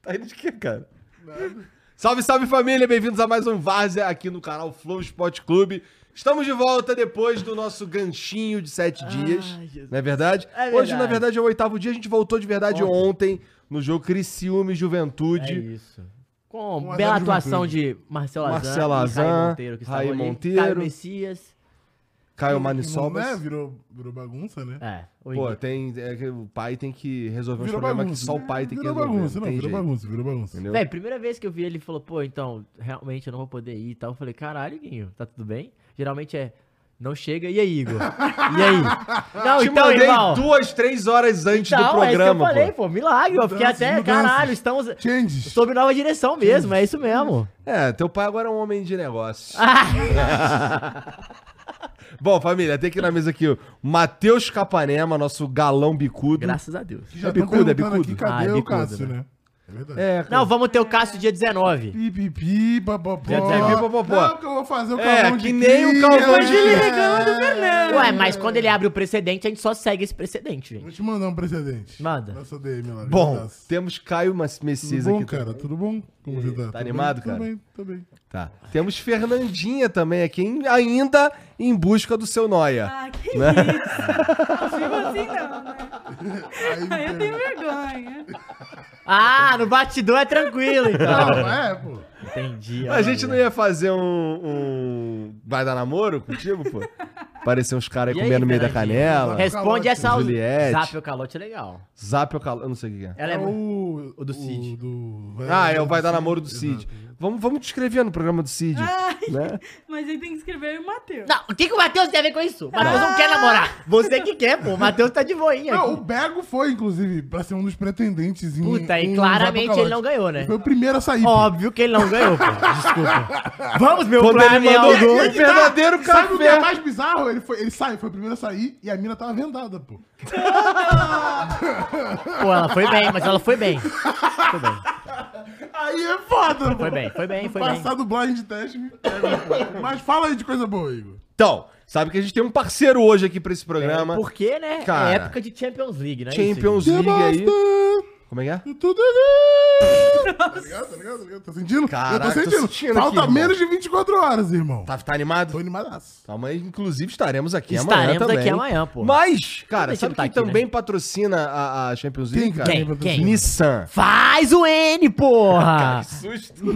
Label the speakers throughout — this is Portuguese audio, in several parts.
Speaker 1: Tá indo de quê, cara? Salve, salve família, bem-vindos a mais um Várzea aqui no canal Flow Sport Clube. Estamos de volta depois do nosso ganchinho de sete dias,
Speaker 2: Jesus.
Speaker 1: não é verdade?
Speaker 2: É
Speaker 1: Hoje, na
Speaker 2: verdade.
Speaker 1: verdade, é o oitavo dia, a gente voltou de verdade ontem, no jogo Criciúma e
Speaker 2: É
Speaker 1: Juventude.
Speaker 2: isso. Com
Speaker 3: Um a
Speaker 2: bela
Speaker 3: zero de
Speaker 2: atuação de Marcelo Azan,
Speaker 1: Marcelo
Speaker 2: e
Speaker 1: Azan,
Speaker 2: Caio Monteiro, que
Speaker 1: Raí
Speaker 2: estavam ali,
Speaker 1: Monteiro.
Speaker 2: Caio Messias.
Speaker 1: Caio
Speaker 3: Né?
Speaker 1: Manissobas.
Speaker 3: Virou, virou bagunça, né?
Speaker 2: É, o
Speaker 1: Pô,
Speaker 2: Henrique.
Speaker 1: tem, é que o pai tem que resolver os
Speaker 3: Virou
Speaker 1: problemas que
Speaker 3: bagunça.
Speaker 1: só o pai tem que
Speaker 3: virou
Speaker 1: resolver.
Speaker 3: bagunça,
Speaker 1: não
Speaker 3: não,
Speaker 1: tem
Speaker 3: virou
Speaker 1: jeito,
Speaker 3: bagunça, virou bagunça.
Speaker 1: entendeu?
Speaker 2: Véi, primeira vez que eu vi ele falou, pô, então, realmente eu não vou poder ir e tal. Eu falei, caralho, Guinho, tá tudo bem? Geralmente é, não chega, e aí, Igor? E aí? Não,
Speaker 1: Te
Speaker 2: então,
Speaker 1: mandei
Speaker 2: irmão.
Speaker 1: duas, três horas antes
Speaker 2: então,
Speaker 1: do
Speaker 2: é isso que eu
Speaker 1: programa,
Speaker 2: falei,
Speaker 1: pô.
Speaker 2: pô, milagre. Eu fiquei
Speaker 3: Mudanças,
Speaker 2: até,
Speaker 3: mudanças.
Speaker 2: caralho, estamos
Speaker 3: Changes.
Speaker 2: sob nova direção mesmo, é isso mesmo.
Speaker 1: É, teu pai agora é um homem de negócio.
Speaker 2: Ah!
Speaker 1: Bom, família, tem aqui na mesa aqui o Matheus Capanema, nosso galão bicudo.
Speaker 2: Graças a Deus.
Speaker 3: Que já
Speaker 1: É
Speaker 3: tão
Speaker 1: bicudo, é
Speaker 3: perguntando
Speaker 1: bicudo?
Speaker 3: Aqui, cadê
Speaker 2: Ah, é
Speaker 3: o
Speaker 2: bicudo,
Speaker 3: Cássio,
Speaker 2: né?
Speaker 3: né? É verdade.
Speaker 1: É,
Speaker 2: Não, vamos ter o Cássio dia 19.
Speaker 3: Pipipi, papapó.
Speaker 1: É,
Speaker 2: Já tem aqui,
Speaker 1: papapó.
Speaker 3: Não, que eu vou fazer o
Speaker 1: É,
Speaker 3: calvão É.
Speaker 1: que nem o calvão de
Speaker 3: ligando,
Speaker 2: Ué, mas quando ele abre o precedente, a gente só segue esse precedente, gente.
Speaker 3: Vou te mandar um precedente.
Speaker 2: Manda.
Speaker 3: Nossa DM lá.
Speaker 1: Bom,
Speaker 3: abraço.
Speaker 1: temos Caio Mas-
Speaker 3: Tudo
Speaker 1: Messias
Speaker 3: Tá bom,
Speaker 1: aqui. tá?
Speaker 3: cara? Tudo bom? Como você tá? Tudo
Speaker 1: animado,
Speaker 3: bem?
Speaker 1: cara?
Speaker 3: Tudo bem, tudo bem.
Speaker 1: Tá. Temos Fernandinha também aqui, em- ainda em busca do seu Noia.
Speaker 4: Ah, que isso!
Speaker 2: Né?
Speaker 4: Não digo assim não, né?
Speaker 3: Aí,
Speaker 4: Aí eu
Speaker 3: tem-
Speaker 4: tenho vergonha.
Speaker 2: Ah, no batidor é tranquilo, então.
Speaker 3: Ah, é, pô.
Speaker 2: Entendi.
Speaker 1: A gente não ia fazer um. um vai dar namoro contigo, pô? Parecer uns caras
Speaker 2: E
Speaker 1: aí
Speaker 2: aí,
Speaker 1: comendo no meio da
Speaker 2: Fernandinho?
Speaker 1: canela.
Speaker 2: Responde
Speaker 3: Calote,
Speaker 2: essa aos-
Speaker 1: é Juliette.
Speaker 2: Zap o calote é legal.
Speaker 1: Zap ou calor? Eu não sei o que é.
Speaker 2: Ela é.
Speaker 3: É o,
Speaker 2: o do Cid.
Speaker 3: do-
Speaker 1: Ah, é o Vai Dar
Speaker 3: Cid.
Speaker 1: Namoro do Cid. Vamos, vamos te escrever no programa do Cid. Né?
Speaker 4: Mas aí tem que escrever o Matheus.
Speaker 2: Não, o que, que o Matheus tem a ver com isso? O Matheus
Speaker 1: Ah!
Speaker 2: não quer namorar. Você que quer, pô. O Matheus tá de boinha.
Speaker 3: Não,
Speaker 2: aqui.
Speaker 3: o Bego foi, inclusive, pra ser um dos pretendentes em.
Speaker 2: Puta, e
Speaker 3: em
Speaker 2: claramente
Speaker 3: Zapocalote.
Speaker 2: ele não ganhou, né?
Speaker 3: Ele Foi o primeiro a sair.
Speaker 2: Óbvio que ele não ganhou, pô. Desculpa. Vamos, meu é
Speaker 1: Quando ele
Speaker 2: Flamengo.
Speaker 1: mandou o gol,
Speaker 3: Aí que tá.
Speaker 1: verdadeiro
Speaker 3: Sabe o que é
Speaker 1: café.
Speaker 3: mais bizarro? Ele, foi, ele sai, foi o primeiro a sair e a mina tava vendada, pô.
Speaker 2: Pô, ela foi bem, mas ela foi bem. Foi bem,
Speaker 3: Aí é foda,
Speaker 2: foi
Speaker 3: pô.
Speaker 2: bem, foi bem, foi bem.
Speaker 3: Passar do blind test me pega, pô. Mas fala aí de coisa boa, Igor.
Speaker 1: Então, sabe que a gente tem um parceiro hoje aqui pra esse programa.
Speaker 2: Porque, né?
Speaker 1: Cara.
Speaker 2: é época de Champions League, né?
Speaker 1: Champions League aí. Como é que é?
Speaker 3: Tudo bem. Tá ligado? Tá ligado? Tá ligado? Tá sentindo?
Speaker 1: Caraca,
Speaker 3: eu tô
Speaker 1: tô
Speaker 3: sentindo.
Speaker 1: sentindo
Speaker 3: Falta
Speaker 1: aqui, irmão.
Speaker 3: menos de 24 horas, irmão.
Speaker 1: Tá, tá
Speaker 3: Tô
Speaker 1: animado?
Speaker 3: animadaço.
Speaker 1: Amanhã, inclusive, estaremos aqui amanhã
Speaker 2: Estaremos
Speaker 1: também.
Speaker 2: aqui amanhã, pô.
Speaker 1: Mas, cara,
Speaker 2: Deixa
Speaker 1: sabe
Speaker 2: ele tá
Speaker 1: quem
Speaker 2: aqui, né?
Speaker 1: também patrocina a, a Champions League,
Speaker 3: tá
Speaker 1: cara?
Speaker 2: Quem? Quem?
Speaker 1: Nissan.
Speaker 2: Faz o N, porra!
Speaker 1: susto!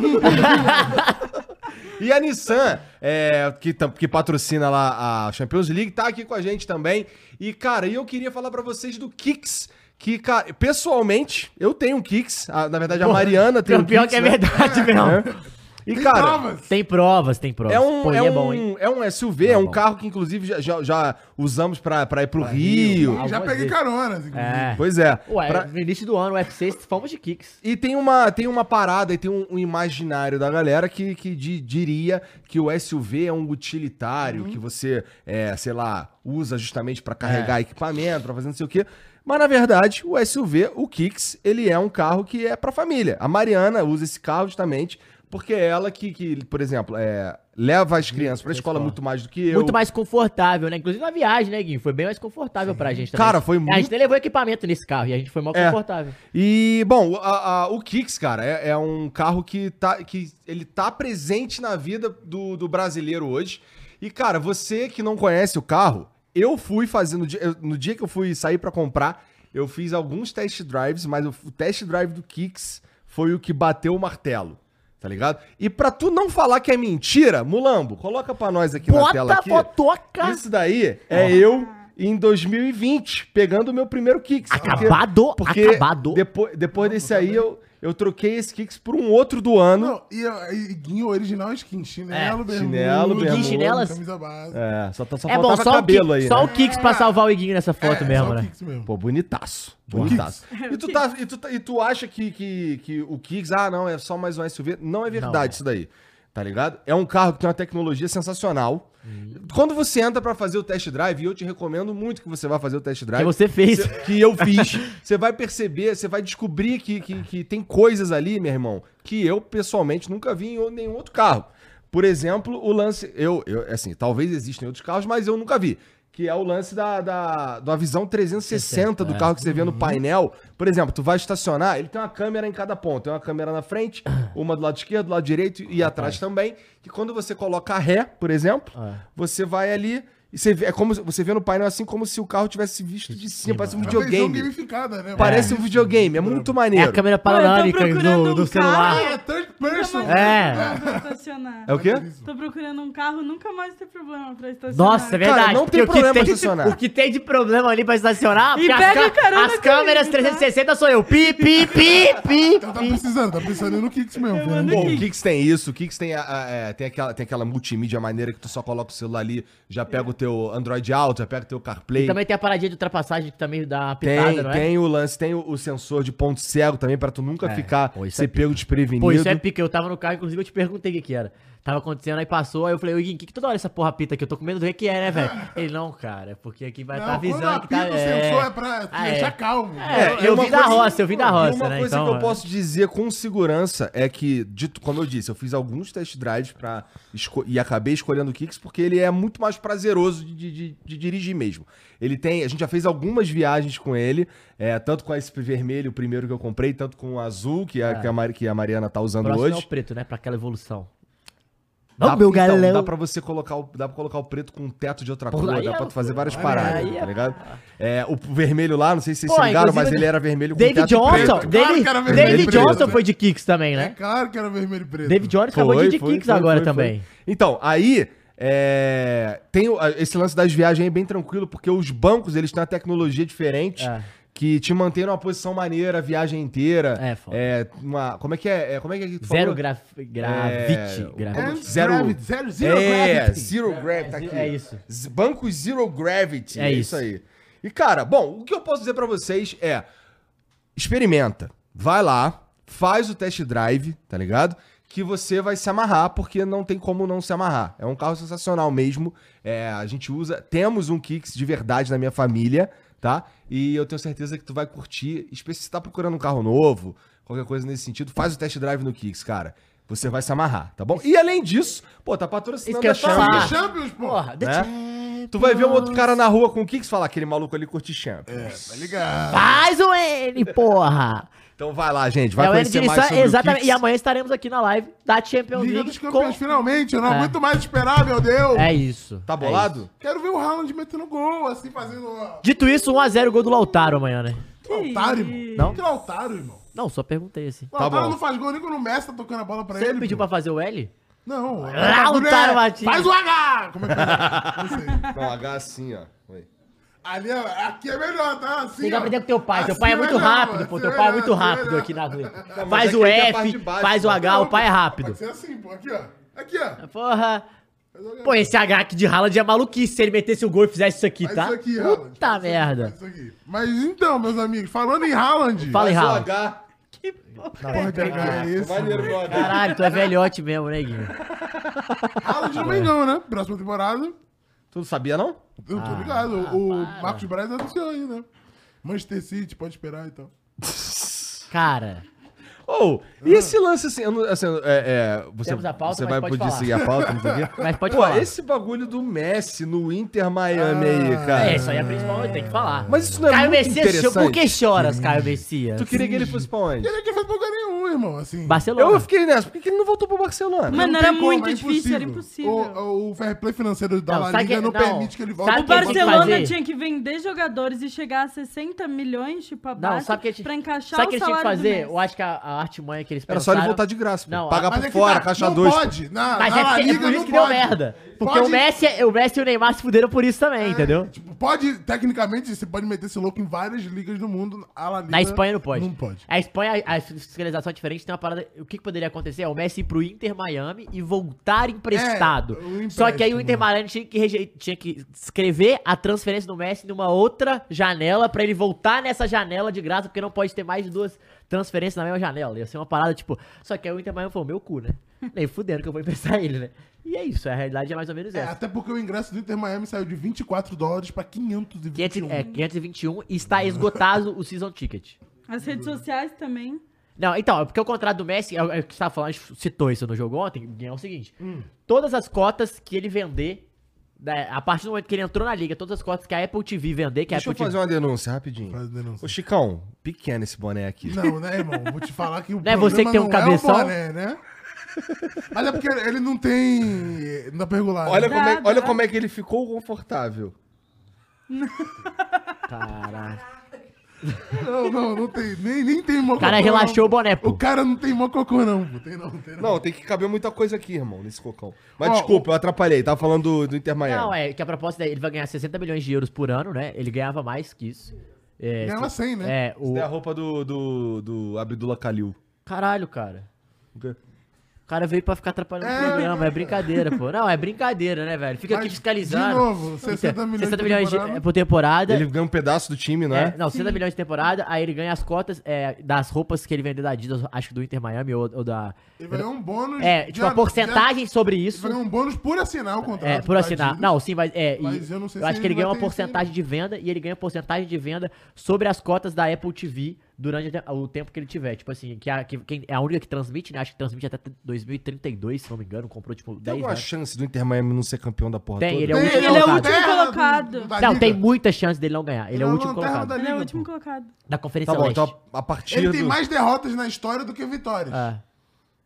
Speaker 1: e a Nissan, é, que, tam- que patrocina lá a Champions League, tá aqui com a gente também. E, cara, e eu queria falar pra vocês do Kicks. Que, cara, pessoalmente, eu tenho um Kicks. a- na verdade, a Mariana tem um
Speaker 2: Campeão
Speaker 1: Kicks.
Speaker 2: que é
Speaker 1: né?
Speaker 2: verdade mesmo.
Speaker 1: E, cara,
Speaker 3: Provas.
Speaker 2: Tem provas, tem provas.
Speaker 1: é um,
Speaker 2: Pô, e
Speaker 1: é,
Speaker 2: é
Speaker 1: um,
Speaker 2: bom, hein?
Speaker 1: é um SUV, é um carro que, inclusive, já, já, já usamos pra, pra ir pro Rio.
Speaker 2: Rio.
Speaker 3: Já
Speaker 2: Algumas
Speaker 3: peguei
Speaker 2: vezes.
Speaker 3: carona, assim, inclusive.
Speaker 2: É.
Speaker 1: Pois é.
Speaker 2: Ué,
Speaker 1: pra-
Speaker 2: no início do ano, o UFC, fomos de kicks.
Speaker 1: E tem uma, tem uma parada e tem um, um imaginário da galera que, que di- diria que o SUV é um utilitário, que você, é, sei lá, usa justamente pra carregar equipamento, pra fazer não sei o quê. Mas na verdade, o SUV, o Kicks, ele é um carro que é pra família. A Mariana usa esse carro justamente porque é ela que, que por exemplo, é, leva as crianças pra escola muito mais do que eu.
Speaker 2: Muito mais confortável, né? Inclusive na viagem, né, Guinho? Foi bem mais confortável pra gente também.
Speaker 1: Cara, foi
Speaker 2: A
Speaker 1: muito-
Speaker 2: gente nem levou equipamento nesse carro e a gente foi mal
Speaker 1: É.
Speaker 2: confortável.
Speaker 1: E, bom, a- a- o Kicks, cara, é, é um carro que, tá, que ele tá presente na vida do, do brasileiro hoje. E, cara, você que não conhece o carro, eu fui fazendo. No dia, eu- no dia que eu fui sair pra comprar, eu fiz alguns test drives, mas o, o test drive do Kicks foi o que bateu o martelo. Tá ligado? E pra tu não falar que é mentira, Mulambo, coloca pra nós aqui na tela
Speaker 2: Bota a
Speaker 1: aqui. é
Speaker 2: fotoca!
Speaker 1: Isso daí é eu em 2020 pegando o meu primeiro Kicks. porque-
Speaker 2: Acabado,
Speaker 1: porque
Speaker 2: acabado.
Speaker 1: Depois, depois desse aí, eu, eu troquei esse Kicks por um outro do ano.
Speaker 3: Não, e, e Guinho original é skin, chinelo,
Speaker 2: É,
Speaker 3: bermuda,
Speaker 1: chinelo, bermuda.
Speaker 2: Guinho chinelas?
Speaker 3: camisa base.
Speaker 1: É, só, tá- só
Speaker 2: É bom,
Speaker 1: faltava
Speaker 2: só,
Speaker 1: cabelo
Speaker 2: o,
Speaker 1: aí.
Speaker 2: Kicks, só
Speaker 1: né?
Speaker 2: o Kicks pra salvar o Iguinho nessa foto
Speaker 3: É,
Speaker 2: mesmo,
Speaker 3: só o
Speaker 2: né?
Speaker 3: Kicks mesmo.
Speaker 1: Pô, bonitaço. Bonitaço. E tu, tá, e, tu, tá- e tu acha que, que, que o Kicks, ah, não, é só mais um SUV? Não é verdade
Speaker 2: Não, é.
Speaker 1: isso daí. Tá ligado? É um carro que tem uma tecnologia sensacional.
Speaker 2: Uhum.
Speaker 1: Quando você entra pra fazer o test drive, e eu te recomendo muito que você vá fazer o test drive.
Speaker 2: Que você fez.
Speaker 1: né?
Speaker 2: É
Speaker 1: Cê- que eu fiz, você vai perceber, você vai descobrir que, que, que tem coisas ali, meu irmão, que eu pessoalmente nunca vi em nenhum outro carro. Por exemplo, o lance. Eu, eu assim, talvez existam em outros carros, mas eu nunca vi. que é o lance da, da, da visão 360 do
Speaker 2: é.
Speaker 1: carro que você vê no painel. Por exemplo, tu vai estacionar, ele tem uma câmera em cada ponto. Tem uma câmera na frente, uma do lado esquerdo, do lado direito e atrás também. Que quando você coloca ré, por exemplo,
Speaker 2: É.
Speaker 1: você vai ali e você vê, é como, se- você vê no painel assim como se o carro tivesse visto de cima,
Speaker 2: cima.
Speaker 1: parece um
Speaker 3: É uma versão
Speaker 1: videogame.
Speaker 3: gamificada, né?
Speaker 1: Parece um videogame, é muito
Speaker 2: É
Speaker 1: maneiro.
Speaker 2: a câmera
Speaker 4: Pô,
Speaker 2: panorâmica
Speaker 4: eu tô procurando
Speaker 2: do, do
Speaker 4: um
Speaker 2: celular.
Speaker 4: cara.
Speaker 3: É third person.
Speaker 4: Nunca mais
Speaker 2: É.
Speaker 4: ter problema pra estacionar.
Speaker 1: É o quê?
Speaker 4: Tô procurando um carro, nunca mais ter problema pra estacionar.
Speaker 2: Nossa, é verdade.
Speaker 1: não
Speaker 2: porque
Speaker 1: tem
Speaker 2: o que
Speaker 1: problema
Speaker 2: tem-
Speaker 1: estacionar.
Speaker 2: O que tem de problema ali pra estacionar,
Speaker 4: E
Speaker 2: porque as,
Speaker 4: pega
Speaker 2: ca-
Speaker 4: carona
Speaker 2: as
Speaker 4: comigo,
Speaker 2: câmeras
Speaker 4: tá?
Speaker 2: 360 sou eu. Pi, pi, pi, pi,
Speaker 3: Então tá
Speaker 2: pi.
Speaker 3: precisando, tá precisando no Kicks mesmo.
Speaker 4: Eu
Speaker 3: né?
Speaker 4: ando
Speaker 1: Pô,
Speaker 3: Bom,
Speaker 1: o Kix tem isso, o Kix tem, a- a- é, tem, aquela, tem aquela multimídia maneira que tu só coloca o celular ali, já pega o teu Android Auto, já pega o teu CarPlay.
Speaker 2: Também tem a paradinha de ultrapassagem que também dá uma
Speaker 1: Tem,
Speaker 2: pitada, não é?
Speaker 1: tem o lance, tem o, o sensor de ponto cego também, pra tu nunca
Speaker 2: É,
Speaker 1: ficar,
Speaker 2: pô, isso
Speaker 1: ser
Speaker 2: é
Speaker 1: pego desprevenido.
Speaker 2: Pô, isso é pica. Eu tava no carro, inclusive eu te perguntei o que que era. Tava acontecendo, aí passou, aí eu falei, ô Iguinho, o que que toda hora essa porra pita aqui? Eu tô com medo do que que é, né, velho? Ele, não, cara, é porque aqui vai
Speaker 3: Não,
Speaker 2: tá avisando que
Speaker 3: quando
Speaker 2: tá...
Speaker 3: apita o sensor é pra te
Speaker 2: Ah,
Speaker 3: deixar
Speaker 2: é.
Speaker 3: calmo.
Speaker 2: É, eu
Speaker 1: uma
Speaker 2: vim da roça, eu vim da
Speaker 1: e
Speaker 2: roça,
Speaker 1: Uma
Speaker 2: né,
Speaker 1: coisa
Speaker 2: então,
Speaker 1: que eu
Speaker 2: é.
Speaker 1: posso dizer com segurança é que, dito, como eu disse, eu fiz alguns test drives pra esco- e acabei escolhendo o Kicks porque ele é muito mais prazeroso de, de- de- de dirigir mesmo. Ele tem, a gente já fez algumas viagens com ele, é, tanto com a SP vermelho, o primeiro que eu comprei, tanto com o azul, que, a, que, a, Mari- que a Mariana tá usando
Speaker 2: É. Próximo é o
Speaker 1: hoje.
Speaker 2: preto, né, pra aquela evolução.
Speaker 1: Dá,
Speaker 2: Não, meu
Speaker 1: então,
Speaker 2: galão.
Speaker 1: dá pra você colocar o, dá pra colocar o preto com um teto de outra
Speaker 2: Pô,
Speaker 1: cor,
Speaker 2: aí
Speaker 1: dá
Speaker 2: é
Speaker 1: pra tu fazer várias
Speaker 2: aí
Speaker 1: paradas,
Speaker 2: é-
Speaker 1: tá ligado? É, o vermelho lá, não sei se vocês
Speaker 2: Pô,
Speaker 1: se ligaram, mas
Speaker 2: inclusive,
Speaker 1: ele era vermelho com
Speaker 2: David
Speaker 1: teto preto.
Speaker 2: Johnson,
Speaker 3: um Claro
Speaker 2: David,
Speaker 3: que era vermelho
Speaker 2: David
Speaker 3: e preto,
Speaker 2: Johnson
Speaker 3: né?
Speaker 2: foi de Kicks também,
Speaker 3: É
Speaker 2: né?
Speaker 3: claro que era vermelho e preto.
Speaker 2: David Johnson acabou de ir de Kicks agora
Speaker 1: foi,
Speaker 2: também.
Speaker 1: foi. Então, aí. é, tem o- a- esse lance das viagens é bem tranquilo, porque os bancos eles têm uma tecnologia diferente
Speaker 2: É.
Speaker 1: que te mantém numa posição maneira a viagem inteira.
Speaker 2: É, foda.
Speaker 1: É, uma, como é que é? é, Como é que, é que tu
Speaker 2: Zero
Speaker 1: falou?
Speaker 2: graf, gravity.
Speaker 1: É,
Speaker 2: gravity.
Speaker 1: como- Zero-
Speaker 3: gravity, zero, zero
Speaker 1: É,
Speaker 3: gravity.
Speaker 1: Zero Gravity. Tá
Speaker 2: É,
Speaker 1: aqui.
Speaker 2: é isso.
Speaker 1: Z- Banco Zero Gravity.
Speaker 2: É
Speaker 1: É, isso
Speaker 2: isso.
Speaker 1: aí. E, cara, bom, o que eu posso dizer pra vocês é: experimenta. Vai lá, faz o test drive, tá ligado? Que você vai se amarrar, porque não tem como não se amarrar. É um carro sensacional mesmo. É, a gente usa. Temos um Kicks de verdade na minha família, tá? E eu tenho certeza que tu vai curtir. Espe- Se você tá procurando um carro novo, qualquer coisa nesse sentido, faz o test drive no Kicks, cara. Você vai se amarrar, tá bom? E além disso, pô, tá patrocinando
Speaker 2: Isso que eu
Speaker 1: a
Speaker 2: ia
Speaker 1: Champions.
Speaker 2: falar.
Speaker 3: Champions, Champions, pô.
Speaker 2: Porra,
Speaker 1: Né? Tu vai ver um outro cara na rua com o Kicks falar aquele maluco ali curte Champions.
Speaker 3: É, tá ligado.
Speaker 2: Faz o N, porra!
Speaker 1: Então vai lá, gente, vai
Speaker 2: é o N
Speaker 1: conhecer
Speaker 2: de
Speaker 1: mais sobre
Speaker 2: exatamente.
Speaker 1: o
Speaker 2: E
Speaker 1: Kicks.
Speaker 2: amanhã estaremos aqui na live da Champions
Speaker 3: Liga dos
Speaker 2: League.
Speaker 3: Campeões,
Speaker 2: com-
Speaker 3: finalmente. Eu não
Speaker 2: É.
Speaker 3: aguento mais esperar, meu Deus.
Speaker 2: É isso.
Speaker 1: Tá
Speaker 2: é
Speaker 1: bolado?
Speaker 2: isso.
Speaker 3: Quero ver o Haaland metendo gol, assim, fazendo... uma-
Speaker 2: Dito isso, 1x0 gol do Lautaro amanhã, né?
Speaker 3: Que otário, irmão.
Speaker 2: Não?
Speaker 3: Que otário, irmão.
Speaker 2: Não, só perguntei assim.
Speaker 3: O
Speaker 1: Tá
Speaker 3: Lautaro
Speaker 1: bom.
Speaker 3: não faz gol nem quando o Messi tá tocando a bola pra
Speaker 2: Você
Speaker 3: ele.
Speaker 2: pediu
Speaker 3: pô.
Speaker 2: pra fazer o L?
Speaker 3: Não. o
Speaker 2: Lautaro
Speaker 3: bagulho é,
Speaker 2: Martins.
Speaker 3: Faz o H! Como é que é? Não sei.
Speaker 1: Não, H assim, ó. Oi.
Speaker 3: Ali, ó, aqui é melhor, tá? Assim,
Speaker 2: Tem que
Speaker 3: ó.
Speaker 2: aprender com teu pai.
Speaker 1: ah,
Speaker 2: Teu
Speaker 3: Assim
Speaker 2: pai é
Speaker 3: é
Speaker 2: muito
Speaker 3: melhor,
Speaker 2: rápido, pô.
Speaker 3: assim
Speaker 2: Teu pai
Speaker 3: é
Speaker 2: é
Speaker 3: melhor,
Speaker 2: muito
Speaker 3: assim é
Speaker 2: rápido
Speaker 3: melhor.
Speaker 2: aqui na rua.
Speaker 1: mas é
Speaker 2: Faz
Speaker 1: aqui
Speaker 2: o
Speaker 1: tem a parte de
Speaker 2: F,
Speaker 1: baixo,
Speaker 2: faz o
Speaker 1: né?
Speaker 2: H, o pai é rápido.
Speaker 3: Pode ser assim, pô. Aqui, ó. Aqui, ó.
Speaker 2: Porra.
Speaker 3: Faz o H.
Speaker 2: Pô, esse H aqui de Haaland é maluquice se ele metesse o gol e fizesse isso aqui,
Speaker 3: Faz
Speaker 2: tá?
Speaker 3: isso aqui, Haaland.
Speaker 2: Puta
Speaker 3: Faz isso aqui,
Speaker 2: merda.
Speaker 3: faz Isso aqui. Mas então, meus amigos, falando em Haaland...
Speaker 2: Fala aí,
Speaker 1: Mas o
Speaker 2: Haaland.
Speaker 1: H.
Speaker 4: Que porra.
Speaker 3: Porra, que é isso?
Speaker 1: Maneiro, meu H.
Speaker 2: Caralho, tu é velhote mesmo, né, Guinho?
Speaker 3: Haaland no Mengão, né? Próxima temporada.
Speaker 1: Tu não sabia, não?
Speaker 3: Eu
Speaker 2: Ah,
Speaker 3: tô ligado. o Marcos Braz anunciou aí, né? Manchester City, pode esperar então. e tal.
Speaker 2: Cara,
Speaker 1: Ou, e esse lance assim, eu não- assim, é, é, você,
Speaker 2: Temos a pauta,
Speaker 1: você
Speaker 2: mas
Speaker 1: vai
Speaker 2: pode
Speaker 1: poder
Speaker 2: falar.
Speaker 1: seguir a pauta, não sei o quê.
Speaker 2: mas pode
Speaker 1: Pô,
Speaker 2: falar.
Speaker 1: esse bagulho do Messi no Inter Miami Ah, aí, cara.
Speaker 2: É, isso aí é a principal, tem que falar.
Speaker 1: Mas isso não é
Speaker 2: Caio
Speaker 1: muito
Speaker 2: Messias,
Speaker 1: interessante?
Speaker 2: por que choras, Caio Messias?
Speaker 1: Tu queria que ele é fosse pra onde?
Speaker 3: E ele é aqui fez pouco nenhum, irmão, assim.
Speaker 2: Barcelona.
Speaker 1: Eu fiquei nessa, por que que ele não voltou pro Barcelona?
Speaker 4: Mano,
Speaker 3: Não
Speaker 4: era
Speaker 3: tem como,
Speaker 4: muito
Speaker 3: é
Speaker 4: difícil, era impossível.
Speaker 3: O, o fair play financeiro da
Speaker 2: Não,
Speaker 3: La
Speaker 2: sabe
Speaker 3: Liga
Speaker 2: que-
Speaker 3: não,
Speaker 2: não.
Speaker 3: permite que ele volte.
Speaker 2: Sabe
Speaker 4: O
Speaker 2: que- é tem
Speaker 4: Barcelona
Speaker 2: fazer?
Speaker 4: tinha que vender jogadores e chegar a 60 milhões, tipo, abaixo,
Speaker 2: Não, sabe o que a gente-
Speaker 4: pra encaixar
Speaker 2: Sabe o que
Speaker 4: o
Speaker 2: eles tinham que
Speaker 4: salário
Speaker 2: fazer?
Speaker 4: do
Speaker 2: Eu acho que a, a artimanha que eles
Speaker 1: Era só ele
Speaker 2: pensaram-
Speaker 1: voltar de Ah, graça,
Speaker 2: Não,
Speaker 1: pô. Pagar
Speaker 3: Mas
Speaker 1: por
Speaker 3: é que
Speaker 1: fora,
Speaker 3: tá,
Speaker 1: caixa
Speaker 3: não
Speaker 1: 2.
Speaker 3: pode.
Speaker 2: Mas
Speaker 3: Na, na
Speaker 2: é,
Speaker 3: La
Speaker 2: que- é
Speaker 3: Liga
Speaker 2: por isso
Speaker 3: não
Speaker 2: que deu
Speaker 3: pode.
Speaker 2: merda. Porque
Speaker 3: Pode-
Speaker 2: o Messi, é- o Messi e o Neymar se fuderam por isso
Speaker 4: É.
Speaker 2: também, entendeu?
Speaker 3: Tipo, pode, tecnicamente, você pode meter esse louco em várias ligas do mundo. A La Liga
Speaker 2: Na Espanha não pode.
Speaker 3: Não pode.
Speaker 2: A Espanha, a a fiscalização é diferente, tem uma parada. O que, que poderia acontecer é o Messi ir pro Inter Miami e voltar emprestado.
Speaker 3: É, o
Speaker 2: Só que aí o
Speaker 3: empréstimo.
Speaker 2: Inter Miami tinha que, reje- tinha que escrever a transferência do Messi numa outra janela pra ele voltar nessa janela de graça, porque não pode ter mais de duas transferências na mesma janela. Ia ser uma parada, tipo. Só que aí o Inter Miami falou, meu cu, né? Nem fudendo que eu vou emprestar ele, né? E é isso, a realidade é mais ou menos
Speaker 3: É,
Speaker 2: essa.
Speaker 3: até porque o ingresso do Inter Miami saiu de 24 dólares pra 521.
Speaker 2: 500, é, 521 e está esgotado o season ticket.
Speaker 4: Messi. As redes sociais também.
Speaker 2: Não, então, é porque o contrato do Messi, é o é o que você
Speaker 3: Hum.
Speaker 2: tava falando, a gente citou isso no jogo ontem, é o seguinte: todas as cotas que ele vender né, a partir do momento que ele entrou na liga, todas as cotas que a Apple TV vender, que a
Speaker 1: Deixa eu
Speaker 2: Apple
Speaker 1: fazer
Speaker 2: TV.
Speaker 1: uma denúncia rapidinho.
Speaker 3: Faz denúncia.
Speaker 1: Ô, Chicão, pequeno esse boné aqui.
Speaker 3: Não, né, irmão? Vou te falar que o
Speaker 2: Não é você que tem um
Speaker 3: problema
Speaker 2: cabeção?
Speaker 3: É o boné, né? Mas é porque ele não tem. Não dá pra regular.
Speaker 1: Olha,
Speaker 3: né?
Speaker 1: como é,
Speaker 4: Nada.
Speaker 1: olha como é que ele ficou confortável.
Speaker 2: Caralho.
Speaker 3: Não, não, não tem. Nem, nem tem mococô.
Speaker 2: O cara
Speaker 3: não.
Speaker 2: relaxou o boné,
Speaker 3: O
Speaker 2: pô.
Speaker 3: cara não tem mococô, não. pô. Tem não, tem não.
Speaker 1: Não, tem que caber muita coisa aqui, irmão, nesse cocão. Mas
Speaker 3: Ó,
Speaker 1: desculpa, eu atrapalhei. Tava falando do, do Inter Miami.
Speaker 2: Não, é que a proposta dele, ele vai ganhar 60 milhões de euros por ano, né? Ele ganhava mais que isso. É,
Speaker 3: Ganhava
Speaker 2: se-
Speaker 3: 100, né?
Speaker 2: É, o.
Speaker 1: Isso é a roupa do, do, do Abdullah Kalil.
Speaker 2: Caralho, cara. É.
Speaker 1: Ok?
Speaker 2: O cara veio pra ficar atrapalhando o programa, é brincadeira, pô. Não, é brincadeira, né, velho? Fica aqui
Speaker 3: né? Mas,
Speaker 2: fiscalizando. Então,
Speaker 3: de novo, 60 milhões
Speaker 2: de-
Speaker 3: por temporada.
Speaker 2: é, por temporada.
Speaker 1: Ele ganha um pedaço do time, não
Speaker 2: É,
Speaker 1: é?
Speaker 2: não, 60 milhões de temporada, aí ele ganha as cotas é, das roupas que ele vendeu da Adidas, acho que do Inter Miami ou, ou da.
Speaker 3: Ele vai ganhar um bônus.
Speaker 2: É,
Speaker 3: de
Speaker 2: tipo, a
Speaker 3: an-
Speaker 2: porcentagem sobre
Speaker 3: de- Ele
Speaker 2: isso.
Speaker 3: vai ganhar um bônus por assinar o contrato. tá
Speaker 2: É, por assinar. Não, sim, mas é. e
Speaker 3: Mas
Speaker 2: eu
Speaker 3: eu não sei se
Speaker 2: acho que
Speaker 3: ele
Speaker 2: ele ganha
Speaker 3: vai
Speaker 2: uma
Speaker 3: ter
Speaker 2: porcentagem de venda e ele ganha porcentagem de venda sobre as cotas da Apple TV durante até- o tempo que ele tiver. Tipo assim, que, a, que quem- é a única que transmite, né? Acho que transmite até 2032, se não me engano. Comprou, tipo,
Speaker 1: Tem
Speaker 2: 10
Speaker 1: alguma
Speaker 2: anos.
Speaker 1: chance do Inter Miami não ser campeão da porra
Speaker 2: Tem,
Speaker 1: toda?
Speaker 2: ele é o
Speaker 3: Tem,
Speaker 2: último
Speaker 4: ele é o
Speaker 2: colocado.
Speaker 4: último colocado.
Speaker 3: tá
Speaker 2: Não, tem muita chance dele não ganhar. Ele é o último colocado.
Speaker 4: Ele é o último colocado.
Speaker 2: Da Conferência
Speaker 1: Tá bom,
Speaker 2: Leste.
Speaker 1: então a partir
Speaker 3: Ele tem
Speaker 1: do...
Speaker 3: mais derrotas na história do que vitórias.
Speaker 2: É.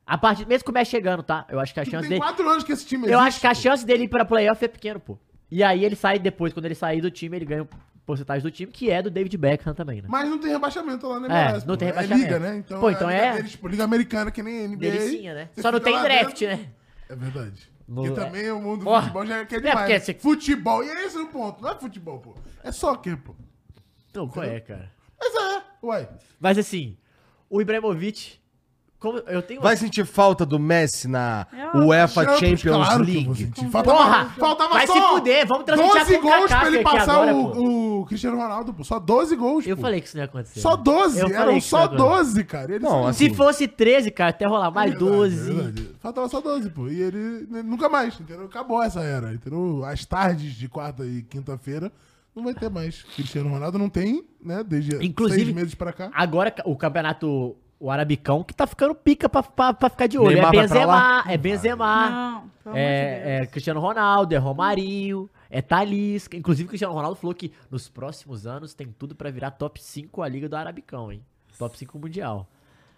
Speaker 2: A partir, mesmo que o Messi chegando, tá? Eu acho que a
Speaker 3: Tipo,
Speaker 2: chance
Speaker 3: tem
Speaker 2: dele.
Speaker 3: quatro anos que esse time é assim,
Speaker 2: Eu acho que a chance dele ir pra playoff é pequeno, pô. E aí ele sai depois, quando ele sair do time, ele ganha o porcentagem do time, que é do David Beckham também, né?
Speaker 3: Mas não tem rebaixamento lá na
Speaker 2: É,
Speaker 3: MLS,
Speaker 2: não
Speaker 3: pô.
Speaker 2: tem
Speaker 3: É
Speaker 2: rebaixamento.
Speaker 3: liga, né? Então,
Speaker 2: Pô, então
Speaker 3: a liga
Speaker 2: é-
Speaker 3: deles, tipo, liga americana que nem NBA.
Speaker 2: Delicinha, né?
Speaker 3: Você
Speaker 2: Só não
Speaker 3: fica
Speaker 2: tem
Speaker 3: lá
Speaker 2: draft,
Speaker 3: dentro.
Speaker 2: né?
Speaker 3: É verdade.
Speaker 2: No-
Speaker 3: Porque
Speaker 2: é.
Speaker 3: também o mundo do
Speaker 2: Porra.
Speaker 3: futebol já
Speaker 2: É,
Speaker 3: quer demais.
Speaker 2: porque
Speaker 3: né?
Speaker 2: você-
Speaker 3: Futebol, e é esse o ponto. Não é futebol, pô. É soccer, pô.
Speaker 2: Não, qual é, cara?
Speaker 3: Mas é, uai.
Speaker 2: Mas assim, o Ibrahimovic. Como eu tenho.
Speaker 1: Vai sentir falta do Messi na
Speaker 4: É,
Speaker 1: UEFA
Speaker 3: Champions,
Speaker 1: Champions
Speaker 3: claro que eu vou
Speaker 1: League?
Speaker 3: sentir.
Speaker 2: Porra!
Speaker 3: Faltava, faltava
Speaker 2: vai
Speaker 3: só
Speaker 2: se fuder, vamos transmitir
Speaker 3: 12
Speaker 2: a
Speaker 3: gols
Speaker 2: CONCACAF
Speaker 3: pra ele
Speaker 2: aqui
Speaker 3: passar
Speaker 2: agora, pô.
Speaker 3: o, o Cristiano Ronaldo, pô. Só 12 gols,
Speaker 2: Eu
Speaker 3: pô.
Speaker 2: falei que isso não ia acontecer.
Speaker 3: Só
Speaker 2: né?
Speaker 3: 12,
Speaker 2: Eu falei
Speaker 3: eram
Speaker 2: que
Speaker 3: só
Speaker 2: isso não ia
Speaker 3: 12, cara. Ele
Speaker 1: Não,
Speaker 3: só-
Speaker 2: acontecer.
Speaker 1: assim,
Speaker 2: Se fosse 13, cara, até rolar mais
Speaker 3: É Verdade,
Speaker 2: 12.
Speaker 3: verdade. Faltava só 12, pô. E ele né, nunca mais, entendeu? Acabou essa era, entendeu? As tardes de quarta e quinta-feira não vai ter mais. Cristiano Ronaldo não tem, né? Desde
Speaker 2: Inclusive-
Speaker 3: seis meses pra cá.
Speaker 2: Agora o campeonato, o Arabicão, que tá ficando pica pra, pra, pra ficar de olho.
Speaker 1: Neymar
Speaker 2: é
Speaker 1: vai pra
Speaker 2: Benzema,
Speaker 1: lá?
Speaker 2: é Benzema,
Speaker 4: Não, pelo amor de
Speaker 2: é,
Speaker 4: Deus.
Speaker 2: é Cristiano Ronaldo, é Romarinho, é Talisca. Inclusive, o Cristiano Ronaldo falou que nos próximos anos tem tudo pra virar top 5 a Liga do Arabicão, hein? Top 5 mundial.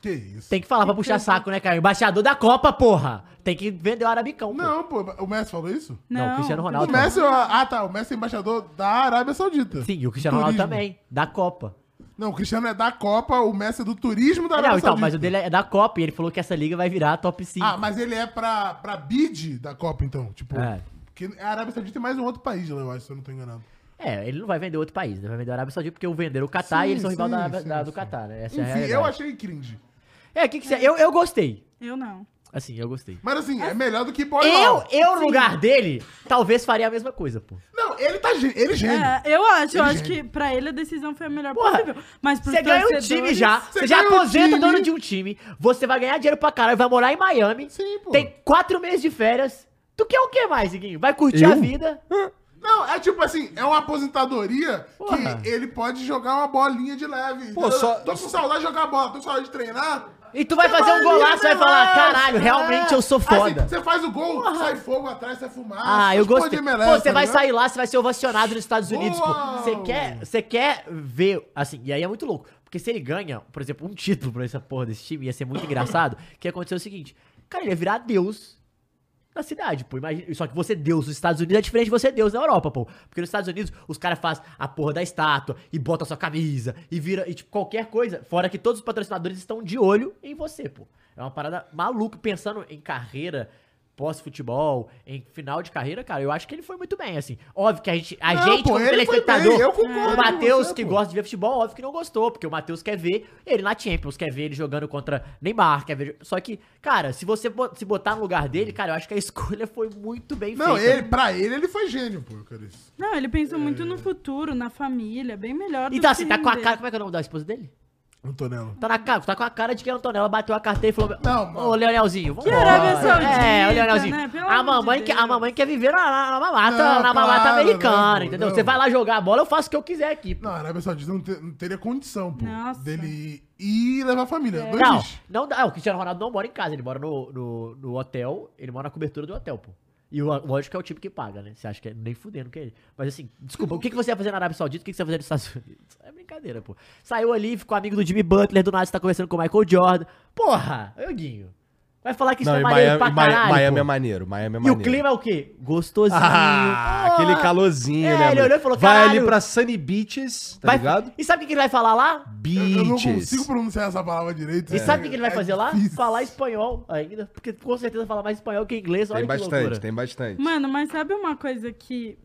Speaker 3: Que isso.
Speaker 2: Tem que falar pra puxar saco, né, cara? Embaixador da Copa, porra! Tem que vender o Arabicão, pô.
Speaker 3: Não, pô, o Messi falou isso?
Speaker 2: Não,
Speaker 4: Não,
Speaker 2: Cristiano
Speaker 3: O
Speaker 2: Ronaldo.
Speaker 3: Messi, é o- ah tá, o Messi é embaixador da Arábia Saudita.
Speaker 2: Sim, e o Cristiano Ronaldo
Speaker 3: Turismo.
Speaker 2: também, da Copa.
Speaker 3: Não, o Cristiano é da Copa, o Messi é do turismo da Arábia
Speaker 2: Não, então,
Speaker 3: Saudita.
Speaker 2: mas o dele é da Copa e ele falou que essa liga vai virar top 5.
Speaker 3: Ah, mas ele é pra, pra bid da Copa, então. Tipo,
Speaker 2: É.
Speaker 3: que a Arábia Saudita é mais um outro país, lá, eu acho, se eu não tô enganado.
Speaker 2: É, ele não vai vender outro país, né? Vai vender a Arábia Saudita porque o venderam o Catar
Speaker 3: Sim,
Speaker 2: e eles são rival
Speaker 3: sim,
Speaker 2: da, da-
Speaker 3: sim,
Speaker 2: da- do
Speaker 3: sim.
Speaker 2: Catar, né? Essa é a
Speaker 3: Enfim,
Speaker 2: realidade.
Speaker 3: eu achei cringe.
Speaker 2: É, o que que você... Eu, eu gostei.
Speaker 4: Eu não.
Speaker 2: Assim, eu gostei.
Speaker 3: Mas assim, é melhor do que bola.
Speaker 2: Eu, eu no lugar dele, talvez faria a mesma coisa, pô.
Speaker 3: Não, ele tá gê- ele é gênio.
Speaker 2: Ah,
Speaker 4: É, eu acho, eu
Speaker 3: Ele
Speaker 4: acho que
Speaker 3: gênio.
Speaker 4: pra ele a decisão foi a melhor
Speaker 2: Porra,
Speaker 4: possível. Mas pros
Speaker 2: Você ganha um time
Speaker 4: torcedores-
Speaker 2: já,
Speaker 3: Você
Speaker 2: você já
Speaker 3: ganha um
Speaker 2: aposenta
Speaker 3: time.
Speaker 2: dono de um time, você vai ganhar dinheiro pra caralho, vai morar em Miami,
Speaker 3: Sim, pô.
Speaker 2: tem quatro meses de férias. Tu quer o que mais, Iguinho? Vai curtir
Speaker 1: Eu?
Speaker 2: a vida.
Speaker 3: Não, é tipo assim, é uma aposentadoria
Speaker 2: Porra.
Speaker 3: que ele pode jogar uma bolinha de leve.
Speaker 1: Pô,
Speaker 3: Eu-
Speaker 1: só-
Speaker 3: Tô com saudade de jogar bola, tô com saudade de treinar.
Speaker 2: E tu vai fazer um golaço, vai falar, caralho, realmente eu sou foda.
Speaker 3: Assim, você faz o gol, sai fogo atrás, sai fumaça.
Speaker 2: Ah, eu
Speaker 3: essas porra
Speaker 2: gostei.
Speaker 3: de
Speaker 2: Pô,
Speaker 3: MLS,
Speaker 2: você
Speaker 3: tá
Speaker 2: vai
Speaker 3: ligado?
Speaker 2: sair lá, você vai ser ovacionado nos Estados Unidos. pô.
Speaker 3: Uau!
Speaker 2: Você quer, você quer ver, assim, e aí é muito louco. Porque se ele ganha, por exemplo, um título pra essa porra desse time, ia ser muito engraçado. que ia acontecer o seguinte: cara, ele ia virar Deus na cidade, pô. Imagina, só que você é Deus nos Estados Unidos é diferente de você é Deus na Europa, pô. Porque nos Estados Unidos os caras fazem a porra da estátua e bota a sua camisa e vira e tipo qualquer coisa. Fora que todos os patrocinadores estão de olho em você, pô. É uma parada maluca pensando em carreira pós-futebol, em final de carreira, cara. Eu acho que ele foi muito bem, assim. Óbvio que a gente, a
Speaker 3: Não,
Speaker 2: gente
Speaker 3: pô,
Speaker 2: como
Speaker 3: ele foi
Speaker 2: telespectador,
Speaker 3: bem, eu concordo
Speaker 2: o
Speaker 3: com
Speaker 2: Matheus
Speaker 3: você,
Speaker 2: que
Speaker 3: pô.
Speaker 2: gosta de ver futebol, óbvio que não gostou, porque o Matheus quer ver ele na Champions, quer ver ele jogando contra Neymar, quer ver. Só que, cara, se você bo- se botar no lugar dele, cara, eu acho que a escolha foi muito bem
Speaker 3: Não,
Speaker 2: feita.
Speaker 3: ele, pra ele, ele foi gênio, pô, cara. isso.
Speaker 4: Não, ele pensou muito no futuro, na família, bem melhor do
Speaker 2: Então,
Speaker 4: que
Speaker 2: assim, tá com a
Speaker 4: render.
Speaker 2: cara. Como é que é o nome da esposa dele?
Speaker 3: Antonello.
Speaker 2: Tá, na cara, tá com a cara de que a Antonella bateu a carteira e falou:
Speaker 3: Não, mano.
Speaker 2: Ô, Leonelzinho, vamos
Speaker 4: Arábia Saudita,
Speaker 2: É, ô, Leonelzinho.
Speaker 4: né? Pelo
Speaker 2: A
Speaker 4: amor de
Speaker 2: mamãe, que, a
Speaker 4: Deus.
Speaker 2: mamãe quer viver na, na, na mamata,
Speaker 3: Não,
Speaker 2: na mamata
Speaker 3: claro,
Speaker 2: americana,
Speaker 3: não, pô,
Speaker 2: entendeu?
Speaker 3: não.
Speaker 2: Você vai lá jogar a bola, eu faço o que eu quiser aqui. pô.
Speaker 3: Não, a Arábia Saudita não, te- não teria condição, pô,
Speaker 4: Nossa.
Speaker 3: dele ir e levar a família. Dois
Speaker 2: Não, Ah,
Speaker 3: bichos.
Speaker 2: não dá. O Cristiano Ronaldo não mora em casa, ele mora no, no, no hotel, ele mora na cobertura do hotel, pô. E o lógico é o time que paga, né? Você acha que é nem fudendo que é ele. Mas assim, desculpa, o que, que você ia fazer na Arábia Saudita? O que, que você ia fazer nos Estados Unidos? É brincadeira, pô. Saiu ali, ficou amigo do Jimmy Butler, do nada você tá conversando com o Michael Jordan. Porra, Yoguinho. Vai falar que isso
Speaker 1: Não,
Speaker 2: é
Speaker 1: e
Speaker 2: maneiro
Speaker 1: Miami,
Speaker 2: pra
Speaker 1: Miami-
Speaker 2: caralho.
Speaker 1: Miami
Speaker 2: pô.
Speaker 1: é maneiro, Miami é
Speaker 2: E
Speaker 1: maneiro.
Speaker 2: o clima é o quê? Gostosinho.
Speaker 1: Ah,
Speaker 2: Porra.
Speaker 1: aquele calorzinho,
Speaker 2: É,
Speaker 1: né?
Speaker 2: ele
Speaker 1: mano?
Speaker 2: olhou e falou,
Speaker 1: Vai
Speaker 2: "Caralho."
Speaker 1: ali pra Sunny Beaches, tá
Speaker 2: Vai-
Speaker 1: ligado?
Speaker 2: E sabe o que que ele vai falar lá?
Speaker 3: Eu,
Speaker 1: Beaches.
Speaker 3: eu não consigo pronunciar essa palavra direito.
Speaker 2: E sabe o que que ele vai
Speaker 3: É
Speaker 2: fazer lá?
Speaker 3: difícil.
Speaker 2: Falar espanhol ainda. Porque com certeza fala mais espanhol que inglês. Olha
Speaker 1: Tem
Speaker 2: que
Speaker 1: bastante,
Speaker 2: loucura.
Speaker 1: tem bastante.
Speaker 4: Mano, mas sabe uma coisa que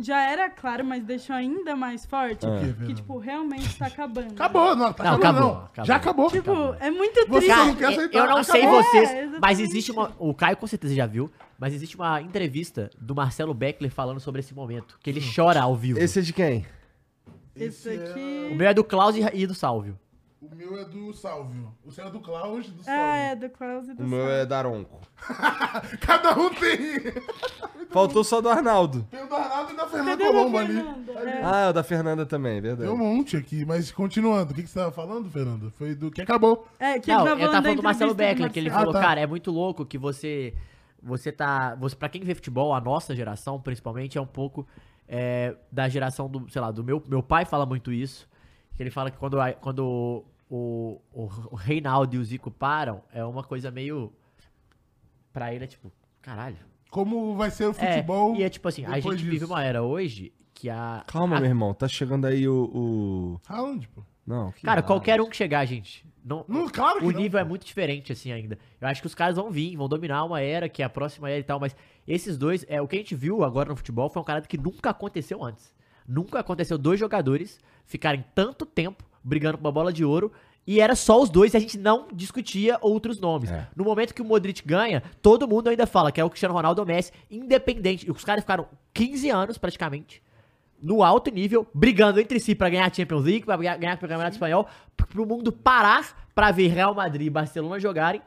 Speaker 4: já era claro, mas deixou ainda mais forte?
Speaker 1: Ah.
Speaker 3: quê,
Speaker 4: Que, tipo, realmente tá acabando.
Speaker 3: Acabou, não, tá
Speaker 2: Não,
Speaker 3: acabando,
Speaker 2: acabou,
Speaker 3: não.
Speaker 2: acabou.
Speaker 3: Já acabou.
Speaker 4: Tipo, é muito
Speaker 3: Você
Speaker 4: triste.
Speaker 2: Cara,
Speaker 3: não
Speaker 2: é,
Speaker 3: quer aceitar,
Speaker 2: eu não sei
Speaker 3: acabou.
Speaker 2: vocês,
Speaker 4: É, exatamente.
Speaker 2: mas existe uma. O Caio com certeza já viu, mas existe uma entrevista do Marcelo Beckler falando sobre esse momento. Que ele
Speaker 3: Hum.
Speaker 2: chora ao vivo.
Speaker 1: Esse é de quem?
Speaker 3: Esse
Speaker 4: Esse
Speaker 3: é-
Speaker 2: O
Speaker 4: aqui.
Speaker 2: meu é do Klaus e- e do Salvio.
Speaker 3: O meu é do Salvio. O seu é do Klaus e do Salvio.
Speaker 4: Ah, é, do Klaus e do
Speaker 1: O meu
Speaker 4: Sam.
Speaker 1: é Daronco.
Speaker 3: Cada um tem.
Speaker 1: Faltou só do Arnaldo.
Speaker 3: Tem o do Arnaldo e da Fernanda
Speaker 4: Cadê o
Speaker 3: Colombo
Speaker 4: meu
Speaker 3: ali.
Speaker 4: Fernando? É.
Speaker 1: Ah, o da Fernanda também, é verdade.
Speaker 3: Tem um monte aqui, mas continuando. O que, que você tava falando, Fernando? Foi do que acabou.
Speaker 4: É, que
Speaker 2: não,
Speaker 4: ele tá
Speaker 2: ele
Speaker 4: falando,
Speaker 2: tá
Speaker 4: da
Speaker 2: falando do Marcelo
Speaker 4: entrevista do
Speaker 2: Beckler, que ele
Speaker 4: Marcelo.
Speaker 2: falou,
Speaker 3: Ah, tá.
Speaker 2: cara, é muito louco que você. Você tá. Você, pra quem vê futebol, a nossa geração, principalmente, é um pouco é, da geração do, sei lá, do meu. Meu pai fala muito isso. Que ele fala que quando, a- quando o, o, o Reinaldo e o Zico param, é uma coisa meio. Pra ele é tipo, caralho.
Speaker 3: Como vai ser o
Speaker 2: É,
Speaker 3: futebol.
Speaker 2: e é tipo assim, a
Speaker 3: depois
Speaker 2: gente vive
Speaker 3: disso?
Speaker 2: uma era hoje que a.
Speaker 1: Calma,
Speaker 2: a-
Speaker 1: meu irmão, tá chegando aí o. o-
Speaker 3: Haaland, pô.
Speaker 1: Não, que
Speaker 2: Cara,
Speaker 1: raiva.
Speaker 2: qualquer um que chegar, gente. Não,
Speaker 3: Não, claro que
Speaker 2: o
Speaker 3: não.
Speaker 2: nível é muito diferente, assim, ainda. Eu acho que os caras vão vir, vão dominar uma era, que é a próxima era e tal, mas esses dois, é o que a gente viu agora no futebol foi um cara que nunca aconteceu antes. Nunca aconteceu dois jogadores ficarem tanto tempo brigando por uma bola de ouro e era só os dois e a gente não discutia outros nomes.
Speaker 1: É.
Speaker 2: No momento que o Modric ganha, todo mundo ainda fala que é o Cristiano Ronaldo ou o Messi, independente. E os caras ficaram 15 anos praticamente no alto nível, brigando entre si pra ganhar a Champions League, pra ganhar, ganhar o Campeonato Espanhol, p- pro mundo parar pra ver Real Madrid e Barcelona jogarem,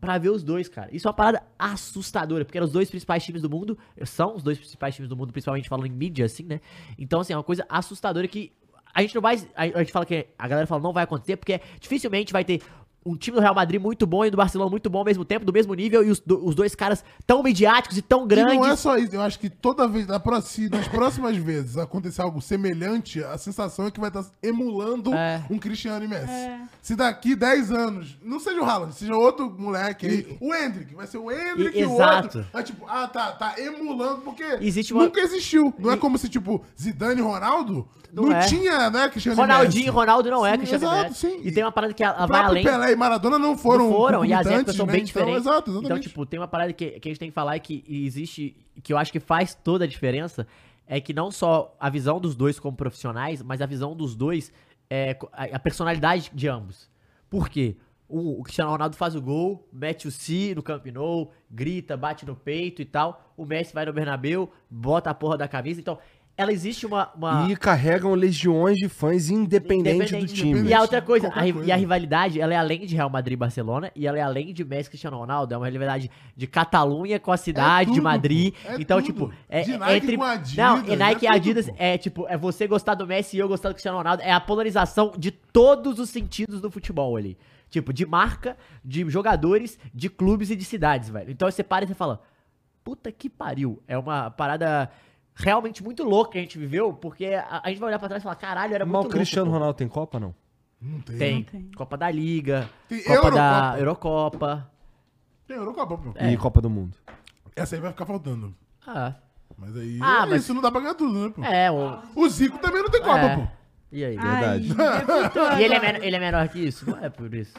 Speaker 2: pra ver os dois, cara. Isso é uma parada assustadora, porque eram os dois principais times do mundo, são os dois principais times do mundo, principalmente falando em mídia, assim, né? Então, assim, é uma coisa assustadora que a gente não vai. A, a gente fala que. A galera fala não vai acontecer, porque dificilmente vai ter. Um time do Real Madrid muito bom e do Barcelona muito bom ao mesmo tempo, do mesmo nível, e os, do- os dois caras tão midiáticos e tão
Speaker 3: E não é
Speaker 2: grandes.
Speaker 3: só isso, eu acho que toda vez, na pró- se nas próximas vezes acontecer algo semelhante, a sensação é que vai estar emulando
Speaker 2: É.
Speaker 3: um Cristiano e Messi.
Speaker 4: É.
Speaker 3: Se daqui 10 anos, não seja o Haaland, seja outro moleque aí, o Hendrick, vai ser o Hendrick
Speaker 2: E-
Speaker 3: e, o
Speaker 2: exato.
Speaker 3: outro. Mas tipo, ah tá, tá emulando, porque
Speaker 2: Existe uma-
Speaker 3: nunca existiu. Não é como se tipo, Zidane e Ronaldo
Speaker 2: Não
Speaker 3: não,
Speaker 2: é.
Speaker 3: tinha, né, Cristiano
Speaker 2: Ronaldinho,
Speaker 3: e Messi.
Speaker 2: Ronaldo não é
Speaker 3: Sim,
Speaker 2: Cristiano
Speaker 3: exato,
Speaker 2: Ronaldo.
Speaker 3: sim.
Speaker 2: E tem uma parada que ela
Speaker 3: O
Speaker 2: vai
Speaker 3: próprio
Speaker 2: além.
Speaker 3: Pelé e Maradona não
Speaker 2: Não foram,
Speaker 3: foram
Speaker 2: e as
Speaker 3: concomitantes,
Speaker 2: épocas são
Speaker 3: né?
Speaker 2: bem diferentes.
Speaker 3: Então, exato, exatamente.
Speaker 2: Então, tipo, tem uma parada que, que a gente tem que falar é que existe, que eu acho que faz toda a diferença, é que não só a visão dos dois como profissionais, mas a visão dos dois, é, co- a, a personalidade de ambos. Por quê? O, o Cristiano Ronaldo faz o gol, mete o si no Camp Nou, grita, bate no peito e tal. O Messi vai no Bernabeu, bota a porra da camisa. Então, ela existe uma... uma...
Speaker 1: E carregam legiões de fãs independente, do time.
Speaker 2: E a
Speaker 3: Independente
Speaker 2: outra
Speaker 3: de
Speaker 2: coisa,
Speaker 3: qualquer
Speaker 2: a ri-
Speaker 3: coisa.
Speaker 2: e a rivalidade, ela é além de Real Madrid e Barcelona, e ela é além de Messi e Cristiano Ronaldo, é uma rivalidade de Catalunha com a cidade de
Speaker 3: tudo,
Speaker 2: Madrid.
Speaker 3: pô. É
Speaker 2: então,
Speaker 3: tudo.
Speaker 2: tipo, é,
Speaker 3: De
Speaker 2: é
Speaker 3: Nike
Speaker 2: entre
Speaker 3: com Adidas,
Speaker 2: Não, e
Speaker 3: é
Speaker 2: Nike e
Speaker 3: tudo,
Speaker 2: Adidas
Speaker 3: pô.
Speaker 2: é tipo, é você gostar do Messi e eu gostar do Cristiano Ronaldo, é a polarização de todos os sentidos do futebol ali. Tipo, de marca, de jogadores, de clubes e de cidades, velho. Então você para e você fala: Puta que pariu. É uma parada realmente muito louca que a gente viveu, porque a, a gente vai olhar pra trás e falar: caralho, era muito
Speaker 1: Mal
Speaker 2: louco.
Speaker 1: Cristiano
Speaker 2: pô."
Speaker 1: Ronaldo tem Copa, não?
Speaker 3: Não tem.
Speaker 2: Tem.
Speaker 4: Não tem.
Speaker 2: Copa da Liga,
Speaker 3: Tem
Speaker 2: Copa da É.
Speaker 3: Eurocopa.
Speaker 2: Eurocopa.
Speaker 3: Tem Eurocopa, pô.
Speaker 1: E Copa do Mundo.
Speaker 3: Essa aí vai ficar faltando.
Speaker 2: Ah,
Speaker 3: Mas aí.
Speaker 2: Ah,
Speaker 3: é
Speaker 2: mas-
Speaker 3: Isso não dá pra ganhar tudo,
Speaker 4: Hum.
Speaker 3: né, pô?
Speaker 2: é, o.
Speaker 3: O Zico também não tem Copa,
Speaker 2: é.
Speaker 3: pô.
Speaker 2: E aí?
Speaker 4: Ai,
Speaker 1: Verdade.
Speaker 4: revoltou
Speaker 2: E ele é,
Speaker 4: agora.
Speaker 2: men- ele é menor que isso? Não é por isso.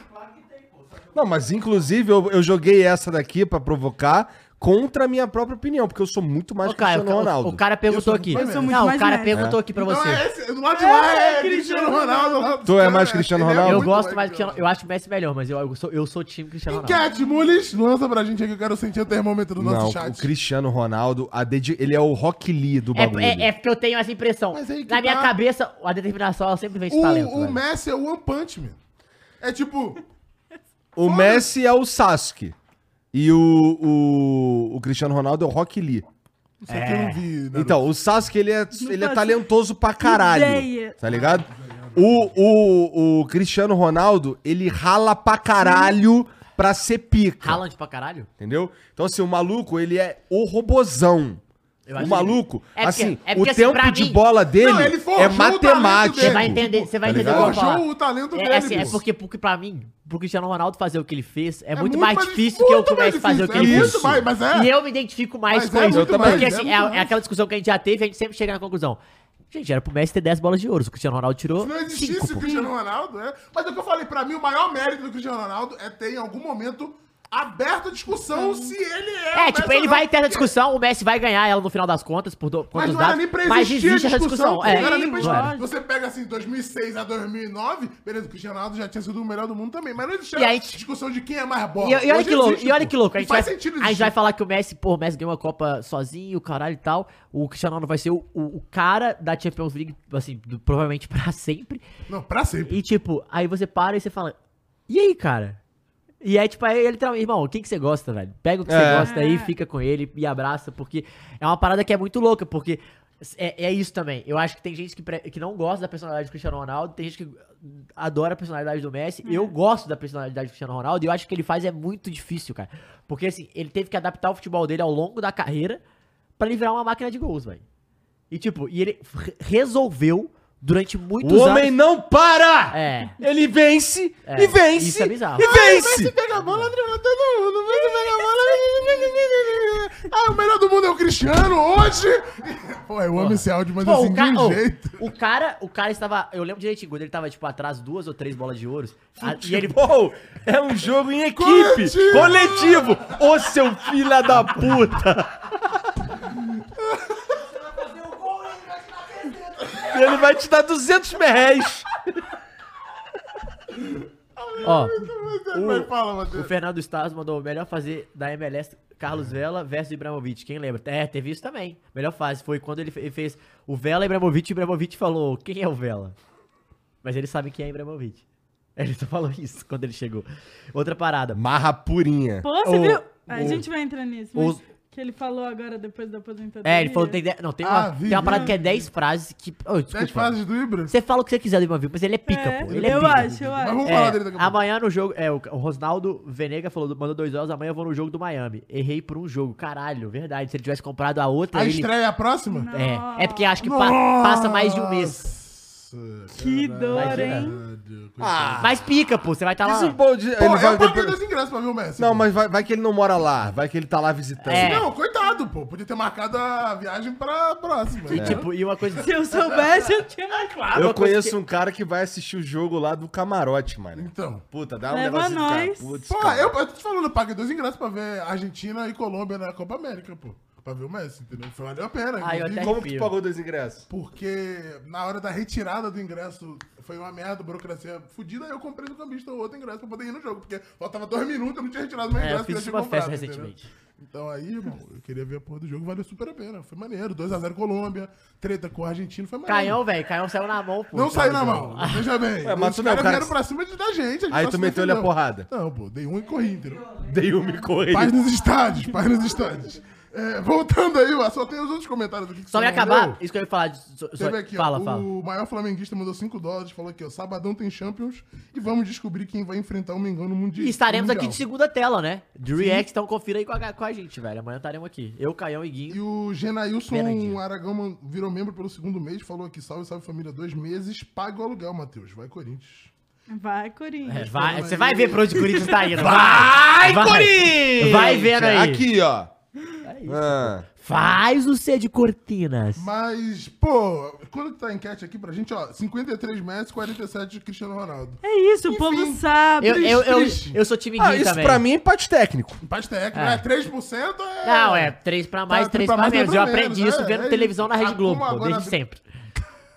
Speaker 1: Não, mas inclusive eu, eu joguei essa daqui pra provocar contra a minha própria opinião, porque eu sou muito mais
Speaker 2: Ô, Caio,
Speaker 1: Cristiano
Speaker 2: o, ca-
Speaker 1: Ronaldo.
Speaker 2: o, o cara perguntou aqui.
Speaker 4: Eu sou muito
Speaker 2: Não, o
Speaker 4: mais
Speaker 2: cara
Speaker 4: velho.
Speaker 2: perguntou aqui pra
Speaker 3: é Então
Speaker 2: você.
Speaker 3: é esse, do lado de lá é,
Speaker 4: É,
Speaker 3: Cristiano
Speaker 4: Cristiano
Speaker 3: Ronaldo. lá do
Speaker 1: Tu é
Speaker 3: cara,
Speaker 1: mais Cristiano
Speaker 3: ele é
Speaker 1: Ronaldo?
Speaker 2: Eu
Speaker 3: muito
Speaker 2: gosto mais do
Speaker 3: Cristiano
Speaker 2: Cristiano. Eu acho o Messi melhor, mas eu, eu sou, eu sou o time Cristiano Ronaldo.
Speaker 3: Enquete, Mules, lança pra gente aqui, eu quero sentir o termômetro do
Speaker 1: Não,
Speaker 3: nosso
Speaker 1: o
Speaker 3: chat.
Speaker 1: Cristiano Ronaldo, a dedi- ele é o Rock Lee do bagulho.
Speaker 2: É, é, é porque eu tenho essa impressão.
Speaker 3: Mas aí que
Speaker 2: Na minha
Speaker 3: tá.
Speaker 2: cabeça, a determinação ela sempre vem de
Speaker 3: O,
Speaker 2: talento.
Speaker 3: o
Speaker 1: né?
Speaker 2: velho.
Speaker 3: Messi é o One Punch Man. É tipo,
Speaker 1: O Messi é o Sasuke. E o, o, o Cristiano Ronaldo é o Rock Lee.
Speaker 3: isso aqui
Speaker 2: É.
Speaker 3: eu não vi. né? Naruto.
Speaker 1: Então, o Sasuke, ele é, ele é
Speaker 4: faço
Speaker 1: talentoso pra caralho.
Speaker 4: ideia.
Speaker 1: Tá ligado? O, o, o Cristiano Ronaldo, ele rala pra caralho pra ser pica.
Speaker 2: Haaland pra caralho?
Speaker 1: Entendeu? Então, assim, o maluco, ele é o robozão.
Speaker 2: Eu
Speaker 1: o
Speaker 2: acho
Speaker 1: maluco,
Speaker 2: que- é porque-
Speaker 1: assim,
Speaker 2: é porque,
Speaker 1: o
Speaker 2: assim,
Speaker 1: tempo
Speaker 2: pra
Speaker 1: de
Speaker 2: mim-
Speaker 1: bola dele
Speaker 3: Não, ele forjou
Speaker 1: é
Speaker 3: o talento
Speaker 1: matemático.
Speaker 3: dele.
Speaker 2: Você vai entender, você vai
Speaker 1: Tá
Speaker 2: entender o que eu
Speaker 1: ligado?
Speaker 2: vou falar.
Speaker 3: Achou o talento
Speaker 2: É,
Speaker 3: dele,
Speaker 2: é assim, é
Speaker 3: pô.
Speaker 2: porque, porque pra mim, pro Cristiano Ronaldo fazer o que ele fez, é,
Speaker 3: É
Speaker 2: muito, mais difícil que eu
Speaker 3: muito mais
Speaker 2: comece a fazer o que
Speaker 3: difícil,
Speaker 2: ele
Speaker 1: é
Speaker 2: fez.
Speaker 1: muito
Speaker 3: mais, mas é.
Speaker 2: E eu me identifico mais
Speaker 3: Mas
Speaker 2: com
Speaker 3: é
Speaker 2: isso.
Speaker 1: muito
Speaker 2: Porque
Speaker 1: mais,
Speaker 3: é
Speaker 2: assim, é,
Speaker 3: muito
Speaker 2: é
Speaker 3: mais.
Speaker 2: aquela discussão que a gente já teve, a gente sempre chega na conclusão. Gente, era pro Messi ter 10 bolas de ouro, o Cristiano Ronaldo tirou
Speaker 3: Se não
Speaker 2: 5,
Speaker 3: existisse o Cristiano Ronaldo, é. Mas é o que eu falei, pra mim, o maior mérito do Cristiano Ronaldo é ter, em algum momento, aberto a discussão se ele é.
Speaker 2: É,
Speaker 3: o
Speaker 2: tipo,
Speaker 3: Messi
Speaker 2: ele
Speaker 3: ou não.
Speaker 2: vai ter essa discussão, o Messi vai ganhar ela no final das contas, por do,
Speaker 3: Mas
Speaker 2: quantos
Speaker 3: não era
Speaker 2: dados,
Speaker 3: nem pra
Speaker 2: mas
Speaker 3: existir
Speaker 2: existe
Speaker 3: a
Speaker 2: essa
Speaker 3: discussão.
Speaker 2: discussão.
Speaker 3: pô,
Speaker 2: É,
Speaker 3: não era nem pra
Speaker 2: não era.
Speaker 3: existir. Você pega assim, 2006 a 2009, beleza, o Cristiano Ronaldo já tinha sido o melhor do mundo também. Mas não existia
Speaker 2: E aí-
Speaker 3: discussão de quem é mais bola.
Speaker 2: E, e olha
Speaker 3: Hoje
Speaker 2: que louco,
Speaker 3: existe,
Speaker 2: e olha
Speaker 3: pô.
Speaker 2: que louco. A
Speaker 3: Não
Speaker 2: gente,
Speaker 3: faz
Speaker 2: vai,
Speaker 3: sentido
Speaker 2: a gente
Speaker 3: existir.
Speaker 2: vai falar que o Messi, pô, o Messi ganhou a Copa sozinho, caralho e tal. O Cristiano Ronaldo vai ser o, o- o cara da Champions League, assim, do- provavelmente pra sempre.
Speaker 3: Não, pra sempre.
Speaker 2: E tipo, aí você para e você fala, e aí, cara? E aí, tipo, aí ele tá, irmão, quem que você gosta, velho? Pega o que
Speaker 1: É.
Speaker 2: você gosta aí,
Speaker 4: É.
Speaker 2: fica com ele e abraça, porque é uma parada que é muito louca, porque é, é isso também. Eu acho que tem gente que, pre- que não gosta da personalidade do Cristiano Ronaldo, tem gente que adora a personalidade do Messi. Eu gosto da personalidade do Cristiano Ronaldo e eu acho que ele faz é muito difícil, cara. Porque, assim, ele teve que adaptar o futebol dele ao longo da carreira pra ele virar uma máquina de gols, velho. E, tipo, e ele re- resolveu durante muitos
Speaker 1: O homem
Speaker 2: anos...
Speaker 1: não para!
Speaker 2: É.
Speaker 1: Ele vence
Speaker 2: É,
Speaker 1: e vence!
Speaker 2: isso é bizarro.
Speaker 1: E
Speaker 2: Ah,
Speaker 1: vence!
Speaker 3: pega a bola,
Speaker 2: tá
Speaker 3: dribla todo mundo. Vai se pega a bola. Ah, o melhor do mundo é o Cristiano hoje. Pô, eu amo esse áudio, mas
Speaker 2: Pô,
Speaker 3: assim,
Speaker 2: o, ca-
Speaker 3: de
Speaker 2: ô,
Speaker 3: um jeito.
Speaker 2: o cara, o cara estava, eu lembro direitinho, quando ele tava tipo atrás duas ou três bolas de ouro,
Speaker 1: Ah,
Speaker 2: a- e ele
Speaker 1: Futebol é um jogo em equipe,
Speaker 3: Coletivo!
Speaker 1: coletivo. Ô seu filho da puta! Ele vai te dar 200 mil reais.
Speaker 2: ó,
Speaker 3: Vai, fala,
Speaker 2: o
Speaker 3: Matheus.
Speaker 2: Fernando Stas mandou melhor fazer da MLS Carlos Vela versus Ibrahimovic, quem lembra? É, teve isso também. Melhor fase foi quando ele fe- ele fez o Vela e Ibrahimovic, e Ibrahimovic falou: "Quem é o Vela?" Mas ele sabe quem é Ibrahimovic. Ele só falou isso quando ele chegou. Outra parada.
Speaker 1: Marra purinha.
Speaker 4: Pô, você
Speaker 2: O-
Speaker 4: viu? A
Speaker 2: o-
Speaker 4: gente vai entrar nisso, mas
Speaker 2: os-
Speaker 4: que ele falou agora depois da aposentadoria.
Speaker 2: É, ele falou que tem dez- não, tem uma,
Speaker 3: Ah, vi,
Speaker 2: tem uma
Speaker 3: vi.
Speaker 2: parada que é 10 frases que, ô, desculpa.
Speaker 3: Dez fases do Ibra.
Speaker 2: Você fala o que você quiser do Ibrahimovic, mas ele é pica,
Speaker 4: É,
Speaker 2: pô. Ele é
Speaker 4: eu
Speaker 2: pica.
Speaker 4: acho, eu
Speaker 3: Mas
Speaker 4: acho.
Speaker 3: vamos
Speaker 2: É,
Speaker 3: falar dele daqui a pouco.
Speaker 2: amanhã no jogo. É, o o Rosnaldo Venega falou, mandou dois horas, amanhã eu vou no jogo do Miami. Errei por um jogo. Caralho, verdade. Se ele tivesse comprado a outra,
Speaker 3: A
Speaker 2: ele.
Speaker 3: estreia é a próxima?
Speaker 2: É, é porque acho que pa- passa mais de um mês.
Speaker 4: Que dor,
Speaker 2: Imagina.
Speaker 4: hein?
Speaker 1: Ah,
Speaker 2: Mas pica, pô, você vai estar
Speaker 3: é um
Speaker 2: lá.
Speaker 1: Desembolde-
Speaker 3: Pô,
Speaker 1: ele vai
Speaker 3: eu paguei
Speaker 1: depois-
Speaker 3: dois ingressos pra ver o Messi.
Speaker 1: Não,
Speaker 3: pô.
Speaker 1: mas vai, vai que ele não mora lá. Vai que ele tá lá visitando.
Speaker 2: É.
Speaker 3: Não, coitado, pô. Podia ter marcado a viagem pra próxima.
Speaker 2: E,
Speaker 3: né?
Speaker 2: tipo, e uma coisa.
Speaker 4: Se eu soubesse, eu tinha.
Speaker 3: Ah,
Speaker 4: claro.
Speaker 2: é
Speaker 1: Eu conheço um cara que vai assistir o jogo lá do camarote, mano.
Speaker 3: Então.
Speaker 1: Puta, dá um
Speaker 4: Leva
Speaker 1: negócio
Speaker 4: nós.
Speaker 1: de cara. Putz,
Speaker 3: Pô,
Speaker 1: cara.
Speaker 3: eu, eu tô te falando, eu paguei dois ingressos pra ver Argentina e Colômbia na Copa América, pô. Pra ver o Messi, entendeu? Foi valeu a pena.
Speaker 2: Ah, eu
Speaker 3: inclusive,
Speaker 2: até-
Speaker 1: Como que tu pagou dois ingressos?
Speaker 3: Porque na hora da retirada do ingresso foi uma merda, burocracia fudida, aí eu comprei no cambista outro ingresso pra poder ir no jogo, porque faltava dois minutos, eu não tinha retirado meu
Speaker 2: É,
Speaker 3: ingresso.
Speaker 2: eu fiz
Speaker 3: que
Speaker 2: isso
Speaker 3: já
Speaker 2: uma
Speaker 3: tinha
Speaker 2: festa
Speaker 3: comprado, entendeu?
Speaker 2: recentemente.
Speaker 3: Então aí, irmão, eu queria ver a porra do jogo, valeu super a pena. Foi maneiro. 2x0 Colômbia, treta com a Argentina, foi maneiro.
Speaker 2: Caião, velho. Caião saiu na mão, pô.
Speaker 3: Não saiu na mão, veja bem.
Speaker 1: Ué, mas
Speaker 3: Os
Speaker 1: tu não é o
Speaker 3: caras
Speaker 1: cara que-
Speaker 3: vieram pra cima de, da gente. a gente
Speaker 1: Aí
Speaker 3: só
Speaker 1: tu
Speaker 3: se
Speaker 1: meteu-lhe a
Speaker 3: defendeu.
Speaker 1: porrida.
Speaker 3: Não, pô, dei um e corri, entendeu?
Speaker 1: Dei um me corri.
Speaker 3: Paz nos estádios, paz nos estádios. É, voltando aí, ó, só tem os outros comentários aqui. que
Speaker 2: Só
Speaker 3: você
Speaker 2: me
Speaker 3: não
Speaker 2: acabar.
Speaker 3: leu.
Speaker 2: Isso que eu ia falar. só- só-
Speaker 3: Teve aqui,
Speaker 2: fala,
Speaker 3: ó,
Speaker 2: fala.
Speaker 3: o maior flamenguista mandou 5 dólares, falou aqui, ó, sabadão tem Champions e vamos descobrir quem vai enfrentar o Mengão no Mundi- Mundial.
Speaker 2: E estaremos aqui de segunda tela, né? De react, então confira aí com a, com a gente, velho. Amanhã estaremos aqui. Eu, Caião e Guinho.
Speaker 3: E o Genailson
Speaker 2: Fernandinho.
Speaker 3: Aragão man- virou membro pelo segundo mês, falou aqui, salve, salve família, dois meses, paga o aluguel, Matheus, vai Corinthians.
Speaker 4: Vai, Corinthians.
Speaker 2: É, vai- você vai ver pra onde o Corinthians tá indo. vai.
Speaker 1: Corinthians!
Speaker 2: Vai vendo aí.
Speaker 1: Aqui, ó. Ah.
Speaker 2: Faz o C de Cortinas.
Speaker 3: Mas, pô, quando que tá a enquete aqui pra gente, ó, 53 Messi, 47 de Cristiano Ronaldo.
Speaker 4: É isso, o povo sabe.
Speaker 2: Eu, eu, eu,
Speaker 3: triste.
Speaker 2: eu sou time
Speaker 1: Ah,
Speaker 2: Guinho
Speaker 1: isso
Speaker 2: também.
Speaker 1: pra mim é empate técnico.
Speaker 3: Empate técnico, é, 3% é...
Speaker 2: Não, é 3 pra mais, 3
Speaker 3: Tá, três
Speaker 2: pra,
Speaker 3: pra mais,
Speaker 2: menos. Eu
Speaker 3: três pra
Speaker 2: aprendi
Speaker 3: menos,
Speaker 2: isso
Speaker 3: é,
Speaker 2: vendo
Speaker 3: é
Speaker 2: televisão
Speaker 3: isso.
Speaker 2: na Rede
Speaker 3: Ah,
Speaker 2: Globo,
Speaker 3: como
Speaker 2: pô,
Speaker 3: agora-
Speaker 2: desde sempre.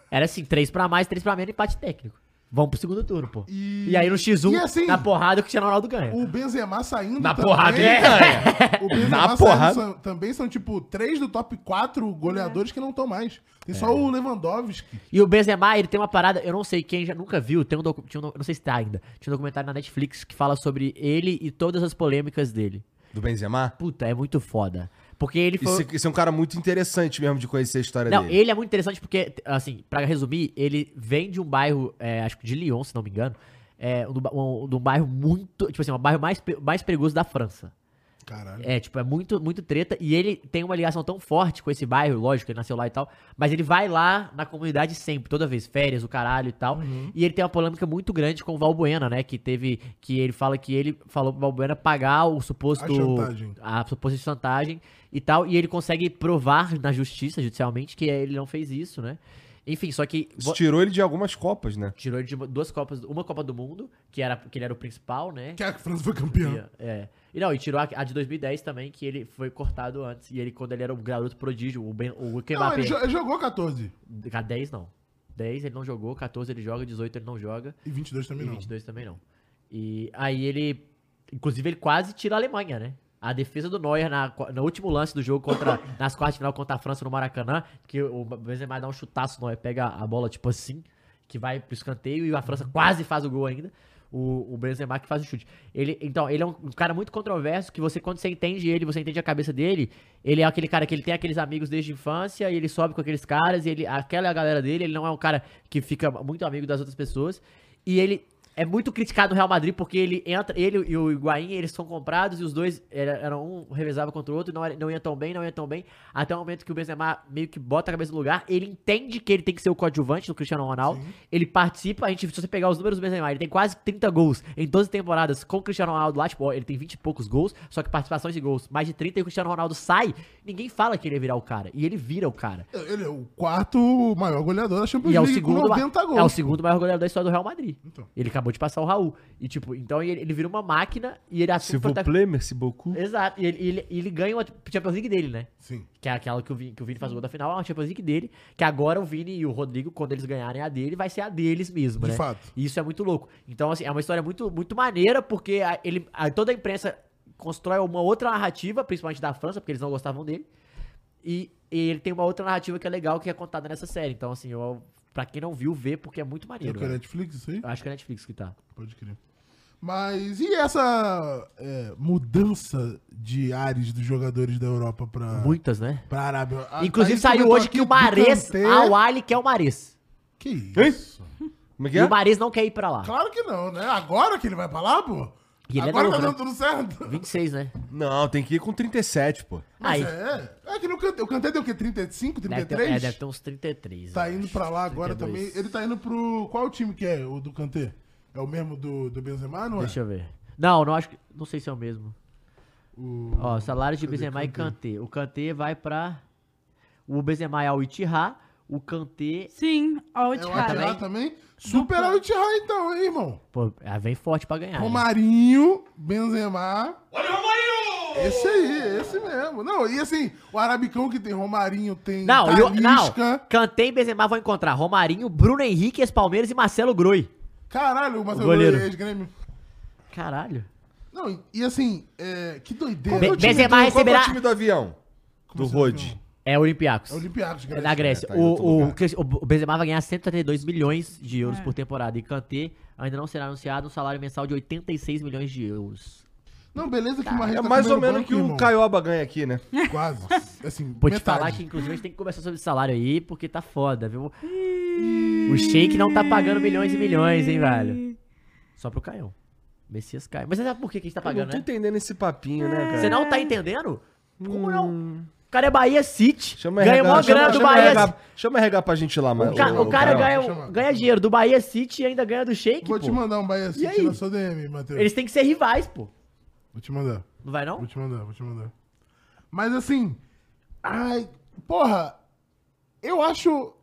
Speaker 2: Era assim, 3 pra mais, 3 pra menos, empate técnico. Vamos pro segundo turno, pô.
Speaker 3: E-
Speaker 2: E, aí no X1,
Speaker 3: e assim-
Speaker 2: na porrada, o Cristiano Ronaldo ganha.
Speaker 3: O Benzema saindo
Speaker 2: Na
Speaker 3: também. É.
Speaker 2: porrada ele
Speaker 3: O Benzema
Speaker 1: Na
Speaker 3: saindo
Speaker 1: porrada.
Speaker 3: são- também são, tipo, três do top 4 goleadores que não estão mais. Tem
Speaker 2: É.
Speaker 3: só o Lewandowski.
Speaker 2: E o Benzema, ele tem uma parada, eu não sei quem já nunca viu, tem um docu- tinha um docu- não sei se tá ainda, tinha um documentário na Netflix que fala sobre ele e todas as polêmicas dele.
Speaker 1: Do Benzema?
Speaker 2: Puta, é muito foda. Porque ele foi...
Speaker 1: Esse, esse é um cara muito interessante mesmo de conhecer a história
Speaker 2: Não,
Speaker 1: dele.
Speaker 2: ele é muito interessante porque, assim, pra resumir, ele vem de um bairro, é, acho que de Lyon, se não me engano, é, do, ba- um, do bairro muito. Tipo assim, o bairro mais, pe- mais perigoso da França.
Speaker 3: Caralho.
Speaker 2: É, tipo, é muito, muito treta. E ele tem uma ligação tão forte com esse bairro, lógico, ele nasceu lá e tal. Mas ele vai lá na comunidade sempre, toda vez, férias, o caralho e tal.
Speaker 3: Uhum.
Speaker 2: E ele tem uma polêmica muito grande com o Valbuena, né? Que teve. Que ele fala que ele falou pro Valbuena pagar o suposto.
Speaker 3: A chantagem.
Speaker 2: A suposta chantagem e tal. E ele consegue provar na justiça, judicialmente, que ele não fez isso, né? Enfim, só que.
Speaker 1: Isso tirou ele de algumas copas, né?
Speaker 2: Tirou ele de uma- duas Copas, uma Copa do Mundo, que, era, que ele era o principal, né?
Speaker 3: Que a França foi campeã.
Speaker 2: É. E não, e tirou a, a de 2010 também, que ele foi cortado antes. E ele, quando ele era o garoto prodígio, o, ben, o
Speaker 3: Não,
Speaker 2: Kembappé.
Speaker 3: ele jo- ele jogou 14.
Speaker 2: A 10 não. 10 ele não jogou, 14 ele joga, 18 ele não joga,
Speaker 3: E 22 também
Speaker 2: e
Speaker 3: não.
Speaker 2: 22 também não. E aí ele. Inclusive, ele quase tira a Alemanha, né? A defesa do Neuer na, qua- no último lance do jogo contra. nas quartas de final contra a França no Maracanã, que o Benzema dá um chutaço, o Neuer pega a bola tipo assim, que vai pro escanteio e a França quase faz o gol ainda. O, o Benzema que faz o chute. Ele, então, ele é um cara muito controverso, que você, quando você entende ele, você entende a cabeça dele, ele é aquele cara que ele tem aqueles amigos desde a infância, e ele sobe com aqueles caras, e ele, aquela é a galera dele, ele não é um cara que fica muito amigo das outras pessoas, e ele é muito criticado no Real Madrid, porque ele entra, ele e o Higuaín, eles são comprados, e os dois era- eram um revezava contra o outro, não, era- não ia tão bem, não ia tão bem, até o momento que o Benzema meio que bota a cabeça no lugar, ele entende que ele tem que ser o coadjuvante do Cristiano Ronaldo, ele participa, a gente, se você pegar os números do Benzema, ele tem quase 30 gols em 12 temporadas com o Cristiano Ronaldo lá, tipo, ó, ele tem 20 e poucos gols, só que participações de gols, mais de 30 e o Cristiano Ronaldo sai, ninguém fala que ele ia virar o cara, e ele vira o cara.
Speaker 3: Ele é o quarto maior goleador da Champions
Speaker 2: E é o
Speaker 3: League
Speaker 2: segundo,
Speaker 3: com
Speaker 2: ma-
Speaker 3: 90 gols.
Speaker 2: é o segundo maior goleador da história do Real Madrid.
Speaker 3: Então.
Speaker 2: Ele acabou de passar o Raul. E tipo, então ele, ele vira uma máquina e ele é
Speaker 1: Tá Se
Speaker 2: assume
Speaker 1: vou
Speaker 2: prota-
Speaker 1: play, merci beaucoup.
Speaker 2: Exato, e ele, e ele, e ele ganha uma Champions League dele, né?
Speaker 3: Sim.
Speaker 2: Que é aquela que o Vini, que o Vini faz o gol da final, é uma Champions League dele. Que agora o Vini e o Rodrigo, quando eles ganharem a dele, vai ser a deles mesmo,
Speaker 3: De
Speaker 2: né?
Speaker 3: fato.
Speaker 2: E isso é muito louco. Então, assim, é uma história muito, muito maneira, porque a- ele, a- toda a imprensa constrói uma outra narrativa, principalmente da França, porque eles não gostavam dele. E, e ele tem uma outra narrativa que é legal, que é contada nessa série. Então, assim, eu, pra quem não viu, vê, porque é muito
Speaker 3: É
Speaker 2: maneiro.
Speaker 3: que é
Speaker 2: né?
Speaker 3: Netflix, isso aí?
Speaker 2: Eu acho que é a Netflix que tá.
Speaker 3: Pode crer. Mas e essa é, mudança de ares dos jogadores da Europa pra,
Speaker 2: Muitas, né?
Speaker 3: pra Arábia? A-
Speaker 2: Inclusive,
Speaker 3: a gente
Speaker 2: saiu
Speaker 3: Ah, comentou
Speaker 2: hoje
Speaker 3: aqui
Speaker 2: que o
Speaker 3: do
Speaker 2: Mares,
Speaker 3: Kanté.
Speaker 2: ao Ali quer o Mares.
Speaker 3: Que isso?
Speaker 1: Como é que
Speaker 2: E
Speaker 1: é?
Speaker 2: o Mares não quer ir pra lá.
Speaker 3: Claro que não, né? Agora que ele vai pra lá, pô?
Speaker 2: E ele é
Speaker 3: Agora tá
Speaker 2: novo, né?
Speaker 3: dando tudo certo.
Speaker 2: 26, né?
Speaker 1: Não, tem que ir com 37, pô.
Speaker 2: Aí,
Speaker 3: Mas é, é que no Kanté, o Kanté deu o quê? 35,
Speaker 2: deve
Speaker 3: 33?
Speaker 2: ter, é, deve ter uns 33.
Speaker 3: Tá
Speaker 2: eu
Speaker 3: indo
Speaker 2: acho,
Speaker 3: pra lá
Speaker 2: 32.
Speaker 3: agora também. Ele tá indo pro. Qual time que é o do Kanté? É o mesmo do, do Benzema, não é?
Speaker 2: Deixa eu ver. Não, não acho que. Não sei se é o mesmo.
Speaker 3: O...
Speaker 2: Ó, salário de
Speaker 3: Cadê
Speaker 2: Benzema e
Speaker 3: Kanté?
Speaker 2: Kanté. O Kanté vai pra. O Benzema é ao Itihá. O Kanté.
Speaker 4: Sim, ó, o
Speaker 3: É o
Speaker 4: cara.
Speaker 3: Atirá também. Super é o Atirá então, hein, irmão?
Speaker 2: Pô, ela vem forte pra ganhar. né?
Speaker 3: Romarinho, Benzema. Olha o Romarinho! Esse aí, esse mesmo. Não, e assim, o Arabicão que tem Romarinho, tem
Speaker 2: Não, eu, não.
Speaker 3: Talisca.
Speaker 2: Kanté e Benzema vão encontrar Romarinho, Bruno Henrique, ex-Palmeiras e Marcelo Groi.
Speaker 3: Caralho, o Marcelo
Speaker 2: goleiro.
Speaker 3: Gomes, ex-Grêmio.
Speaker 2: Caralho.
Speaker 3: Não, e, e assim, é, que doideira.
Speaker 2: Be-
Speaker 3: Qual que é o time
Speaker 2: Benzema
Speaker 1: Qual que é
Speaker 2: receberá.
Speaker 1: o time do avião?
Speaker 3: Como
Speaker 1: Do
Speaker 3: você
Speaker 1: Rode.
Speaker 2: É Olympiacos.
Speaker 3: É Olympiacos,
Speaker 2: É da Grécia.
Speaker 1: tá em outro
Speaker 2: o, o,
Speaker 1: lugar.
Speaker 2: Cristi- o Benzema vai ganhar 132 milhões de euros
Speaker 4: É.
Speaker 2: por temporada. E Kanté ainda não será anunciado um salário mensal de 86 milhões de euros.
Speaker 3: Não, beleza que o Marreiro
Speaker 1: É
Speaker 3: tá
Speaker 1: mais ou
Speaker 3: comendo
Speaker 1: menos
Speaker 3: banco,
Speaker 1: que o
Speaker 3: irmão.
Speaker 1: Caioba ganha aqui, né?
Speaker 3: Quase. Assim,
Speaker 2: Vou te
Speaker 3: metade.
Speaker 2: falar que, inclusive, a gente tem que conversar sobre esse salário aí, porque tá foda, viu? O Sheik não tá pagando milhões e milhões, hein, velho? Só pro Caião. Messias Caio. Mas você sabe por que que a gente tá
Speaker 1: Eu não
Speaker 2: pagando,
Speaker 1: tô
Speaker 2: né?
Speaker 1: entendendo esse papinho, né, cara?
Speaker 2: Você não tá entendendo? Como não? O cara é Bahia City.
Speaker 1: Hum. Chama
Speaker 2: ganha
Speaker 1: RH,
Speaker 2: mó grana
Speaker 1: chama,
Speaker 2: do
Speaker 1: chama
Speaker 2: Bahia
Speaker 1: RH, chama RH pra gente lá, mano.
Speaker 2: O, ca- o cara
Speaker 3: Caião.
Speaker 2: ganha,
Speaker 3: Chama.
Speaker 2: ganha dinheiro do Bahia City e ainda ganha do Sheik,
Speaker 3: Vou
Speaker 2: pô.
Speaker 3: te mandar um Bahia City
Speaker 2: aí?
Speaker 3: na sua DM, Matheus.
Speaker 2: Eles têm que ser rivais, pô.
Speaker 3: Vou te mandar.
Speaker 2: Não vai não?
Speaker 3: Vou te mandar, vou te mandar. Mas assim, ai, porra, eu acho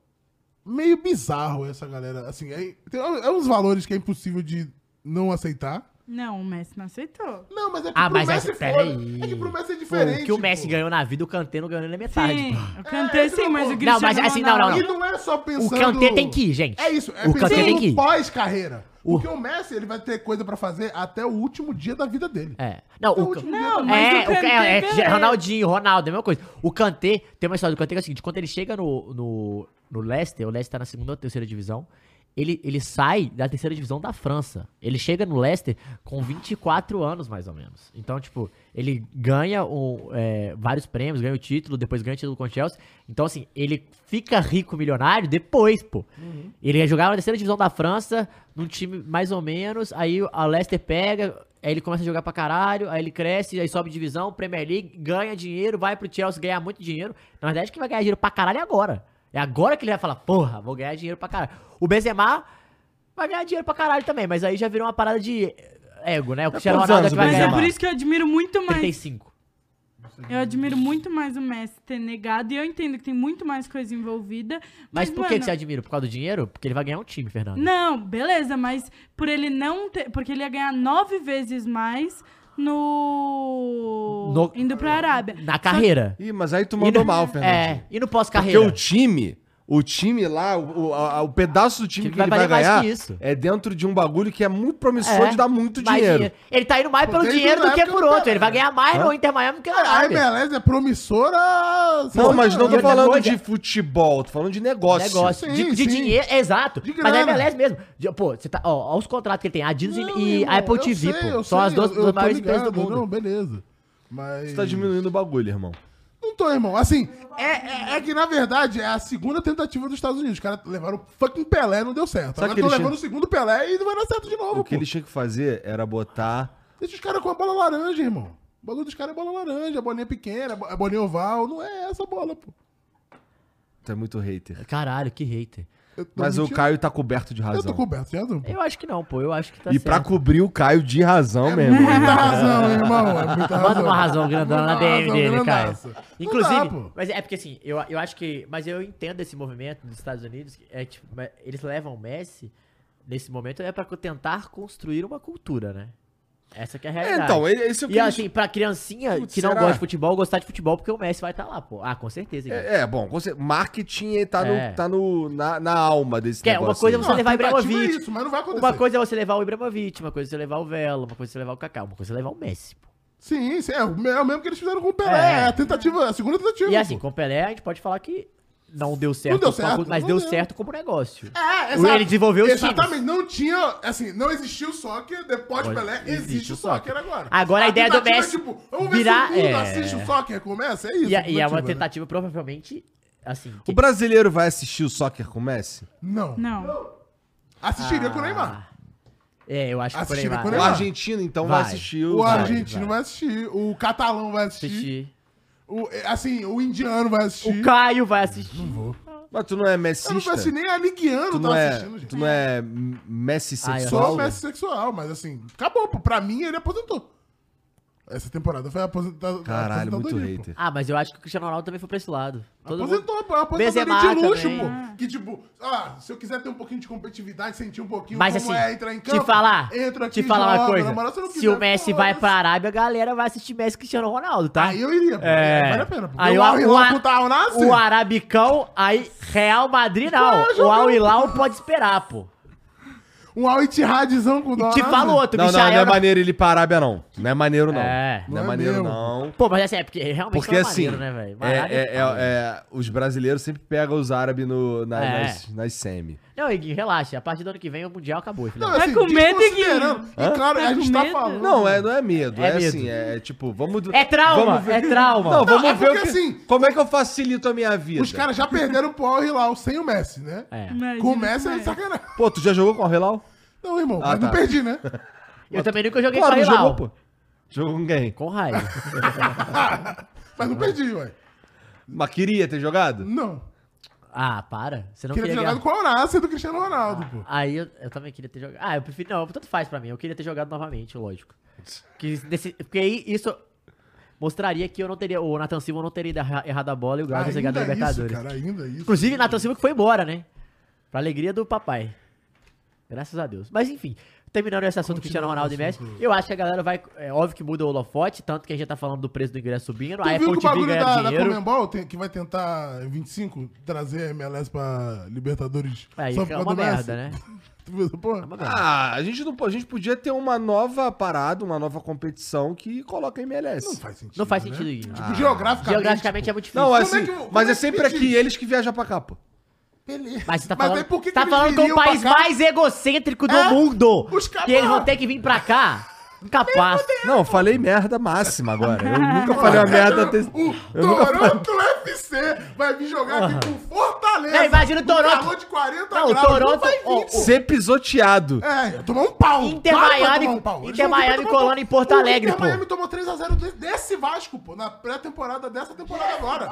Speaker 3: meio bizarro essa galera. Assim, é, tem é uns valores que é impossível de não aceitar.
Speaker 4: Não, o Messi não aceitou.
Speaker 3: Não, mas é que
Speaker 2: Ah,
Speaker 3: pro
Speaker 2: mas
Speaker 3: Messi
Speaker 2: essa-
Speaker 3: foda-
Speaker 2: peraí.
Speaker 3: É que pro Messi é
Speaker 2: Pô,
Speaker 3: diferente.
Speaker 2: o que o Messi
Speaker 3: pô.
Speaker 2: ganhou na vida, o Kanté não ganhou nem na metade.
Speaker 4: Sim,
Speaker 2: pô.
Speaker 4: eu cantei
Speaker 3: É,
Speaker 4: sim,
Speaker 3: não,
Speaker 4: mas o
Speaker 3: não,
Speaker 4: Cristiano
Speaker 2: mas assim, Tá não,
Speaker 4: Ronaldo-
Speaker 3: E não é só
Speaker 2: O
Speaker 3: pensando...
Speaker 2: Kanté tem que ir, gente.
Speaker 3: É isso, é
Speaker 2: o Kanté
Speaker 3: pensando
Speaker 2: tem que ir.
Speaker 3: no pós-carreira. Porque o Messi, ele vai ter coisa pra fazer até o último dia da vida dele.
Speaker 2: É. Não,
Speaker 3: Até o
Speaker 2: o,
Speaker 3: último dia
Speaker 4: Não,
Speaker 3: da-
Speaker 4: mas
Speaker 2: é,
Speaker 4: o
Speaker 2: o Ca- é,
Speaker 4: Kanté,
Speaker 2: é,
Speaker 4: beleza.
Speaker 2: Ronaldinho, Ronaldo, é a mesma coisa. O Kanté, tem uma história do Kanté que é o seguinte, quando ele chega no, no, no Leicester, o Leicester tá na segunda ou terceira divisão, Ele, ele sai da terceira divisão da França. Ele chega no Leicester com 24 anos, mais ou menos. Então, tipo, ele ganha o, é, vários prêmios, ganha o título, depois ganha o título com o Chelsea. Então, assim, ele fica rico milionário depois, pô. Ele jogava na terceira divisão da França, num time mais ou menos. Aí a Leicester pega, aí ele começa a jogar pra caralho, aí ele cresce, aí sobe divisão, Premier League, ganha dinheiro, vai pro Chelsea ganhar muito dinheiro. Na verdade, quem vai ganhar dinheiro pra caralho é agora. É agora que ele vai falar, porra, vou ganhar dinheiro pra caralho. O Benzema vai ganhar dinheiro pra caralho também, mas aí já virou uma parada de ego, né? O Cristiano
Speaker 1: quantos anos
Speaker 2: Ronaldo é que
Speaker 1: o
Speaker 2: vai
Speaker 4: Mas é
Speaker 2: ganhar.
Speaker 1: Benzema?
Speaker 4: por isso que eu admiro muito mais.
Speaker 2: 35.
Speaker 4: Eu admiro muito mais o Messi ter negado. E eu entendo que tem muito mais coisa envolvida.
Speaker 2: Mas
Speaker 4: Mas,
Speaker 2: por que
Speaker 4: mano,
Speaker 2: que você admira? Por causa do dinheiro? Porque ele vai ganhar um time, Fernando.
Speaker 4: Não, beleza, mas por ele não ter. Porque ele ia ganhar nove vezes mais no.
Speaker 2: No-
Speaker 4: Indo pra Arábia.
Speaker 2: Na
Speaker 4: Só-
Speaker 2: carreira.
Speaker 1: Ih, mas aí tu
Speaker 2: E
Speaker 1: mandou
Speaker 2: no-
Speaker 1: mal, Fernando.
Speaker 2: É, e no
Speaker 1: Porque
Speaker 2: pós-carreira?
Speaker 1: o time, o time lá, o, o- a- o pedaço do time
Speaker 2: Que
Speaker 1: que,
Speaker 2: vai
Speaker 1: ele vai
Speaker 2: valer mais
Speaker 1: ganhar
Speaker 2: que isso.
Speaker 1: é dentro de um bagulho que é muito promissor
Speaker 2: É,
Speaker 1: de dar muito
Speaker 2: mais
Speaker 1: dinheiro.
Speaker 2: Ele tá indo mais
Speaker 3: Pô,
Speaker 2: pelo
Speaker 3: desde
Speaker 2: dinheiro
Speaker 3: na
Speaker 2: do que
Speaker 3: época
Speaker 2: por
Speaker 3: do
Speaker 2: outro.
Speaker 3: Pelé.
Speaker 2: Ele vai ganhar mais
Speaker 1: Hã?
Speaker 2: no Inter Miami que na
Speaker 3: A
Speaker 2: Arábia.
Speaker 3: MLS é promissora.
Speaker 1: Não, mas não tô
Speaker 2: Outra
Speaker 1: falando
Speaker 2: coisa-
Speaker 1: de futebol, tô falando de negócio.
Speaker 2: Negócio.
Speaker 3: Sim,
Speaker 2: de, de
Speaker 3: sim.
Speaker 2: dinheiro, exato.
Speaker 3: De
Speaker 2: Mas é
Speaker 3: grana.
Speaker 2: MLS mesmo. De- Pô, você tá, ó, ó os contratos que ele tem. A Disney
Speaker 3: Não,
Speaker 2: e
Speaker 3: irmão,
Speaker 2: a Apple
Speaker 3: eu
Speaker 2: TV,
Speaker 3: sei,
Speaker 2: pô.
Speaker 3: eu
Speaker 2: São
Speaker 3: sei,
Speaker 2: as duas
Speaker 3: eu-
Speaker 2: das
Speaker 3: eu tô
Speaker 2: maiores empresas do
Speaker 3: ligado,
Speaker 2: mundo.
Speaker 3: Não, beleza. Mas.
Speaker 1: Você tá diminuindo o bagulho, irmão.
Speaker 3: Não tô, irmão. Assim, é, é, é que na verdade é a segunda tentativa dos Estados Unidos. Os caras levaram o fucking Pelé, não deu certo.
Speaker 1: Sabe
Speaker 3: Agora
Speaker 1: que
Speaker 3: estão
Speaker 1: eles
Speaker 3: levando o segundo Pelé e não vai dar certo de novo,
Speaker 1: O que
Speaker 3: pô.
Speaker 1: ele tinha que fazer era botar.
Speaker 3: Deixa os caras com a bola laranja, irmão. O bagulho dos caras é bola laranja, a bolinha pequena, a bolinha oval. Não é essa bola, pô.
Speaker 1: Tu é muito hater.
Speaker 2: Caralho, que hater.
Speaker 3: Eu tô
Speaker 1: Mas o
Speaker 3: mentindo.
Speaker 1: Caio tá coberto de
Speaker 3: Eu tô
Speaker 1: razão.
Speaker 3: coberto, já não.
Speaker 2: Eu acho que não, pô. Eu acho que tá
Speaker 1: E
Speaker 2: certo.
Speaker 1: pra cobrir o Caio de razão
Speaker 3: É
Speaker 1: mesmo.
Speaker 3: muita razão, irmão. É muita razão.
Speaker 2: Manda uma razão grandona na
Speaker 3: Manda uma
Speaker 2: DM
Speaker 3: razão
Speaker 2: dele, cara.
Speaker 3: grandaça. Não
Speaker 2: Inclusive,
Speaker 3: dá, pô.
Speaker 2: mas é porque assim, eu, eu acho que. Mas eu entendo esse movimento dos Estados Unidos. que É, tipo, mas eles levam o Messi, nesse momento, é pra tentar construir uma cultura, né? Essa que é a
Speaker 1: É,
Speaker 2: realidade.
Speaker 1: então, ele- esse é o que
Speaker 2: E
Speaker 1: eles-
Speaker 2: assim, pra criancinha
Speaker 1: Putz,
Speaker 2: que não
Speaker 1: será?
Speaker 2: gosta de futebol, gostar de futebol, porque o Messi vai estar lá, pô. Ah, com certeza. cara.
Speaker 1: É, é, bom, você, marketing tá,
Speaker 2: É.
Speaker 1: no, tá no, na, na alma desse
Speaker 2: Que é, uma
Speaker 1: negócio.
Speaker 2: coisa
Speaker 1: aí.
Speaker 2: você
Speaker 3: Não, a
Speaker 2: levar
Speaker 3: tentativa
Speaker 2: Ibrahimovic.
Speaker 3: é isso, mas não vai acontecer.
Speaker 2: uma coisa é você levar o Ibrahimovic, uma coisa é você levar o Vela, uma coisa é você levar o Kaká, uma coisa é levar o Messi, pô.
Speaker 3: Sim, sim, é o me- é o mesmo que eles fizeram com o Pelé.
Speaker 2: É.
Speaker 3: É a tentativa, é a segunda tentativa.
Speaker 2: E assim,
Speaker 3: pô.
Speaker 2: com o Pelé, a gente pode falar que não deu certo, como
Speaker 3: deu
Speaker 2: a
Speaker 3: certo,
Speaker 2: cultura, mas
Speaker 3: não
Speaker 2: deu
Speaker 3: deu.
Speaker 2: certo como negócio.
Speaker 3: É,
Speaker 2: Ele desenvolveu os
Speaker 3: Exatamente, não tinha, assim, não existiu o soccer, depois de
Speaker 2: Pode-
Speaker 3: Pelé,
Speaker 2: existe
Speaker 3: existe,
Speaker 2: o
Speaker 3: o
Speaker 2: soccer.
Speaker 3: soccer agora.
Speaker 2: Agora a ideia do
Speaker 3: tentativa é,
Speaker 2: Messi
Speaker 3: tipo, vamos
Speaker 2: virar-
Speaker 3: ver se o mundo
Speaker 2: é.
Speaker 3: assiste o soccer, começa, é isso.
Speaker 2: E,
Speaker 3: a
Speaker 2: é- e é uma
Speaker 3: né?
Speaker 2: tentativa, provavelmente, assim. que-
Speaker 1: O brasileiro vai assistir o soccer com o Messi?
Speaker 3: Não,
Speaker 4: Não.
Speaker 3: assistiria com o Neymar.
Speaker 2: Ah, É, eu acho que
Speaker 3: Assistir,
Speaker 2: Neymar-
Speaker 3: vai
Speaker 1: O
Speaker 3: Neymar.
Speaker 1: argentino, então,
Speaker 2: Ah, Vai.
Speaker 1: vai, assistir o.
Speaker 3: O
Speaker 1: vai.
Speaker 3: argentino vai assistir, o catalão vai assistir,
Speaker 2: assistir.
Speaker 3: O, é, assim, o indiano vai assistir.
Speaker 2: O Caio vai assistir.
Speaker 1: Mas tu não é
Speaker 3: Eu não
Speaker 1: messista?
Speaker 3: assisti nem a Liguiano
Speaker 1: Tu
Speaker 3: tá
Speaker 1: não é,
Speaker 3: assistindo, gente.
Speaker 1: tu não é Messi
Speaker 2: Ah, eu
Speaker 1: sexual?
Speaker 3: Sou Messi sexual, mas assim, acabou, pô. Pra mim, ele aposentou. Essa temporada foi tá, aposentado.
Speaker 1: Caralho, muito hater.
Speaker 2: Ah, mas eu acho que o Cristiano Ronaldo também foi pra esse lado. Todo mundo-
Speaker 3: aposentou, pô. Aposentadoria
Speaker 2: Benzema
Speaker 3: de luxo,
Speaker 2: também.
Speaker 3: pô. Que tipo, ah, se eu quiser ter um pouquinho de competitividade, sentir um pouquinho
Speaker 2: Mas
Speaker 3: como
Speaker 2: assim,
Speaker 3: é entrar em campo.
Speaker 2: te falar,
Speaker 3: entro aqui,
Speaker 2: te falar uma
Speaker 3: jogo,
Speaker 2: coisa.
Speaker 3: na moral, se eu não
Speaker 2: se
Speaker 3: quiser,
Speaker 2: o Messi vai
Speaker 3: foda-se.
Speaker 2: pra Arábia, a galera vai assistir Messi e Cristiano Ronaldo, tá?
Speaker 3: assim, Aí assim. eu iria, pô.
Speaker 2: É.
Speaker 3: Vale a pena, pô.
Speaker 2: Aí
Speaker 3: Porque
Speaker 2: o,
Speaker 3: o Al um Hilal
Speaker 2: a-
Speaker 3: contra o Al Nassr?
Speaker 2: o Arabicão, aí Real Madrid não.
Speaker 3: Ah,
Speaker 2: o
Speaker 3: jogando.
Speaker 2: Al Hilal pode esperar, pô.
Speaker 3: Um Al Ittihadzão com o
Speaker 2: E te falo
Speaker 3: Al Nassr.
Speaker 2: outro,
Speaker 1: Não, não, não
Speaker 2: Michael-
Speaker 1: é maneiro ele ir pra Arábia, não. Não é maneiro, não.
Speaker 2: É.
Speaker 1: Não é
Speaker 3: Não é
Speaker 1: maneiro,
Speaker 3: mesmo.
Speaker 1: não.
Speaker 2: Pô, mas assim, é porque realmente
Speaker 1: Porque
Speaker 2: não é
Speaker 1: assim,
Speaker 2: maneiro, né, velho?
Speaker 1: é, é-
Speaker 2: Maravilha.
Speaker 1: é- é- os brasileiros sempre pegam os árabes no, na,
Speaker 2: É.
Speaker 1: nas, nas semi.
Speaker 2: Não, Iguinho, relaxa. A partir do ano que vem o Mundial acabou, filho.
Speaker 3: Não, assim,
Speaker 4: Tá com medo,
Speaker 3: desconsiderando.
Speaker 4: Guinho?
Speaker 3: E claro,
Speaker 4: Tá
Speaker 3: a
Speaker 4: com
Speaker 3: gente tá
Speaker 4: medo?
Speaker 3: falando.
Speaker 1: Não, é, não é medo.
Speaker 2: É
Speaker 1: É,
Speaker 2: medo.
Speaker 1: assim, é tipo, vamos...
Speaker 2: É trauma, é trauma.
Speaker 1: Não, vamos
Speaker 3: Não, é
Speaker 1: ver o que,
Speaker 3: porque assim-
Speaker 1: como é que eu facilito a minha vida.
Speaker 3: Os caras já perderam pro Al Hilal sem o Messi, né?
Speaker 2: É.
Speaker 4: Imagina
Speaker 3: Com o Messi
Speaker 4: como
Speaker 3: é sacanagem.
Speaker 1: Pô, tu já jogou com o Hilal?
Speaker 3: Não, irmão,
Speaker 1: Ah,
Speaker 3: mas não
Speaker 1: tá.
Speaker 3: perdi, né?
Speaker 2: Eu também nunca joguei
Speaker 1: Claro,
Speaker 2: com o
Speaker 1: não
Speaker 2: Hilal.
Speaker 1: jogou, pô. Jogou com quem?
Speaker 2: Com raiva.
Speaker 3: Mas não perdi, ué.
Speaker 1: Mas queria ter jogado?
Speaker 3: Não.
Speaker 2: ah, para. Você não
Speaker 3: Queria ter
Speaker 2: queria
Speaker 3: jogado
Speaker 2: ganhar.
Speaker 3: com a Horácia do Cristiano Ronaldo, pô.
Speaker 2: Aí eu, eu também queria ter jogado. Ah, eu prefiro. Não, tanto faz pra mim. Eu queria ter jogado novamente, lógico. Que nesse, porque aí isso mostraria que eu não teria. O Nathan Silva não teria erra- errado a bola e o Galo teria chegado na
Speaker 3: é isso,
Speaker 2: Libertadores.
Speaker 3: cara, ainda é isso.
Speaker 2: Inclusive, Nathan Silva que foi embora, né? Pra alegria do papai. Graças a Deus. Mas enfim, terminando esse assunto do Cristiano Ronaldo e
Speaker 3: assim,
Speaker 2: Messi, eu acho que a galera vai. É óbvio que muda o holofote, tanto que a gente tá falando do preço do ingresso subindo, é
Speaker 3: Tu
Speaker 2: a
Speaker 3: viu
Speaker 2: Apple
Speaker 3: que o
Speaker 2: TV
Speaker 3: bagulho da,
Speaker 2: ganha
Speaker 3: da
Speaker 2: dinheiro.
Speaker 3: Comembol tem- que vai tentar, em 25, trazer a MLS pra Libertadores
Speaker 2: Aí
Speaker 3: só por
Speaker 2: é
Speaker 3: causa
Speaker 2: uma
Speaker 3: do Messi?
Speaker 2: merda, né? É
Speaker 3: Tu viu essa porra?
Speaker 1: Ah, a gente, não, po- a gente podia ter uma nova parada, uma nova competição que coloca a MLS.
Speaker 3: Não faz sentido,
Speaker 2: Não faz
Speaker 3: né?
Speaker 2: sentido, Guinho.
Speaker 3: Tipo, geograficamente,
Speaker 2: Geograficamente é
Speaker 3: tipo,
Speaker 2: muito difícil.
Speaker 1: Não,
Speaker 3: é
Speaker 1: assim,
Speaker 3: que- como
Speaker 1: mas
Speaker 3: é
Speaker 1: é
Speaker 3: que
Speaker 1: sempre
Speaker 3: pediu?
Speaker 1: aqui eles que viajam pra cá, pô.
Speaker 3: Beleza.
Speaker 2: Mas você tá
Speaker 3: Mas
Speaker 2: falando,
Speaker 3: aí por que
Speaker 2: tá
Speaker 3: que eles
Speaker 2: falando que é o
Speaker 3: viriam pra
Speaker 2: país
Speaker 3: cá?
Speaker 2: mais egocêntrico do
Speaker 3: É,
Speaker 2: mundo.
Speaker 3: os caras-
Speaker 2: E eles vão ter que vir pra cá? Capaz.
Speaker 1: Não, eu falei merda máxima agora. Eu nunca falei uma merda desse.
Speaker 3: O
Speaker 1: Eu nunca falei.
Speaker 3: Toronto FC vai vir jogar aqui com Fortaleza.
Speaker 2: Não, imagina o
Speaker 3: com
Speaker 2: Toronto.
Speaker 3: calor de 40
Speaker 2: Não, o
Speaker 3: graus.
Speaker 2: Toronto-
Speaker 3: Não vai vir,
Speaker 2: ó,
Speaker 3: pô.
Speaker 1: Ser pisoteado.
Speaker 3: É, eu tomar um pau.
Speaker 2: Inter
Speaker 3: Claro que vai
Speaker 2: Miami-
Speaker 3: tomar um pau. Eles
Speaker 2: Inter
Speaker 3: vão vir pra
Speaker 2: Miami
Speaker 3: tomar um pau.
Speaker 2: colando em Porto
Speaker 3: O
Speaker 2: Alegre, pô.
Speaker 3: Inter Miami tomou 3x0 de- desse Vasco, pô, na pré-temporada dessa temporada agora.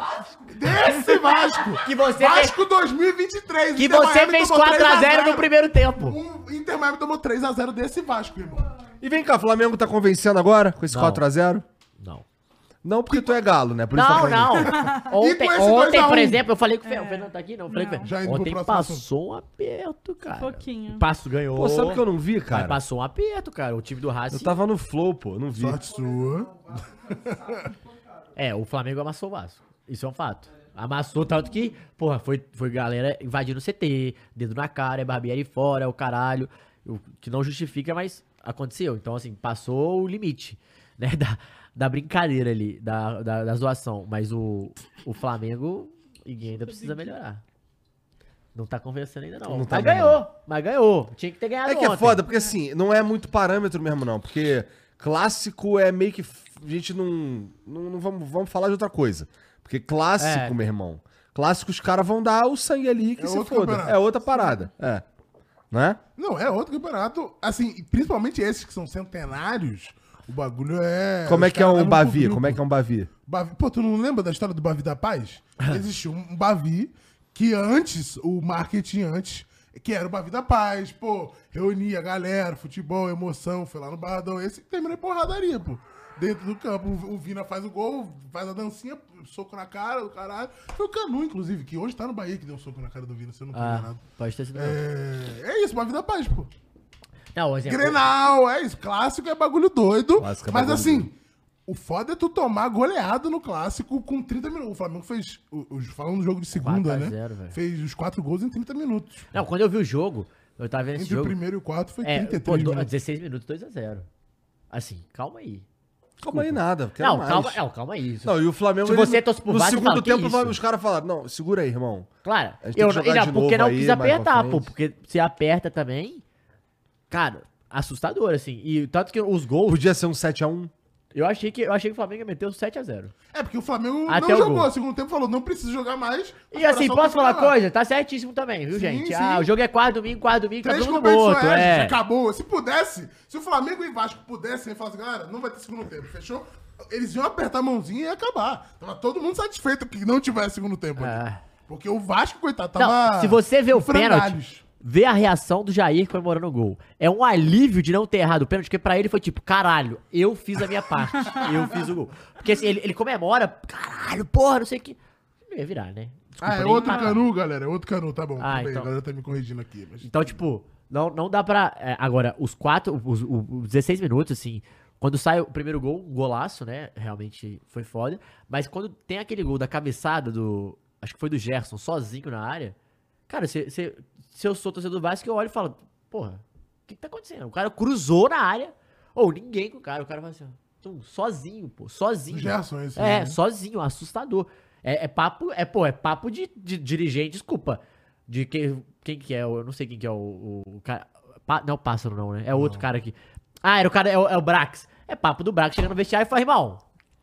Speaker 3: Desse Vasco.
Speaker 2: Que você
Speaker 3: Vasco 2023.
Speaker 2: Que
Speaker 3: Inter
Speaker 2: você
Speaker 3: Miami
Speaker 2: fez
Speaker 3: tomou
Speaker 2: 4x0
Speaker 3: 3x0.
Speaker 2: no primeiro tempo.
Speaker 3: O Um, Inter Miami tomou 3x0 desse Vasco, irmão.
Speaker 1: E vem cá, Flamengo tá convencendo agora com esse
Speaker 2: Não.
Speaker 1: 4x0?
Speaker 2: Não.
Speaker 1: Não, porque tu é galo, né? Por
Speaker 2: Não,
Speaker 1: tá
Speaker 2: não.
Speaker 3: E
Speaker 2: Ontem,
Speaker 3: com esse
Speaker 2: ontem
Speaker 3: 2 a 1?
Speaker 2: por exemplo, eu falei que o Fer- o Fernando tá aqui, não. eu Falei
Speaker 4: É. Não.
Speaker 2: com o
Speaker 3: Já
Speaker 2: Fer-
Speaker 3: indo pro
Speaker 2: Ontem
Speaker 3: próximo
Speaker 2: passou um aperto, cara.
Speaker 4: Pouquinho.
Speaker 2: Passo ganhou.
Speaker 1: Pô, sabe que eu não vi,
Speaker 2: Mas
Speaker 1: cara?
Speaker 2: passou um aperto, cara. O time do Racing.
Speaker 1: Eu tava no flow, pô, não vi.
Speaker 3: sua.
Speaker 2: É, o Flamengo amassou o Vasco. Isso é um fato. Amassou, tanto que, porra, foi, foi galera invadindo o CT, dedo na cara, é barbeiro fora, o caralho. O que não justifica, mas aconteceu. Então, assim, passou o limite, né? Da, da brincadeira ali, da, da, da zoação. Mas o, o Flamengo ninguém ainda precisa melhorar. Não tá convencendo ainda, não.
Speaker 1: Não
Speaker 2: mas
Speaker 1: tá
Speaker 2: ganhou, mas ganhou. Tinha que ter ganhado
Speaker 1: É que é
Speaker 2: ontem.
Speaker 1: foda, porque assim, não é muito parâmetro mesmo, não. Porque clássico é meio que. f- A gente não. não, não vamos, vamos falar de outra coisa. Porque clássico,
Speaker 2: É.
Speaker 1: meu irmão. Clássico, os caras vão dar o sangue ali que
Speaker 3: É
Speaker 1: se
Speaker 3: outro
Speaker 1: foda.
Speaker 3: campeonato.
Speaker 1: É outra parada. É. Né?
Speaker 3: Não, é outro campeonato. Assim, e principalmente esses que são centenários. O bagulho é.
Speaker 1: Como é
Speaker 3: os
Speaker 1: que é
Speaker 3: caras
Speaker 1: um
Speaker 3: levam pro
Speaker 1: Bavi?
Speaker 3: grupo.
Speaker 1: Como é que é um Bavi?
Speaker 3: Bavi- Pô, tu não lembra da história do Bavi da Paz? Existiu um Bavi que antes, o marketing antes, que era o Bavi da Paz, pô, reunia a galera, futebol, emoção, foi lá no Barradão esse, terminou em porradaria, pô. Dentro do campo, o o Vina faz o gol, faz a dancinha, soco na cara, do caralho. Foi o Canu, inclusive, que hoje tá no Bahia, que deu um soco na cara do Vina, se eu não tô
Speaker 2: Ah,
Speaker 1: né?
Speaker 3: enganado.
Speaker 2: pode ter sido.
Speaker 3: É, é isso, Bavi da Paz, pô.
Speaker 2: Não, o exemplo,
Speaker 3: Grenal, é isso. Clássico é bagulho doido.
Speaker 1: Clássico é
Speaker 3: mas
Speaker 1: bagulho
Speaker 3: assim,
Speaker 1: doido.
Speaker 3: o foda é tu tomar goleado no clássico com 30 minutos. O Flamengo fez, o- o- falando do jogo de
Speaker 2: 4
Speaker 3: segunda,
Speaker 2: a
Speaker 3: né?
Speaker 2: 0, velho.
Speaker 3: fez os quatro gols em 30 minutos.
Speaker 2: Não, quando eu vi o jogo, eu tava vendo esse
Speaker 3: Entre o
Speaker 2: jogo.
Speaker 3: primeiro e o quarto foi
Speaker 2: É,
Speaker 3: 33
Speaker 2: pô, do-
Speaker 3: minutos.
Speaker 2: 16 minutos, 2x0. Assim, calma aí.
Speaker 1: Calma aí, nada. Quero
Speaker 2: Não,
Speaker 1: mais.
Speaker 2: calma, não, calma aí.
Speaker 1: Não, e o Flamengo.
Speaker 2: Se
Speaker 1: ele-
Speaker 2: você torce pro
Speaker 1: No
Speaker 2: Vasco,
Speaker 1: segundo
Speaker 2: fala, que
Speaker 1: tempo,
Speaker 2: isso?
Speaker 1: os caras falaram: não, segura aí, irmão.
Speaker 2: Claro,
Speaker 1: A gente tem
Speaker 2: eu
Speaker 1: que
Speaker 2: não,
Speaker 1: jogar
Speaker 2: não,
Speaker 1: de
Speaker 2: porque
Speaker 1: novo
Speaker 2: não
Speaker 1: aí,
Speaker 2: quis
Speaker 1: mais pra
Speaker 2: apertar, pô.
Speaker 1: frente.
Speaker 2: Porque se aperta também, cara, assustador, assim. E tanto que os gols,
Speaker 1: Podia ser um 7x1.
Speaker 2: eu achei que, eu achei que o Flamengo ia meter os 7x0.
Speaker 3: É, porque o Flamengo
Speaker 2: Até
Speaker 3: não
Speaker 2: o
Speaker 3: jogou.
Speaker 2: gol.
Speaker 3: O segundo tempo falou, não precisa jogar mais. é
Speaker 2: E assim, posso falar
Speaker 3: coisa?
Speaker 2: coisa? Tá certíssimo também, viu,
Speaker 3: Sim,
Speaker 2: gente?
Speaker 3: sim.
Speaker 2: Ah, o jogo é quarto domingo, quarto domingo, tá
Speaker 3: Três
Speaker 2: todo mundo
Speaker 3: competições,
Speaker 2: morto,
Speaker 3: é, gente,
Speaker 2: é.
Speaker 3: acabou. Se pudesse, se o Flamengo e Vasco pudessem, eles falassem, galera, não vai ter segundo tempo, fechou? Eles iam apertar a mãozinha e ia acabar. Tava todo mundo satisfeito que não tivesse segundo tempo. ali.
Speaker 2: É.
Speaker 3: Porque o Vasco, coitado, tava.
Speaker 2: Não, se você vê
Speaker 3: em
Speaker 2: o pênalti,
Speaker 3: Tá um frangalhos.
Speaker 2: vê a reação do Jair comemorando o gol. É um alívio de não ter errado o pênalti, porque pra ele foi tipo, caralho, eu fiz a minha parte. eu fiz o gol. Porque assim, ele, ele comemora, caralho, porra, não sei o que. Não ia virar, né? Desculpa,
Speaker 3: Ah, é
Speaker 2: nem
Speaker 3: outro
Speaker 2: falar.
Speaker 3: canu, galera. É outro canu, tá bom.
Speaker 2: Ah,
Speaker 3: tudo bem,
Speaker 2: então.
Speaker 3: a galera tá me corrigindo aqui. Mas...
Speaker 2: Então, tipo, não, não dá pra. é, agora, os quatro, os, o- os 16 minutos, assim. Quando sai o primeiro gol, um golaço, né? Realmente foi foda. Mas quando tem aquele gol da cabeçada do. Acho que foi do Gerson, sozinho na área. Cara, se, se, se eu sou torcedor do Vasco, eu olho e falo, porra, o que, que tá acontecendo? O cara cruzou na área. Ou ninguém com o cara. O cara fala assim, ó, tum, sozinho, pô, sozinho.
Speaker 3: O Gerson, esse.
Speaker 2: É,
Speaker 3: né?
Speaker 2: sozinho, assustador. É, é papo, é, pô, é papo de, de dirigente, desculpa. De quem, quem que é, o- eu não sei quem que é o, o, o cara. pa- não é o pássaro, não, né? É o outro cara aqui. Ah, era o cara, é o, é o Brax. É papo do Brax chegando no vestiário e fala, irmão, o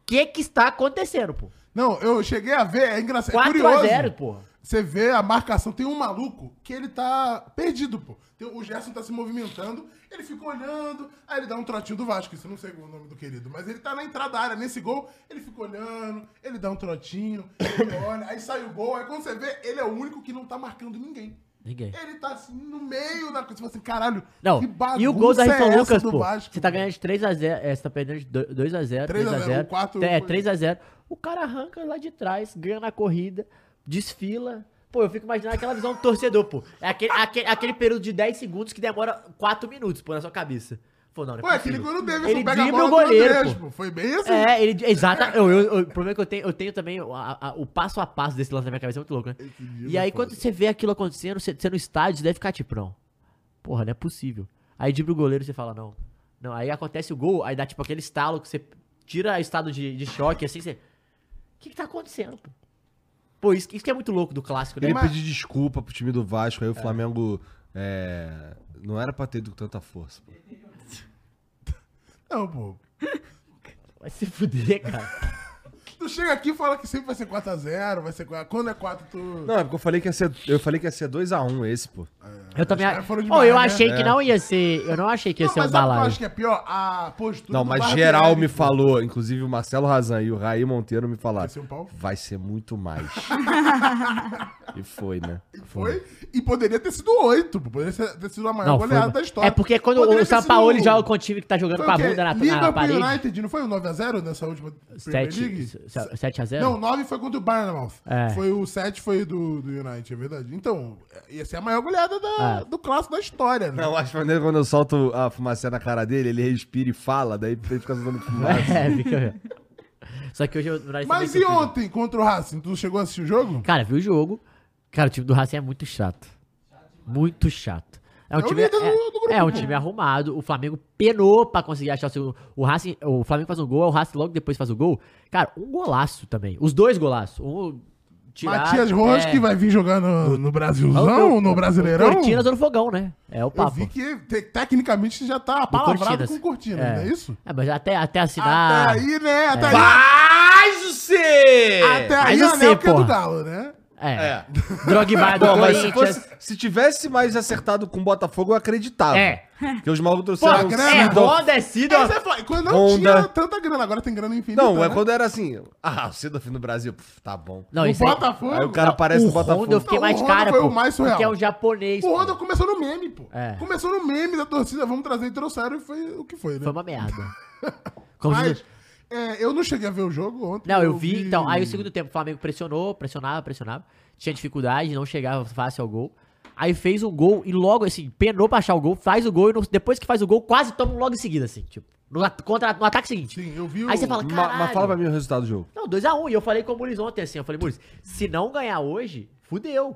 Speaker 2: que que está acontecendo, pô?
Speaker 3: Não, eu cheguei a ver, é engraçado. É
Speaker 2: 4x0,
Speaker 3: curioso.
Speaker 2: pô.
Speaker 3: Você vê a marcação, tem um maluco que ele tá perdido, pô. Tem- o Gerson tá se movimentando, ele fica olhando, aí ele dá um trotinho do Vasco, isso eu não sei o nome do querido, mas ele tá na entrada da área, nesse gol, ele fica olhando, ele dá um trotinho, ele olha, aí sai o gol, aí quando você vê, ele é o único que não tá marcando ninguém.
Speaker 2: Ninguém.
Speaker 3: Ele tá assim, no meio da coisa, você fala assim, caralho,
Speaker 2: Não, e o gol da
Speaker 3: bagunça
Speaker 2: Rifan
Speaker 3: é essa
Speaker 2: Lucas,
Speaker 3: do
Speaker 2: pô.
Speaker 3: Vasco,
Speaker 2: Você tá
Speaker 3: pô?
Speaker 2: ganhando de 3x0, é, você tá perdendo de 2x0,
Speaker 3: 3 a 0,
Speaker 2: 3x0.
Speaker 3: o quarto
Speaker 2: É,
Speaker 3: foi-
Speaker 2: 3x0. O cara arranca lá de trás, ganha na corrida, desfila. Pô, eu fico imaginando aquela visão do torcedor, pô. É aquele, aquele, aquele período de 10 segundos que demora 4 minutos, pô, na sua cabeça. Pô, não, não é
Speaker 3: Pô, aquele
Speaker 2: possível.
Speaker 3: gol do Davidson,
Speaker 2: Ele
Speaker 3: pega a
Speaker 2: dribla o
Speaker 3: bola do
Speaker 2: goleiro,
Speaker 3: Andrés,
Speaker 2: pô.
Speaker 3: pô. Foi bem assim.
Speaker 2: É, ele. Exata. Eu, eu- eu- o problema é que eu tenho, eu tenho também o- a- a- o passo a passo desse lance na minha cabeça, é muito louco, né? E aí, quando você vê aquilo acontecendo, você, você no estádio, você deve ficar tipo, não. Porra, não é possível. Aí dibra o goleiro e você fala, não. Não, aí acontece o gol, aí dá tipo aquele estalo que você tira o estado de, de choque, assim, você. O que, que tá acontecendo, pô? Pô, isso, isso que é muito louco do clássico, né?
Speaker 1: Ele pediu desculpa pro time do Vasco, aí o Flamengo. é, não era pra ter ido com tanta força. pô.
Speaker 3: Não, pô.
Speaker 2: Vai se fuder, cara.
Speaker 3: Tu chega aqui e fala que sempre vai ser 4x0, vai ser 4 Quando é 4, tu.
Speaker 1: Não, é porque eu falei que ia ser. Eu falei que ia ser 2x1 esse, pô.
Speaker 2: Eu também.
Speaker 3: caras foram
Speaker 2: Pô,
Speaker 3: demais,
Speaker 2: eu
Speaker 3: né?
Speaker 2: achei que não ia ser. Eu não achei que ia
Speaker 3: Não,
Speaker 2: ser um
Speaker 3: mas sabe o que eu
Speaker 2: balaio.
Speaker 3: acho que é pior? A postura.
Speaker 1: Não,
Speaker 3: do
Speaker 1: mas
Speaker 3: Barbieri.
Speaker 1: geral me falou, inclusive o Marcelo Razan e o Raí Monteiro me falaram.
Speaker 3: Vai ser um pau?
Speaker 1: Vai ser muito mais. e foi, né?
Speaker 3: Foi. E poderia ter sido 8, pô. Poderia ser- ter sido a maior
Speaker 2: Não, foi-
Speaker 3: goleada da história.
Speaker 2: É porque quando
Speaker 3: Poderia
Speaker 2: o
Speaker 3: ter sido- um
Speaker 2: Sampaoli joga com o time que tá jogando
Speaker 3: Foi
Speaker 2: com a
Speaker 3: o quê?
Speaker 2: bunda na, na
Speaker 3: Liverpool
Speaker 2: parede.
Speaker 3: United, não foi um o 9x0 nessa última Premier League?
Speaker 2: 7x0?
Speaker 3: Não, 9 foi contra o Barnamouth.
Speaker 2: É.
Speaker 3: Foi o 7 foi do, do United, é verdade. Então, ia ser a maior goleada da-
Speaker 2: É.
Speaker 3: do clássico da história, né?
Speaker 1: Não, eu acho maneiro quando eu solto a fumaça na cara dele, ele respira e fala, daí ele fica soltando fumaça.
Speaker 2: É, fica. Só que hoje eu.
Speaker 3: Mas e ontem contra o Racing? Tu chegou a assistir o jogo?
Speaker 2: Cara, viu o jogo. Cara, o time do Racing é muito chato. Muito chato. É um,
Speaker 3: É o
Speaker 2: time,
Speaker 3: líder do-
Speaker 2: é,
Speaker 3: do grupo,
Speaker 2: é um
Speaker 3: pô.
Speaker 2: time arrumado. O Flamengo penou pra conseguir achar o segundo. O, Racing, o Flamengo faz um gol, aí o Racing logo depois faz o gol. Cara, um golaço também. Os dois golaços. Um tirado,
Speaker 3: Matias Rojas,
Speaker 2: é,
Speaker 3: que vai vir jogar no, no
Speaker 2: é o-
Speaker 3: Brasilzão, no Brasileirão.
Speaker 2: Cortinas ou no fogão, né? É o
Speaker 3: Eu
Speaker 2: papo.
Speaker 3: vi que te- tecnicamente já tá palavrado
Speaker 2: Cortinas.
Speaker 3: com Cortina, não é isso?
Speaker 2: É, mas até, até assinar.
Speaker 3: Até aí, né? Até aí,
Speaker 1: Faz o C!
Speaker 3: até aí
Speaker 2: Mas
Speaker 3: o
Speaker 2: eu sei,
Speaker 3: anel que é do
Speaker 2: porra.
Speaker 3: Galo, né?
Speaker 2: É.
Speaker 1: É.
Speaker 2: Drogba do
Speaker 1: Não, mas se,
Speaker 2: Corinthians.
Speaker 1: fosse- se tivesse mais acertado com o Botafogo, eu acreditava.
Speaker 2: É.
Speaker 1: Porque os malucos
Speaker 2: Pô,
Speaker 1: trouxeram
Speaker 3: grana,
Speaker 2: é
Speaker 1: Sidon.
Speaker 2: Honda, é
Speaker 3: Mas
Speaker 2: Sidon.
Speaker 3: é, fla- quando não
Speaker 1: Honda.
Speaker 3: tinha tanta grana, agora tem grana infinita.
Speaker 1: Não, é
Speaker 3: né?
Speaker 1: quando era assim. Ah, o Sidorf no Brasil, pff, tá bom.
Speaker 2: Não,
Speaker 3: o
Speaker 2: isso aí-
Speaker 3: Botafogo.
Speaker 1: Aí o cara aparece
Speaker 2: o
Speaker 1: no Botafogo.
Speaker 2: Honda eu fiquei
Speaker 3: Não, o
Speaker 2: mais
Speaker 3: Honda
Speaker 2: cara,
Speaker 3: foi o
Speaker 2: pô.
Speaker 3: mais surreal.
Speaker 2: Porque é um japonês.
Speaker 3: O
Speaker 2: pô.
Speaker 3: Honda começou no meme, pô.
Speaker 2: É.
Speaker 3: Começou no meme da torcida, vamos trazer e trouxeram e foi o que foi, né?
Speaker 2: Foi uma merda. Como diz-
Speaker 3: Mas, é, eu não cheguei a ver o jogo ontem.
Speaker 2: Não, eu vi, então, aí o segundo tempo, o Flamengo pressionou, pressionava, pressionava, tinha dificuldade, não chegava fácil ao gol. Aí fez o gol e logo, assim, penou pra achar o gol, faz o gol e no- depois que faz o gol, quase toma um logo em seguida, assim, tipo, no, at- contra, no ataque seguinte.
Speaker 3: Sim, eu vi
Speaker 2: Aí
Speaker 3: o-
Speaker 2: você fala,
Speaker 1: Ma-
Speaker 2: caralho.
Speaker 1: Mas fala pra mim o resultado do jogo.
Speaker 2: Não, 2x1, e eu falei com o Muniz ontem, assim, eu falei, Muniz, se não ganhar hoje, fudeu.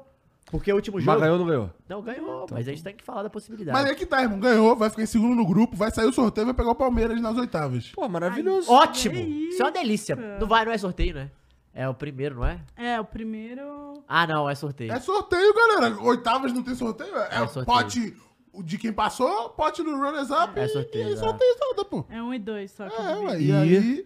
Speaker 2: Porque o último jogo...
Speaker 1: Mas ganhou ou não ganhou?
Speaker 2: Não, ganhou, mas a gente tem que falar da possibilidade.
Speaker 3: Então, Mas é que tá, irmão. Ganhou, vai ficar em segundo no grupo, vai sair o sorteio e vai pegar o Palmeiras nas oitavas.
Speaker 1: Pô, maravilhoso.
Speaker 2: Ótimo!
Speaker 4: Que
Speaker 2: Isso. é uma delícia.
Speaker 4: isso?
Speaker 2: Não vai, não é sorteio, né? É o primeiro, não é?
Speaker 4: É, o primeiro.
Speaker 2: Ah, não, é sorteio.
Speaker 3: É sorteio, galera. Oitavas não tem sorteio? É,
Speaker 2: É
Speaker 3: o
Speaker 2: sorteio.
Speaker 3: pote o de quem passou, pote do runners-up
Speaker 2: É
Speaker 3: e-
Speaker 2: sorteio,
Speaker 3: e
Speaker 2: é.
Speaker 3: sorteio toda, pô.
Speaker 4: É um e dois só. que
Speaker 3: É,
Speaker 4: eu vi.
Speaker 3: ué.
Speaker 1: E-
Speaker 3: E aí...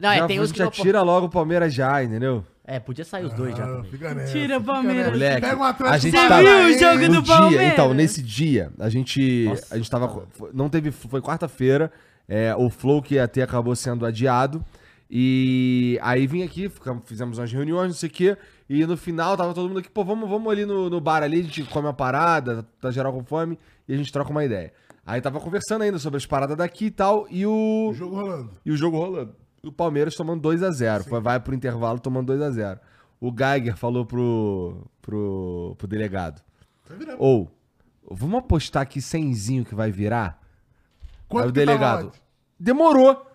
Speaker 2: Não,
Speaker 1: já,
Speaker 2: é, tem
Speaker 1: a
Speaker 2: os
Speaker 1: gente
Speaker 2: que
Speaker 1: já
Speaker 2: não-
Speaker 1: tira logo o Palmeiras já, entendeu?
Speaker 2: É, podia sair os dois já
Speaker 3: Ah,
Speaker 2: também.
Speaker 3: fica nessa,
Speaker 4: Tira o
Speaker 3: fica
Speaker 4: Palmeiras.
Speaker 3: nessa.
Speaker 1: Moleque,
Speaker 3: Pega um
Speaker 1: a
Speaker 3: atrás
Speaker 1: gente
Speaker 2: tá
Speaker 4: Você
Speaker 1: tava-
Speaker 4: viu o jogo
Speaker 1: No
Speaker 4: do
Speaker 1: dia,
Speaker 4: Palmeiras?
Speaker 1: então, nesse dia, a gente. A gente tava. foi- Não teve. Foi quarta-feira. é, o Flow que ia ter acabou sendo adiado. E aí vim aqui, ficamos- fizemos umas reuniões, não sei o quê. E no final tava todo mundo aqui, pô, vamos, vamos ali no, no bar ali, a gente come uma parada, tá geral com fome, e a gente troca uma ideia. Aí tava conversando ainda sobre as paradas daqui e tal, e o.
Speaker 3: O jogo rolando.
Speaker 1: E o jogo rolando. O Palmeiras tomando 2x0. Foi, vai pro intervalo tomando 2x0. O Geiger falou pro, pro, pro delegado.
Speaker 3: Vai virar.
Speaker 1: Ou, vamos apostar aqui 100zinho que vai virar?
Speaker 3: Quanto
Speaker 1: Aí o
Speaker 3: que tá tava
Speaker 1: delegado,
Speaker 3: ontem?
Speaker 1: demorou.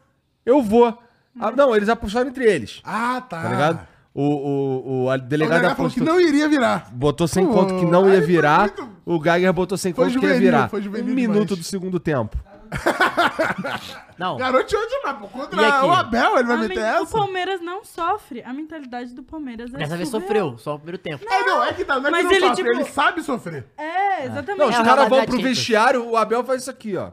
Speaker 1: Eu vou. Ah, não, eles apostaram entre eles.
Speaker 3: Ah, tá.
Speaker 1: Tá ligado? O, o, o a
Speaker 3: O
Speaker 1: delegado
Speaker 3: delegado falou que
Speaker 1: apostou.
Speaker 3: não iria virar.
Speaker 1: Botou sem
Speaker 3: Pô,
Speaker 1: conto que não
Speaker 3: aí
Speaker 1: ia
Speaker 3: foi
Speaker 1: virar.
Speaker 3: muito-
Speaker 1: O Geiger botou sem
Speaker 3: Foi
Speaker 1: conto que ia
Speaker 3: juvenil,
Speaker 1: virar.
Speaker 3: foi juvenil
Speaker 1: um
Speaker 3: demais.
Speaker 1: minuto do segundo tempo.
Speaker 2: Não,
Speaker 3: Garoteou demais, pô.
Speaker 2: E
Speaker 3: Contra
Speaker 2: aqui?
Speaker 3: o Abel, ele vai
Speaker 4: A men-
Speaker 3: meter
Speaker 4: O
Speaker 3: essa?
Speaker 4: Palmeiras não sofre. A mentalidade do Palmeiras é.
Speaker 2: dessa vez
Speaker 4: surreal.
Speaker 2: sofreu, só o primeiro tempo.
Speaker 3: É, não, é que tá. Não é
Speaker 4: Mas
Speaker 3: que não
Speaker 4: ele,
Speaker 3: sofre,
Speaker 4: tipo-
Speaker 3: ele sabe sofrer.
Speaker 4: É, exatamente.
Speaker 1: Não, os
Speaker 2: É a
Speaker 1: caras vão
Speaker 2: realidade
Speaker 1: pro
Speaker 2: simples.
Speaker 1: vestiário, o Abel faz isso aqui, ó.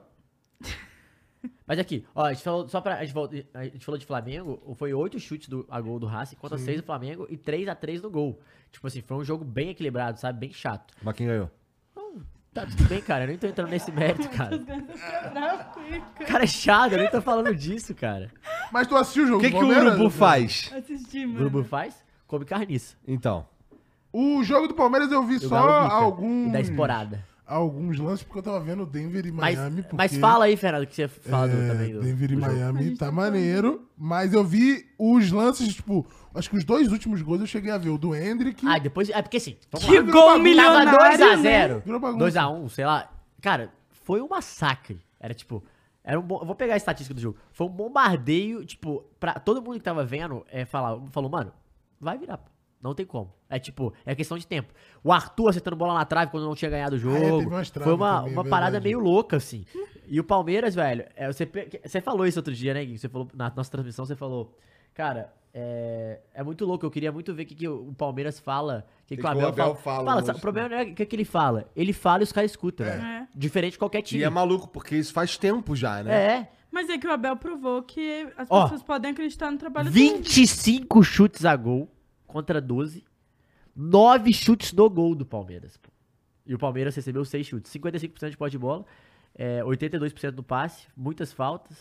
Speaker 2: Mas aqui, ó, a gente falou, só pra, a gente, volta- a gente falou de Flamengo, foi oito chutes do, a gol do Racing, contra seis do Flamengo e 3 a 3 no gol. Tipo assim, foi um jogo bem equilibrado, sabe? Bem chato.
Speaker 1: Mas quem ganhou?
Speaker 2: Tá tudo bem, cara, eu nem tô entrando nesse mérito, cara.
Speaker 4: Tráfico.
Speaker 2: Cara é chato, eu nem tô falando disso, cara.
Speaker 3: Mas tu assistiu o jogo
Speaker 1: O que, que
Speaker 3: do
Speaker 1: o
Speaker 3: Palmeiras?
Speaker 1: Urubu faz?
Speaker 4: Assisti,
Speaker 2: O
Speaker 4: mano.
Speaker 2: Urubu faz, come carniça.
Speaker 1: Então.
Speaker 3: O jogo do Palmeiras eu vi
Speaker 2: E o
Speaker 3: só
Speaker 2: Galo bica,
Speaker 3: alguns,
Speaker 2: E da esporada.
Speaker 3: alguns lances, porque eu tava vendo Denver e
Speaker 2: Mas,
Speaker 3: Miami. porque,
Speaker 2: mas fala aí, Fernando, que você fala do-
Speaker 3: é,
Speaker 2: também do.
Speaker 3: Denver e
Speaker 2: do jogo.
Speaker 3: Miami tá maneiro, mas eu vi os lances, tipo, acho que os dois últimos gols eu cheguei a ver. O do Hendrick.
Speaker 2: Ah, depois. É porque assim, vamos
Speaker 4: Que
Speaker 3: Virou
Speaker 4: gol
Speaker 3: bagunça.
Speaker 4: milionário. né?
Speaker 2: Tava 2x0.
Speaker 3: Virou bagunça.
Speaker 2: 2x1, sei lá. Cara, foi um massacre. Era tipo. Era um bom, eu vou pegar a estatística do jogo. Foi um bombardeio, tipo, pra todo mundo que tava vendo, é, falar, falou, mano, vai virar. pô. Não tem como. É tipo, é questão de tempo. O Arthur acertando bola na trave quando não tinha ganhado o jogo.
Speaker 3: Ah, é, teve umas traves
Speaker 2: foi uma,
Speaker 3: também,
Speaker 2: uma
Speaker 3: é
Speaker 2: parada
Speaker 3: verdade.
Speaker 2: meio louca, assim. E o Palmeiras, velho, é, você, pe- você falou isso outro dia, né, Gui? Você falou na nossa transmissão, você falou. Cara, é, é muito louco. Eu queria muito ver o que, que o Palmeiras fala. O que,
Speaker 1: Que
Speaker 2: que o Abel, fala. Fala,
Speaker 1: no- né?
Speaker 2: sabe, o problema não é o que, que ele fala. Ele fala e os caras escutam, velho.
Speaker 4: É.
Speaker 2: Diferente de qualquer time.
Speaker 1: E é maluco, porque isso faz tempo já, né?
Speaker 2: é.
Speaker 4: Mas é que o Abel provou que as
Speaker 2: Ó,
Speaker 4: pessoas podem acreditar no trabalho dele.
Speaker 2: 25 chutes a gol contra 12. 9 chutes no gol do Palmeiras. pô. E o Palmeiras recebeu 6 chutes. 55% de posse de bola, é, 82% do passe, muitas faltas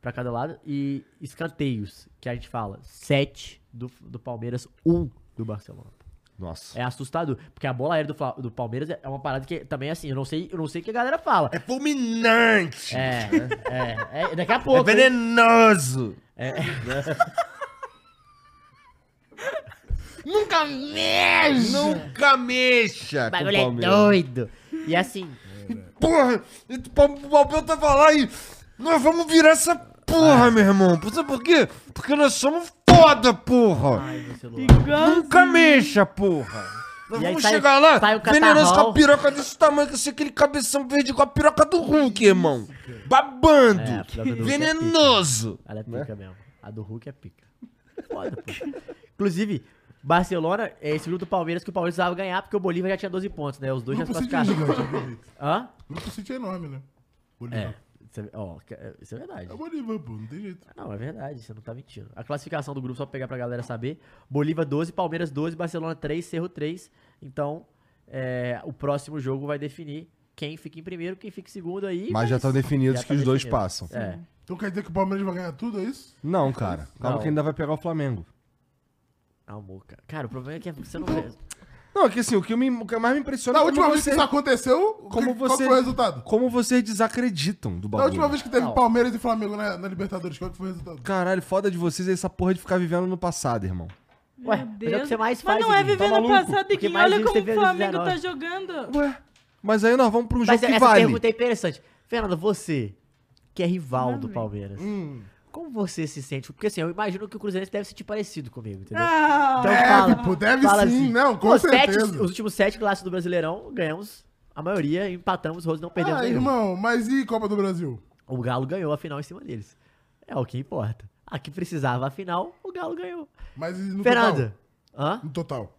Speaker 2: pra cada lado. E escanteios, que a gente fala, 7 do, do Palmeiras, 1 do Barcelona.
Speaker 1: Nossa.
Speaker 2: É assustador, porque a bola aérea do, Fla- do Palmeiras é uma parada que também é assim, eu não sei, eu não sei o que a galera fala.
Speaker 1: É fulminante!
Speaker 2: É, é, é, daqui a
Speaker 1: É
Speaker 2: pouco. hein?
Speaker 1: venenoso!
Speaker 2: É.
Speaker 1: Né?
Speaker 3: Nunca mexe!
Speaker 1: Nunca mexa
Speaker 2: O
Speaker 1: com o
Speaker 2: bagulho é
Speaker 1: Palmeiras.
Speaker 2: doido. E assim,
Speaker 1: Porra, o Palmeiras tá falando aí, nós vamos virar essa porra, meu irmão. Sabe por quê? Porque nós somos foda, porra.
Speaker 2: ai, meu celular.
Speaker 4: Igual
Speaker 1: Nunca mexa, porra. Nós
Speaker 2: E aí
Speaker 1: vamos
Speaker 2: sai-
Speaker 1: chegar lá,
Speaker 2: sai o
Speaker 1: venenoso com
Speaker 2: catarral.
Speaker 1: a piroca desse tamanho, com esse- aquele cabeção verde com a piroca do Hulk, irmão. Babando.
Speaker 2: É, a piroca do Hulk é
Speaker 1: venenoso.
Speaker 2: Ela é pica mesmo. A do Hulk é pica. Foda, pô. Inclusive, Barcelona é esse grupo do Palmeiras que o Palmeiras precisava ganhar porque o Bolívar já tinha 12 pontos, né? Os dois já se
Speaker 3: Grupo City é
Speaker 2: classificaram.
Speaker 3: gigante, acredito.
Speaker 2: Hã?
Speaker 3: Grupo City é enorme, né?
Speaker 2: É.
Speaker 3: Bolívar.
Speaker 2: Isso é, ó, que- é- isso é verdade.
Speaker 3: É o Bolívar, pô, não tem jeito.
Speaker 2: Não, é verdade, você não tá mentindo. A classificação do grupo, só pra pegar pra galera saber: Bolívar 12, Palmeiras 12, Barcelona 3, Cerro 3. Então, é, o próximo jogo vai definir quem fica em primeiro, quem fica em segundo aí.
Speaker 1: Mas já estão definidos
Speaker 2: já
Speaker 1: que
Speaker 2: tá
Speaker 1: os dois
Speaker 2: definido.
Speaker 1: passam.
Speaker 2: É.
Speaker 3: Então quer dizer que o Palmeiras vai ganhar tudo, é isso?
Speaker 1: Não, cara. Calma
Speaker 2: Não.
Speaker 1: que ainda vai pegar o Flamengo.
Speaker 2: Amor, cara. Cara, o problema é que você não vê.
Speaker 1: Não, é que assim, o que, me- o que mais me impressiona
Speaker 3: Na
Speaker 1: é
Speaker 3: última
Speaker 1: como,
Speaker 3: vez que
Speaker 1: você,
Speaker 3: isso aconteceu,
Speaker 1: como
Speaker 3: que- qual
Speaker 1: você-
Speaker 3: foi o resultado?
Speaker 1: como vocês desacreditam do
Speaker 3: Na
Speaker 1: bagulho.
Speaker 3: última vez que teve
Speaker 2: Não.
Speaker 3: Palmeiras e Flamengo na, na Libertadores, qual que foi o resultado?
Speaker 1: Caralho, foda de vocês é essa porra de ficar vivendo no passado, irmão.
Speaker 2: Ué,
Speaker 4: Meu
Speaker 2: mas é o que
Speaker 4: Deus.
Speaker 2: você mais
Speaker 4: Mas
Speaker 2: faz,
Speaker 4: não é
Speaker 2: Guilherme.
Speaker 4: viver
Speaker 1: Tá
Speaker 4: no
Speaker 1: maluco?
Speaker 4: passado,
Speaker 2: Porque
Speaker 4: Guilherme.
Speaker 2: mais
Speaker 4: Olha
Speaker 2: isso
Speaker 4: como
Speaker 2: você
Speaker 4: o
Speaker 2: vê é nos
Speaker 4: Flamengo tá
Speaker 2: 19.
Speaker 4: jogando.
Speaker 1: Ué, mas aí nós vamos pra um jogo
Speaker 2: Mas
Speaker 1: que
Speaker 2: essa
Speaker 1: vale.
Speaker 2: pergunta é interessante. Fernanda, você, que é rival do Palmeiras,
Speaker 3: Hum.
Speaker 2: como você se sente? Porque assim, eu imagino que o Cruzeirense deve sentir parecido comigo, entendeu?
Speaker 4: Ah,
Speaker 2: Então
Speaker 3: Deve,
Speaker 2: fala-
Speaker 3: pô, É, tipo, deve
Speaker 2: fala assim.
Speaker 3: sim, não, com
Speaker 2: "Pô, sete-
Speaker 3: certeza."
Speaker 2: os últimos sete clássicos do Brasileirão, ganhamos a maioria, empatamos, os não perdemos
Speaker 3: Ah,
Speaker 2: nenhum.
Speaker 3: irmão, mas e Copa do Brasil?
Speaker 2: O Galo ganhou a final em cima deles. É o que importa. A que precisava a final, o Galo ganhou.
Speaker 3: Mas e no
Speaker 2: Fernanda, hã?
Speaker 3: total? No total.
Speaker 2: O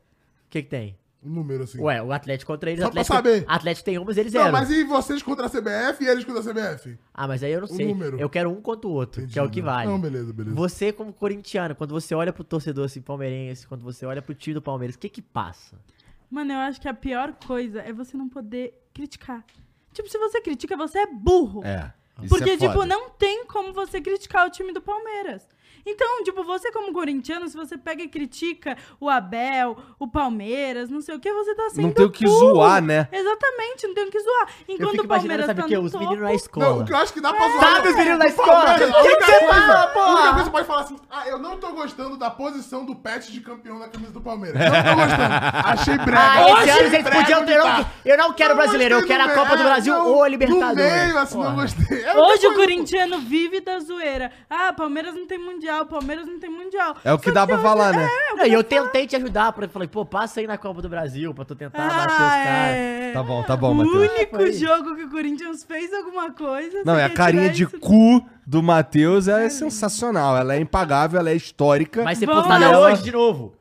Speaker 2: que que tem?
Speaker 3: Um número assim.
Speaker 2: Ué, o Atlético contra eles,
Speaker 3: Só pra
Speaker 2: Atlético,
Speaker 3: saber.
Speaker 2: Atlético tem um, mas eles
Speaker 3: não,
Speaker 2: eram.
Speaker 3: mas e vocês contra a CBF e eles contra a CBF?
Speaker 2: Ah, mas aí eu não
Speaker 3: O
Speaker 2: sei.
Speaker 3: número.
Speaker 2: Eu quero um contra o outro, que é o que
Speaker 3: né?
Speaker 2: vale.
Speaker 3: Não, beleza, beleza.
Speaker 2: Você, como corintiano, quando você olha pro torcedor assim, palmeirense, quando você olha pro time do Palmeiras, o que que passa?
Speaker 4: Mano, eu acho que a pior coisa é você não poder criticar. Tipo, se você critica, você é burro.
Speaker 1: É. isso
Speaker 4: Porque,
Speaker 1: é
Speaker 4: tipo,
Speaker 1: foda.
Speaker 4: não tem como você criticar o time do Palmeiras. Então, tipo, você como corintiano, se você pega e critica o Abel, o Palmeiras, não sei o que, você tá sendo
Speaker 1: Não tem o que
Speaker 4: burro.
Speaker 1: zoar, né?
Speaker 4: Exatamente, não tem o que zoar.
Speaker 2: Eu
Speaker 4: Enquanto
Speaker 2: fico
Speaker 4: o
Speaker 2: imaginando,
Speaker 4: Palmeiras
Speaker 2: sabe
Speaker 4: tá
Speaker 2: o que?
Speaker 4: no
Speaker 2: Os
Speaker 4: topo,
Speaker 2: meninos é na
Speaker 3: Não,
Speaker 2: escola.
Speaker 3: o que eu acho que dá pra zoar.
Speaker 2: Sabe os
Speaker 4: tá
Speaker 2: meninos da escola?
Speaker 3: Palmeiras,
Speaker 2: Que
Speaker 3: a única
Speaker 2: Tá que você
Speaker 3: coisa-
Speaker 2: fala, porra?
Speaker 3: A única coisa que você pode falar assim, ah, eu não tô gostando da posição do pet de campeão na camisa do Palmeiras. Não tô gostando. Achei brega.
Speaker 2: Ah, esse
Speaker 3: Achei
Speaker 2: ano vocês
Speaker 3: brega
Speaker 2: podiam
Speaker 3: de
Speaker 2: ter. eu
Speaker 3: tá.
Speaker 2: não- Eu não quero
Speaker 3: Não
Speaker 2: brasileiro, eu
Speaker 3: gostei
Speaker 2: quero a
Speaker 3: do
Speaker 2: Copa do
Speaker 3: meio,
Speaker 2: Brasil
Speaker 3: não,
Speaker 2: ou a Libertadores.
Speaker 3: Do meio, assim,
Speaker 2: Porra.
Speaker 3: não gostei. É a única
Speaker 4: Hoje o
Speaker 3: coisa-
Speaker 4: corintiano vive da zoeira. Ah, Palmeiras não tem mundial, Palmeiras não tem mundial.
Speaker 1: É o que
Speaker 4: Só
Speaker 1: dá pra
Speaker 4: hoje-
Speaker 1: falar, né?
Speaker 2: Não, e eu tentei te ajudar, porque eu falei, pô, passa aí na Copa do Brasil pra tu tentar baixar os
Speaker 4: Ah,
Speaker 2: caras.
Speaker 4: é.
Speaker 1: Tá bom, tá
Speaker 4: O
Speaker 1: bom, Matheus.
Speaker 4: único
Speaker 2: Foi.
Speaker 4: jogo que o Corinthians fez alguma coisa.
Speaker 1: Não,
Speaker 4: você
Speaker 1: é a
Speaker 4: quer
Speaker 1: carinha
Speaker 4: tirar
Speaker 1: de
Speaker 4: isso?
Speaker 1: cu do Matheus ela é sensacional. Ela é impagável, ela é histórica.
Speaker 2: Vai ser
Speaker 4: Vamos
Speaker 2: postada
Speaker 1: lá.
Speaker 2: hoje de novo.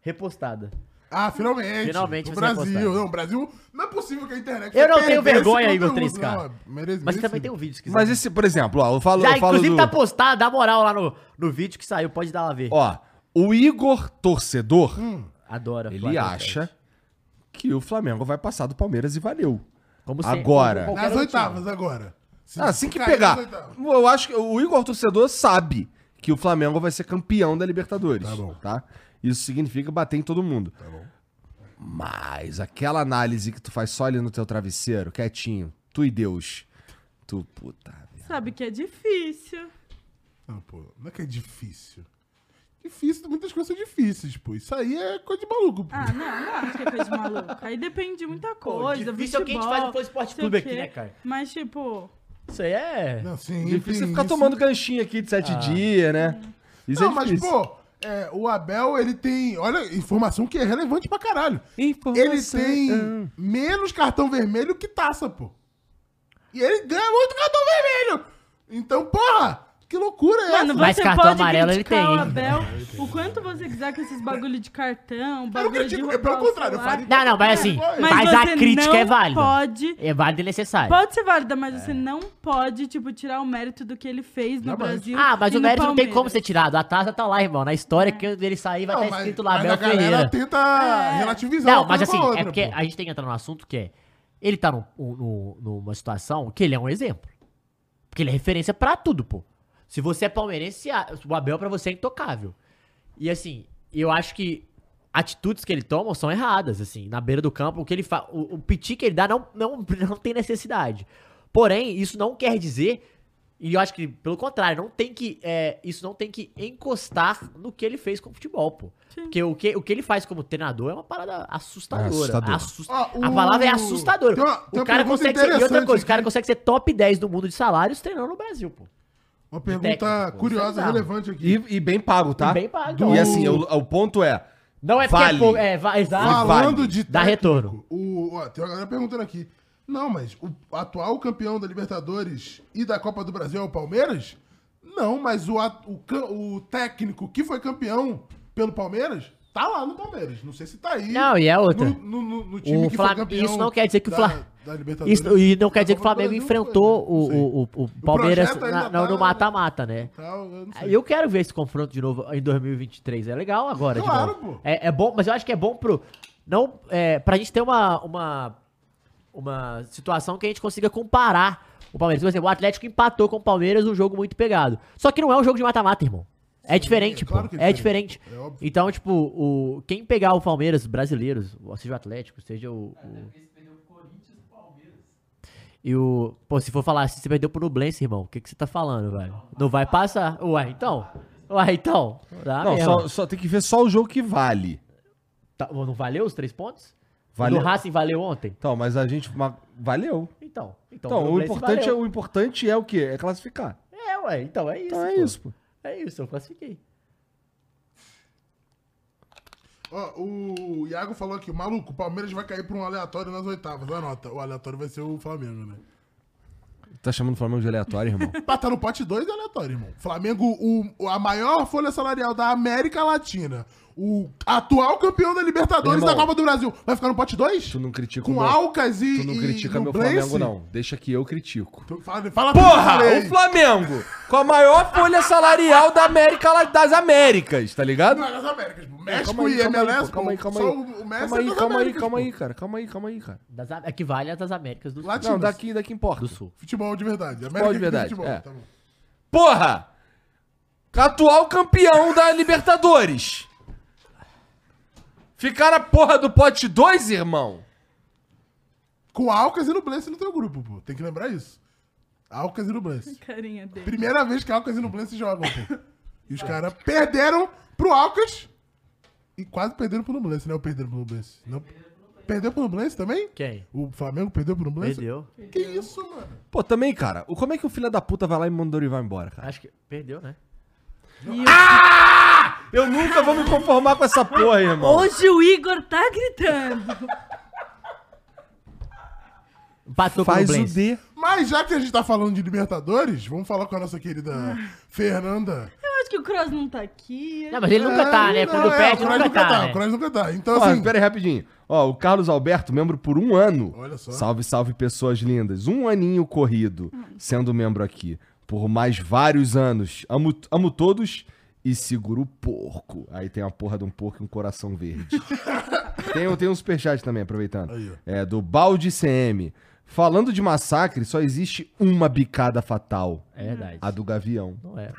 Speaker 2: Repostada.
Speaker 3: Ah, finalmente.
Speaker 2: Finalmente
Speaker 3: O
Speaker 2: você vai
Speaker 3: Brasil.
Speaker 2: postar.
Speaker 3: Não, o Brasil. Não é possível que a internet.
Speaker 2: Eu não
Speaker 3: perder
Speaker 2: tenho
Speaker 3: esse
Speaker 2: vergonha, Igor
Speaker 3: conteúdo.
Speaker 2: 3K.
Speaker 3: Não, é mere-
Speaker 2: Mas também
Speaker 3: merecido.
Speaker 2: tem um vídeo, se quiser.
Speaker 1: Mas esse, por exemplo, ó, eu falo,
Speaker 2: Já,
Speaker 1: eu falo do...
Speaker 2: inclusive tá postado, dá moral lá no, no vídeo que saiu, pode dar lá ver.
Speaker 1: Ó, o Igor Torcedor,
Speaker 2: Hum. Adora.
Speaker 1: ele
Speaker 2: Flamengo,
Speaker 1: acha
Speaker 2: gente.
Speaker 1: que o Flamengo vai passar do Palmeiras e valeu.
Speaker 2: Como se-
Speaker 1: Agora.
Speaker 2: como qualquer
Speaker 3: Nas
Speaker 2: outro
Speaker 3: oitavas agora. Se-
Speaker 1: Ah, assim que
Speaker 3: cair
Speaker 1: pegar.
Speaker 3: nas oitavas.
Speaker 1: Eu acho que o Igor Torcedor sabe que o Flamengo vai ser campeão da Libertadores.
Speaker 3: Tá bom.
Speaker 1: Tá? Isso significa bater em todo mundo. Tá bom. Mas aquela análise que tu faz só ali no teu travesseiro, quietinho, tu e Deus. Tu, puta. merda.
Speaker 4: Sabe que é difícil.
Speaker 3: Não, pô, não é que é difícil. Difícil, muitas coisas são difíceis, pô. Isso aí é coisa de maluco, pô.
Speaker 4: Ah, não, não acho que é coisa de maluco. Aí depende de muita
Speaker 2: Pô,
Speaker 4: coisa.
Speaker 2: difícil é o que a gente
Speaker 4: futebol,
Speaker 2: faz no Flow Esporte
Speaker 4: não sei
Speaker 2: Clube
Speaker 4: o
Speaker 2: aqui,
Speaker 4: quê.
Speaker 2: né, cara?
Speaker 4: Mas, tipo,
Speaker 2: Isso aí é.
Speaker 3: Não, sim,
Speaker 1: Difícil
Speaker 3: enfim,
Speaker 1: ficar
Speaker 3: isso-
Speaker 1: tomando ganchinho aqui de sete dias, né? Isso
Speaker 3: Não,
Speaker 1: é
Speaker 3: mas,
Speaker 1: difícil.
Speaker 3: pô, é, o Abel, ele tem. Olha, informação que é relevante pra caralho. Ele
Speaker 1: Informação.
Speaker 3: tem menos cartão vermelho que taça, pô. E ele ganha muito cartão vermelho. Então, porra, Que loucura é
Speaker 4: Mano,
Speaker 3: essa?
Speaker 2: Mas
Speaker 4: você
Speaker 2: cartão
Speaker 4: pode
Speaker 2: amarelo ele
Speaker 4: criticar
Speaker 2: tem.
Speaker 4: o Abel o quanto você quiser com esses bagulho de cartão,
Speaker 3: Eu não
Speaker 4: bagulho de
Speaker 3: critico, é
Speaker 4: roubar
Speaker 3: pelo
Speaker 4: o
Speaker 3: contrário, eu
Speaker 4: celular.
Speaker 3: falei.
Speaker 2: Não, não, mas assim,
Speaker 3: Mas
Speaker 2: mas,
Speaker 4: você
Speaker 2: a crítica
Speaker 4: não
Speaker 2: é válida.
Speaker 4: Pode,
Speaker 2: É válida e necessária.
Speaker 4: pode ser válida, mas você não pode, tipo, tirar o mérito do que ele fez
Speaker 3: É.
Speaker 4: no
Speaker 3: Não, mas-
Speaker 4: Brasil.
Speaker 2: Ah, mas
Speaker 4: e
Speaker 2: o
Speaker 4: no
Speaker 2: mérito não tem
Speaker 4: Palmeiras.
Speaker 2: como ser tirado. A taça tá lá, irmão. Na história que ele sair vai
Speaker 3: Não,
Speaker 2: estar escrito lá,
Speaker 3: mas
Speaker 2: Abel
Speaker 3: a galera
Speaker 2: Ferreira. É.
Speaker 3: tenta relativizar
Speaker 2: Não,
Speaker 3: uma
Speaker 2: mas
Speaker 3: coisa com
Speaker 2: assim,
Speaker 3: a outra,
Speaker 2: é porque
Speaker 3: um pô.
Speaker 2: a gente tem que entrar num assunto que é. Ele tá num- num- numa situação que ele é um exemplo. Porque ele é referência pra tudo, pô. Se você é palmeirense, a- o Abel pra você é intocável. E assim, eu acho que atitudes que ele toma são erradas, assim, na beira do campo, o que ele fa... o, o piti que ele dá não, não, não tem necessidade. Porém, isso não quer dizer, e eu acho que pelo contrário, não tem que é, isso não tem que encostar no que ele fez com o futebol, pô.
Speaker 4: Sim.
Speaker 2: Porque o que, o que ele faz como treinador é uma parada assustadora.
Speaker 1: É assustador.
Speaker 2: Assus-
Speaker 3: Ah, o-
Speaker 2: A palavra é assustadora.
Speaker 3: Tem uma- tem
Speaker 2: o
Speaker 3: uma
Speaker 2: cara
Speaker 3: pergunta
Speaker 2: consegue ser, e outra
Speaker 3: interessante
Speaker 2: coisa, o cara
Speaker 3: aqui.
Speaker 2: consegue ser top 10 do mundo de salários treinando no Brasil, pô.
Speaker 3: Uma pergunta
Speaker 2: técnico, pô. Isso
Speaker 3: curiosa,
Speaker 2: é
Speaker 3: relevante aqui.
Speaker 1: E, e bem pago, tá?
Speaker 2: E bem pago,
Speaker 1: Do-
Speaker 2: tá
Speaker 1: E
Speaker 2: ótimo.
Speaker 1: assim, o, o ponto é.
Speaker 2: Não é porque
Speaker 1: vale.
Speaker 2: é pouco, é, va- exato.
Speaker 3: Falando
Speaker 1: vale.
Speaker 3: de
Speaker 2: Dá retorno.
Speaker 3: O, ó, tem uma galera perguntando aqui. Não, mas o atual campeão da Libertadores e da Copa do Brasil é o Palmeiras? Não, mas o, at- o, cam- o técnico que foi campeão pelo Palmeiras tá lá no Palmeiras. Não sei se tá aí.
Speaker 2: Não, e é outra.
Speaker 3: No, no- no- no time
Speaker 2: O
Speaker 3: que
Speaker 2: Flam-
Speaker 3: foi campeão.
Speaker 2: isso não quer dizer que o
Speaker 3: da-
Speaker 2: Flam-
Speaker 3: da Libertadores.
Speaker 2: Isso, e não quer
Speaker 3: Da
Speaker 2: dizer que o
Speaker 3: Copa do
Speaker 2: Flamengo
Speaker 3: Brasil
Speaker 2: enfrentou
Speaker 3: foi,
Speaker 2: o,
Speaker 3: né? Não
Speaker 2: o, o, o
Speaker 3: sei.
Speaker 2: Palmeiras
Speaker 3: projeto
Speaker 2: na-
Speaker 3: ainda
Speaker 2: no-
Speaker 3: tá-
Speaker 2: no mata-mata, né?
Speaker 3: sei. Tal, eu não sei.
Speaker 2: Eu quero ver esse confronto de novo em 2023. É legal agora. de
Speaker 3: Claro,
Speaker 2: novo.
Speaker 3: pô.
Speaker 2: É, é bom, mas eu acho que é bom pro. Não, é, pra gente ter uma, uma, uma situação que a gente consiga comparar o Palmeiras. Por exemplo, o Atlético empatou com o Palmeiras um jogo muito pegado. Só que não é um jogo de mata-mata, irmão. É diferente,
Speaker 3: é claro
Speaker 2: pô.
Speaker 3: que
Speaker 2: É
Speaker 3: é
Speaker 2: diferente.
Speaker 3: diferente. É óbvio.
Speaker 2: então, tipo, o, quem pegar o Palmeiras, brasileiros, ou seja o Atlético, seja o. o... E o. Pô, se for falar assim, você perdeu pro Nublense, irmão. O que, que você tá falando, velho? Não vai passar. Ué, então. Ué, então. Dá
Speaker 1: não,
Speaker 2: mesmo.
Speaker 1: só, só tem que ver só o jogo que vale.
Speaker 2: Tá- não valeu os três pontos?
Speaker 1: Valeu.
Speaker 2: O do Racing valeu ontem?
Speaker 1: Então, mas a gente. mas valeu.
Speaker 2: Então. Então,
Speaker 1: Então, o, importante é, o importante é o quê? É classificar.
Speaker 2: é. É, ué. Então é isso.
Speaker 1: Então é
Speaker 2: pô.
Speaker 1: isso, pô.
Speaker 2: É isso, eu classifiquei.
Speaker 3: Ó, o Iago falou aqui, maluco, o Palmeiras vai cair pra um aleatório nas oitavas. Anota, o aleatório vai ser o Flamengo, né?
Speaker 1: Tá chamando o Flamengo de aleatório, irmão?
Speaker 3: Empatar no pote 2 é aleatório, irmão. Flamengo, o, a maior folha salarial da América Latina. O atual campeão da Libertadores
Speaker 1: Irmão.
Speaker 3: da Copa do Brasil. Vai ficar no pote 2?
Speaker 1: tu não critica o
Speaker 3: Com
Speaker 1: meu-
Speaker 3: Alcas e.
Speaker 1: Tu não
Speaker 3: e
Speaker 1: critica meu
Speaker 3: Nublense?
Speaker 1: Flamengo, não. Deixa que eu critico.
Speaker 3: Tu fala, fala
Speaker 1: Porra!
Speaker 3: tudo que eu
Speaker 1: O
Speaker 3: falei.
Speaker 1: Flamengo! Com a maior folha salarial da América La- das Américas, tá ligado?
Speaker 3: Não é das Américas, pô.
Speaker 1: É,
Speaker 3: México e
Speaker 1: calma aí,
Speaker 3: MLS,
Speaker 1: pô, calma aí,
Speaker 3: pô.
Speaker 1: calma
Speaker 3: Só
Speaker 1: aí.
Speaker 3: o- o Messi
Speaker 1: Calma
Speaker 3: é
Speaker 1: aí,
Speaker 3: das
Speaker 1: calma aí,
Speaker 3: Américas,
Speaker 1: calma
Speaker 3: pô.
Speaker 1: aí, cara. Calma aí, calma aí, cara.
Speaker 2: Das, Am- é que vale as das Américas do Sul.
Speaker 3: Lati-
Speaker 1: Não,
Speaker 3: Sim,
Speaker 1: daqui, daqui importa.
Speaker 2: Do Sul.
Speaker 3: Futebol de verdade.
Speaker 1: Futebol de
Speaker 3: que tem
Speaker 1: verdade, é.
Speaker 3: tá bom.
Speaker 1: Porra! Atual campeão da Libertadores. Ficar a porra do pote 2, irmão?
Speaker 3: Com Alcas e Nublense no teu grupo, pô. Tem que lembrar isso. Alcas e Nublense.
Speaker 4: Carinha dele.
Speaker 3: Primeira vez que Alcas e Nublense jogam, pô. E os caras perderam pro Alcas e quase perderam pro Nublense, né? Ou perderam pro Nublense? Não. Perdeu pro Nublense também?
Speaker 2: Quem?
Speaker 3: O Flamengo perdeu pro Nublense?
Speaker 2: Perdeu.
Speaker 3: Que isso, mano?
Speaker 1: Pô, também, cara. o- Como é que o filho da puta vai lá e manda o Dorival embora, cara?
Speaker 2: Acho que perdeu, né?
Speaker 1: Eu nunca vou me conformar com essa porra, irmão.
Speaker 4: Hoje o Igor tá gritando.
Speaker 2: Empatou
Speaker 1: Faz
Speaker 2: com o
Speaker 1: o
Speaker 2: Nublense.
Speaker 1: D.
Speaker 3: Mas já que a gente tá falando de Libertadores, vamos falar com a nossa querida Fernanda.
Speaker 4: Eu acho que o Cross não tá aqui.
Speaker 2: Não, mas ele nunca tá, né?
Speaker 3: Não,
Speaker 2: Quando
Speaker 3: é,
Speaker 2: perde,
Speaker 3: o Cross
Speaker 2: nunca, tá,
Speaker 3: O
Speaker 2: né?
Speaker 3: Cross nunca tá. Então,
Speaker 1: Ó,
Speaker 3: assim,
Speaker 1: pera aí rapidinho. Ó, o Carlos Alberto, membro por um ano.
Speaker 3: Olha só.
Speaker 1: Salve, salve, pessoas lindas. Um aninho corrido, sendo membro aqui. Por mais vários anos. Amo, amo todos e seguro o porco. Aí tem a porra de um porco e um coração verde. tem, tem um superchat também, aproveitando.
Speaker 3: Aí, ó.
Speaker 1: É, do Balde CM. Falando de massacre, só existe uma bicada fatal.
Speaker 2: É verdade.
Speaker 1: A do Gavião.
Speaker 2: Não é.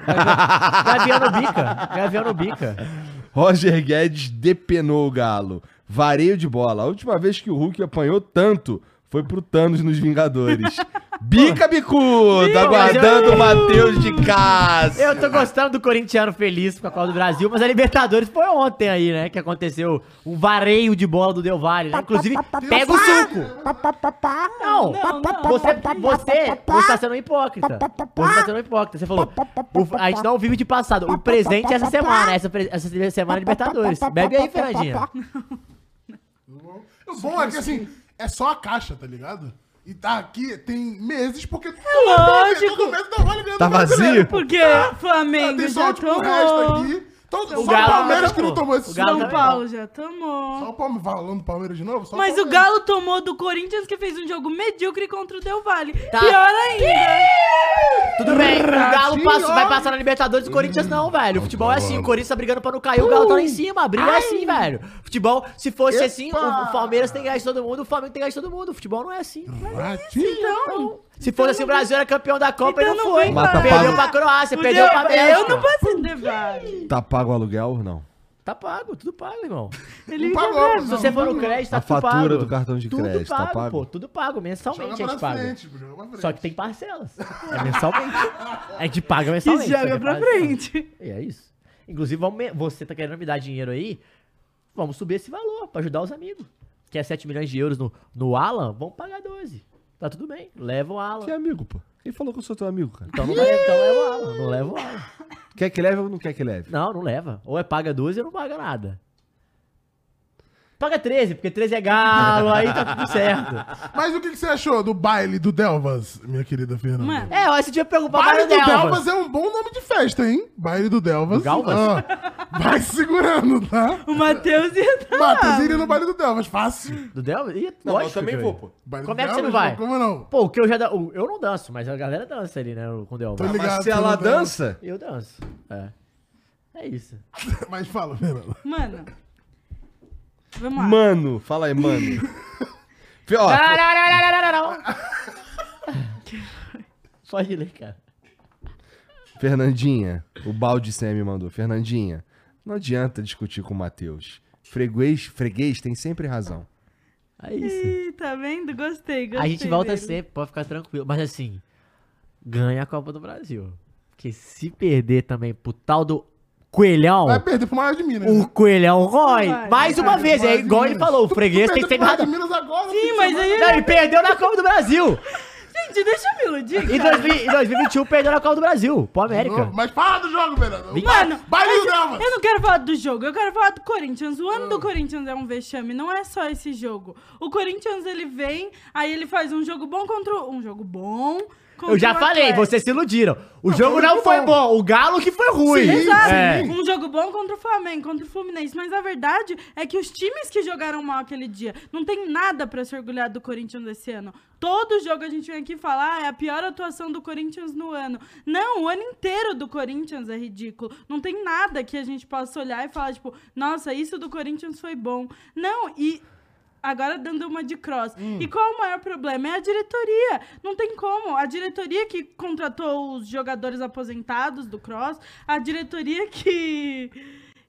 Speaker 2: Gavião no bica. Gavião no bica.
Speaker 1: Roger Guedes depenou o Galo. Vareio de bola. A última vez que o Hulk apanhou tanto foi pro Thanos nos Vingadores. Bica bicudo, aguardando o Matheus de casa.
Speaker 2: Eu tô gostando do corintiano feliz com a Copa do Brasil, mas a Libertadores foi ontem aí, né? Que aconteceu um vareio de bola do Del Valle, né? Inclusive, pega o suco. Não,
Speaker 4: Não, não.
Speaker 2: você, você, você tá sendo um hipócrita. Você tá sendo um hipócrita. Você falou, o- a gente não vive de passado. O presente é essa semana, essa, pre- essa semana é Libertadores. Bebe aí, Fernandinha.
Speaker 3: o bom é que, assim, é só a caixa, tá ligado? E tá aqui tem meses, porque
Speaker 2: É
Speaker 3: todo,
Speaker 4: lógico.
Speaker 3: mês, todo mês não vale ganhando
Speaker 1: Tá
Speaker 3: o brasileiro,
Speaker 1: vazio?
Speaker 3: pô.
Speaker 4: Porque
Speaker 3: Ah,
Speaker 4: Flamengo
Speaker 3: Tem só
Speaker 4: já
Speaker 3: tipo, o resto
Speaker 4: tomou.
Speaker 3: aqui. Todo,
Speaker 4: O
Speaker 3: só
Speaker 4: Galo
Speaker 3: o Palmeiras que
Speaker 2: tomou.
Speaker 3: não tomou esse
Speaker 2: O Galo
Speaker 3: susto.
Speaker 4: São
Speaker 2: também.
Speaker 4: Paulo já tomou.
Speaker 3: Só o Palmeiras, falando do Palmeiras de novo? Só
Speaker 4: Mas o
Speaker 3: Palmeiras.
Speaker 4: Galo tomou do Corinthians que fez um jogo medíocre contra o Del Valle.
Speaker 2: Tá.
Speaker 4: Pior ainda.
Speaker 2: Tudo bem, o Galo
Speaker 3: Ratinho,
Speaker 2: passa- vai
Speaker 3: ó.
Speaker 2: passar na Libertadores, o Corinthians não, velho. O futebol é assim, o Corinthians tá brigando pra não cair, o Galo tá lá em cima, a briga é assim, velho. Futebol, se fosse
Speaker 3: Epa!
Speaker 2: assim, o, o Palmeiras tem que ganhar de todo mundo, o Flamengo tem que ganhar de todo mundo. O futebol não é assim.
Speaker 3: Ratinho.
Speaker 4: Então,
Speaker 2: Se fosse assim, o Brasil era campeão da Copa
Speaker 4: Então
Speaker 2: e não
Speaker 4: não
Speaker 2: foi.
Speaker 4: vem
Speaker 1: falar.
Speaker 2: perdeu pra
Speaker 4: Mata
Speaker 2: Croácia,
Speaker 4: o
Speaker 2: perdeu
Speaker 4: Del-
Speaker 2: pra Bélgica.
Speaker 4: Eu não passei no Del Valle.
Speaker 1: Tá pago o aluguel ou não?
Speaker 2: Tá pago, tudo pago, irmão.
Speaker 4: Ele
Speaker 3: Não
Speaker 4: já
Speaker 3: pagou,
Speaker 4: pagou.
Speaker 2: Se
Speaker 3: Não,
Speaker 2: você for no
Speaker 3: não.
Speaker 2: crédito, tá
Speaker 1: A
Speaker 2: tudo
Speaker 1: fatura
Speaker 2: pago.
Speaker 1: do cartão de
Speaker 2: tudo
Speaker 1: crédito, tá
Speaker 2: pago,
Speaker 1: pago?
Speaker 2: pô, tudo pago, mensalmente
Speaker 3: Joga
Speaker 2: a gente
Speaker 3: pra
Speaker 2: paga.
Speaker 3: frente, pô, joga pra frente.
Speaker 2: Só que tem parcelas. É mensalmente. A gente paga
Speaker 4: Que
Speaker 2: mensalmente. só que é
Speaker 4: joga pra
Speaker 2: parcela.
Speaker 4: frente.
Speaker 2: E é isso. Inclusive, vamos me- você tá querendo me dar dinheiro aí? Vamos subir esse valor pra ajudar os amigos. Quer 7 milhões de euros no, no Alan? Vamos pagar 12. Tá tudo bem. Leva o Alan.
Speaker 1: Que é amigo, pô. Quem falou que eu sou teu amigo, cara?
Speaker 2: Então não vai, então leva o Alan. Não leva o Alan.
Speaker 1: Quer que leve ou não quer que leve?
Speaker 2: Não, não leva. Ou é paga 12 ou não paga nada. Paga 13, porque 13 é galo, aí tá tudo certo.
Speaker 3: Mas o que, que você achou do baile do Delvas, minha querida Fernanda?
Speaker 4: Mano,
Speaker 2: É, ó, se tiver preocupado,
Speaker 3: Baile
Speaker 2: vai
Speaker 3: do
Speaker 2: no
Speaker 3: Delvas.
Speaker 2: Delvas.
Speaker 3: é um bom nome de festa, hein? Baile do Delvas.
Speaker 2: Do Galvas?
Speaker 3: Ah, vai segurando, tá?
Speaker 4: o Matheus ia dar.
Speaker 3: Matheus iria no baile do Delvas, fácil.
Speaker 2: Do Delvas? Ih, lógico. que eu ia.
Speaker 3: Baile
Speaker 2: Como
Speaker 3: do
Speaker 2: é que você não
Speaker 3: Delvas,
Speaker 2: vai?
Speaker 3: pô, Como não?
Speaker 2: Pô, o que eu já... da- o- Eu não danço, mas a galera dança ali, né, com o Delvas.
Speaker 3: Tô ligado.
Speaker 1: Mas se
Speaker 3: pelo
Speaker 1: ela
Speaker 3: Deus.
Speaker 1: dança,
Speaker 2: Eu danço. É. É isso.
Speaker 3: Mas fala, Fernanda.
Speaker 4: Mano. Vamos lá.
Speaker 1: mano, fala aí, mano. Fê, Ó,
Speaker 2: Pode ler, cara.
Speaker 1: Fernandinha, o balde Sam me mandou. Fernandinha, não adianta discutir com o Matheus. Freguês, freguês tem sempre razão.
Speaker 2: É isso.
Speaker 4: Ih, tá vendo? Gostei, gostei.
Speaker 2: A gente volta
Speaker 4: dele.
Speaker 2: sempre, pode ficar tranquilo. Mas assim, ganha a Copa do Brasil. Porque se perder também pro tal do Coelhão,
Speaker 3: Vai perder pro maior de Minas. né?
Speaker 2: o Coelhão rói.
Speaker 4: Vai,
Speaker 2: Mais
Speaker 4: vai,
Speaker 2: uma
Speaker 3: Vai
Speaker 2: vez,
Speaker 3: pro
Speaker 2: é
Speaker 3: maior de
Speaker 2: igual ele
Speaker 3: Minas.
Speaker 2: falou, o
Speaker 3: Tu- tu
Speaker 2: freguês tem
Speaker 3: perdeu
Speaker 2: sempre
Speaker 3: pro maior de
Speaker 2: razão.
Speaker 3: Minas agora,
Speaker 4: Sim,
Speaker 3: filho,
Speaker 4: mas
Speaker 3: você
Speaker 4: aí-
Speaker 3: vai-
Speaker 2: Não, e perdeu na Copa do Brasil.
Speaker 4: Gente, deixa eu me iludir.
Speaker 2: Em
Speaker 4: cara.
Speaker 2: 2000 em 2021 perdeu na Copa do Brasil, pro América.
Speaker 3: Mas fala do jogo, Fernanda. O
Speaker 2: Vinte-
Speaker 3: ba-
Speaker 4: Mano,
Speaker 3: baile do
Speaker 4: mas
Speaker 3: Delvas.
Speaker 4: eu, eu não quero falar do jogo, eu quero falar do Corinthians. O ano do Corinthians é um vexame, não é só esse jogo. O Corinthians, ele vem, aí ele faz um jogo bom contra... o- Um jogo bom contra
Speaker 2: Eu já
Speaker 4: o
Speaker 2: falei,
Speaker 4: Atlético.
Speaker 2: vocês se iludiram. O jogo
Speaker 3: foi
Speaker 2: não
Speaker 3: muito
Speaker 2: foi
Speaker 3: bom.
Speaker 2: bom, o Galo que foi ruim.
Speaker 3: Sim,
Speaker 4: Exato.
Speaker 2: É.
Speaker 4: Um jogo bom contra o Flamengo, contra o Fluminense. Mas a verdade é que os times que jogaram mal aquele dia não tem nada pra se orgulhar do Corinthians desse ano. Todo jogo a gente vem aqui falar "Ah, é a pior atuação do Corinthians no ano. Não, o ano inteiro do Corinthians é ridículo. Não tem nada que a gente possa olhar e falar, tipo, nossa, isso do Corinthians foi bom. Não, e Agora dando uma de cross. E qual é o maior problema? É a diretoria. Não tem como. A diretoria que contratou os jogadores aposentados do cross, a diretoria que.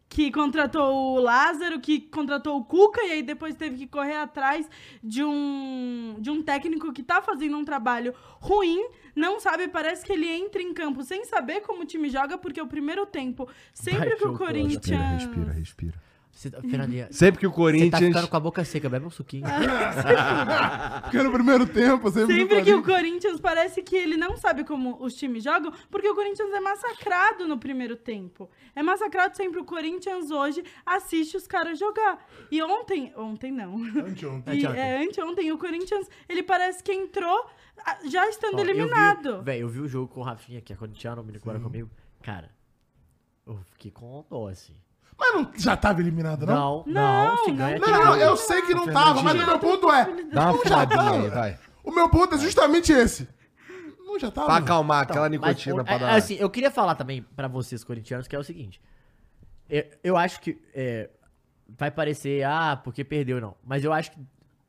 Speaker 4: Que contratou o Lázaro, que contratou o Cuca e aí depois teve que correr atrás de um, de um técnico que tá fazendo um trabalho ruim, não sabe, parece que ele entra em campo sem saber como o time joga, porque o primeiro tempo, sempre que
Speaker 2: Baixou
Speaker 4: o
Speaker 2: o close.
Speaker 4: Corinthians.
Speaker 1: Respira, respira, respira.
Speaker 2: Você tá- Fernandinha,
Speaker 1: Sempre que o
Speaker 2: você tá
Speaker 1: Corinthians.
Speaker 2: ficando com a boca seca, bebe um suquinho.
Speaker 4: Ah,
Speaker 3: Porque no primeiro tempo, sempre,
Speaker 4: Sempre que o
Speaker 3: Corinthians-
Speaker 4: Corinthians parece que ele não sabe como os times jogam, porque o Corinthians é massacrado no primeiro tempo. É massacrado sempre. O Corinthians hoje assiste os caras jogar. E ontem, ontem não.
Speaker 3: Anteontem.
Speaker 4: E,
Speaker 2: Anteontem.
Speaker 4: é, anteontem, o Corinthians, ele parece que entrou ah, já estando
Speaker 2: Ó, eu vi-
Speaker 4: eliminado.
Speaker 2: Véi, eu vi o jogo com o Rafinha, que é corintiano, o menino que mora comigo. Cara, eu fiquei com dó, assim.
Speaker 3: Mas não, já tava eliminado, não?
Speaker 2: Não, é não,
Speaker 4: Não,
Speaker 2: se ganha
Speaker 4: não,
Speaker 3: Não,
Speaker 2: aquele
Speaker 3: não,
Speaker 1: é
Speaker 2: jogo.
Speaker 3: eu sei que não tava, mas o meu ponto é.
Speaker 1: Dá uma
Speaker 3: Não já
Speaker 1: fumadinha aí,
Speaker 3: tava.
Speaker 1: vai.
Speaker 3: O meu ponto é justamente esse. Não já tava.
Speaker 1: Pra acalmar aquela
Speaker 2: Mas,
Speaker 1: nicotina
Speaker 2: o-
Speaker 1: pra
Speaker 2: é-
Speaker 1: dar.
Speaker 2: Assim, eu queria falar também pra vocês, corintianos, que é o seguinte. Eu, eu acho que é, vai parecer, ah, porque perdeu, não. Mas eu acho que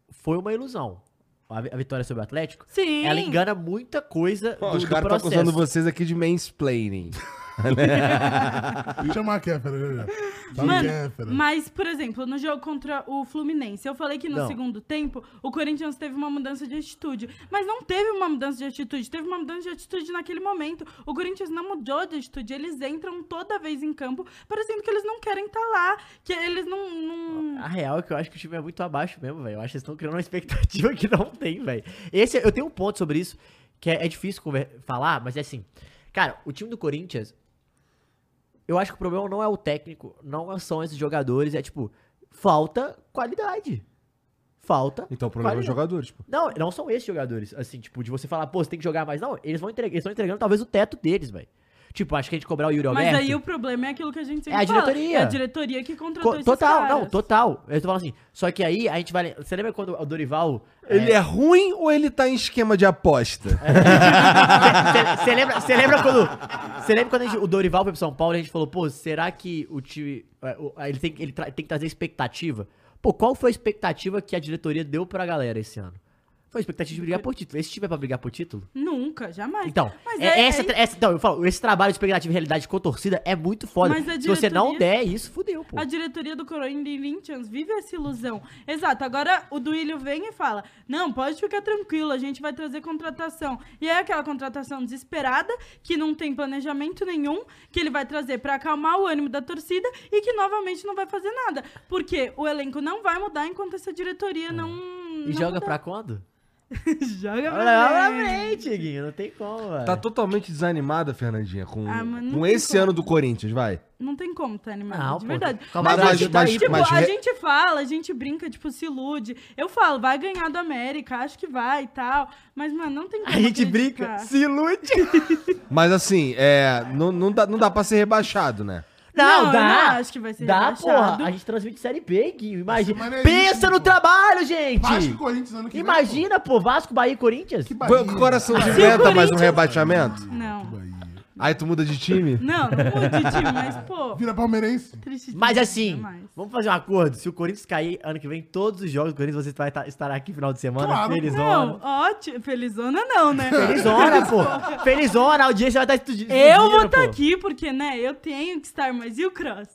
Speaker 2: foi uma ilusão. A, vi- a vitória sobre o Atlético,
Speaker 4: Sim.
Speaker 2: ela engana muita coisa
Speaker 1: Pô,
Speaker 2: do,
Speaker 1: os
Speaker 2: do
Speaker 1: caras estão
Speaker 2: processo.
Speaker 1: acusando vocês aqui de mansplaining.
Speaker 3: Deixa eu chamar a Kéfera. Tá
Speaker 4: Mano,
Speaker 3: Kéfera.
Speaker 4: mas, por exemplo, no jogo contra o Fluminense, eu falei que no
Speaker 2: Não.
Speaker 4: segundo tempo o Corinthians teve uma mudança de atitude. Mas não teve uma mudança de atitude, teve uma mudança de atitude naquele momento. O Corinthians não mudou de atitude, eles entram toda vez em campo, parecendo que eles não querem estar lá, que eles não. não-
Speaker 2: A real é que eu acho que o time é muito abaixo mesmo, velho. Eu acho que eles estão criando uma expectativa que não tem, velho. Esse, eu tenho um ponto sobre isso, que é, é difícil conver- falar, mas é assim. Cara, o time do Corinthians, eu acho que o problema não é o técnico, não são esses jogadores, é tipo, falta qualidade. Falta.
Speaker 1: Então o problema é os
Speaker 2: qualidade.
Speaker 1: jogadores, pô.
Speaker 2: Não, não são esses jogadores, assim, tipo, de você falar, pô, você tem que jogar mais. Não, eles vão entregar, eles estão entregando talvez o teto deles, velho. Tipo, acho que a gente cobrar o Yuri Alberto...
Speaker 4: Mas aí o problema é aquilo que a gente sempre
Speaker 2: É a
Speaker 4: fala,
Speaker 2: diretoria.
Speaker 4: É a diretoria que contratou
Speaker 2: Co-
Speaker 4: esses
Speaker 2: total,
Speaker 4: caras.
Speaker 2: não, total. Eu tô falando assim, só que aí a gente vai... Você lembra quando o Dorival...
Speaker 1: Ele é ruim ou ele tá em esquema de aposta?
Speaker 2: é, Você lembra, cê lembra quando, cê lembra quando a gente- o Dorival foi pro São Paulo e a gente falou, pô, será que o time. é, o- Ele tem, ele tra- tem que trazer expectativa? Pô, qual foi a expectativa que a diretoria deu pra galera esse ano? Foi a expectativa de brigar por título. Esse time é pra brigar por título?
Speaker 4: Nunca, jamais.
Speaker 2: Então,
Speaker 4: Mas
Speaker 2: é, essa, essa- então, eu falo, esse trabalho de expectativa e realidade com torcida é muito foda.
Speaker 4: Mas a
Speaker 2: Se você não
Speaker 4: diretoria-
Speaker 2: der isso, fudeu, pô.
Speaker 4: A diretoria do Corinthians vive essa ilusão. Exato, agora o Duílio vem e fala: não, pode ficar tranquilo, a gente vai trazer contratação. E é aquela contratação desesperada, que não tem planejamento nenhum, que ele vai trazer pra acalmar o ânimo da torcida e que novamente não vai fazer nada. Porque o elenco não vai mudar enquanto essa diretoria não.
Speaker 2: É. E joga pra quando?
Speaker 4: joga
Speaker 2: Olha
Speaker 4: pra
Speaker 2: pra
Speaker 4: frente.
Speaker 2: frente, Guinho, não tem como, velho.
Speaker 1: Tá totalmente desanimada, Fernandinha, com,
Speaker 4: Ah, mas não
Speaker 1: com
Speaker 4: tem
Speaker 1: esse
Speaker 4: como.
Speaker 1: ano do Corinthians, vai.
Speaker 4: Não tem como tá animado,
Speaker 2: Não,
Speaker 4: de
Speaker 2: pô,
Speaker 4: verdade.
Speaker 2: tá- calma,
Speaker 1: Mas-
Speaker 2: Brasil
Speaker 1: mas-
Speaker 2: aí,
Speaker 1: mas-
Speaker 4: Tipo,
Speaker 2: pô.
Speaker 4: a
Speaker 1: re-
Speaker 4: gente fala, a gente brinca, tipo, se ilude. Eu falo, vai ganhar do América, acho que vai e tal. Mas, mano, não tem
Speaker 2: A
Speaker 4: como
Speaker 2: gente
Speaker 4: acreditar.
Speaker 2: brinca, se ilude.
Speaker 1: Mas assim, é, não, não, dá, não dá pra ser rebaixado, né?
Speaker 2: Não,
Speaker 4: Não, eu
Speaker 2: dá.
Speaker 4: não acho que vai ser
Speaker 2: Dá,
Speaker 4: rebaixado.
Speaker 2: porra. A gente transmite Série B, Guinho. Imagina.
Speaker 3: Mas não é
Speaker 2: Pensa
Speaker 3: isso,
Speaker 2: no
Speaker 3: pô.
Speaker 2: trabalho, gente.
Speaker 3: Vasco e Corinthians ano que vem.
Speaker 2: Imagina, pô. Vasco, Bahia e Corinthians.
Speaker 3: pô. Que
Speaker 1: Foi
Speaker 3: Bahia.
Speaker 1: o coração de
Speaker 4: Se o
Speaker 1: meta mais um
Speaker 4: Corinthians-
Speaker 1: rebaixamento?
Speaker 4: Não.
Speaker 3: Bahia.
Speaker 1: Aí tu muda de time?
Speaker 4: Não, não mude de time, mas, pô,
Speaker 3: Vira palmeirense.
Speaker 4: triste
Speaker 2: Mas
Speaker 3: né?
Speaker 4: demais.
Speaker 2: assim,
Speaker 4: Demais.
Speaker 2: vamos fazer um acordo. Se o Corinthians cair ano que vem, todos os jogos do Corinthians você vai tá, estar- estará aqui final de semana.
Speaker 3: Claro.
Speaker 2: Felizona.
Speaker 4: Não, ótimo. Felizona não, né?
Speaker 2: Felizona, pô. Felizona, a audiência vai tá estar estudando.
Speaker 4: Eu vou estar aqui porque, né, eu tenho que estar, mas e o Cross?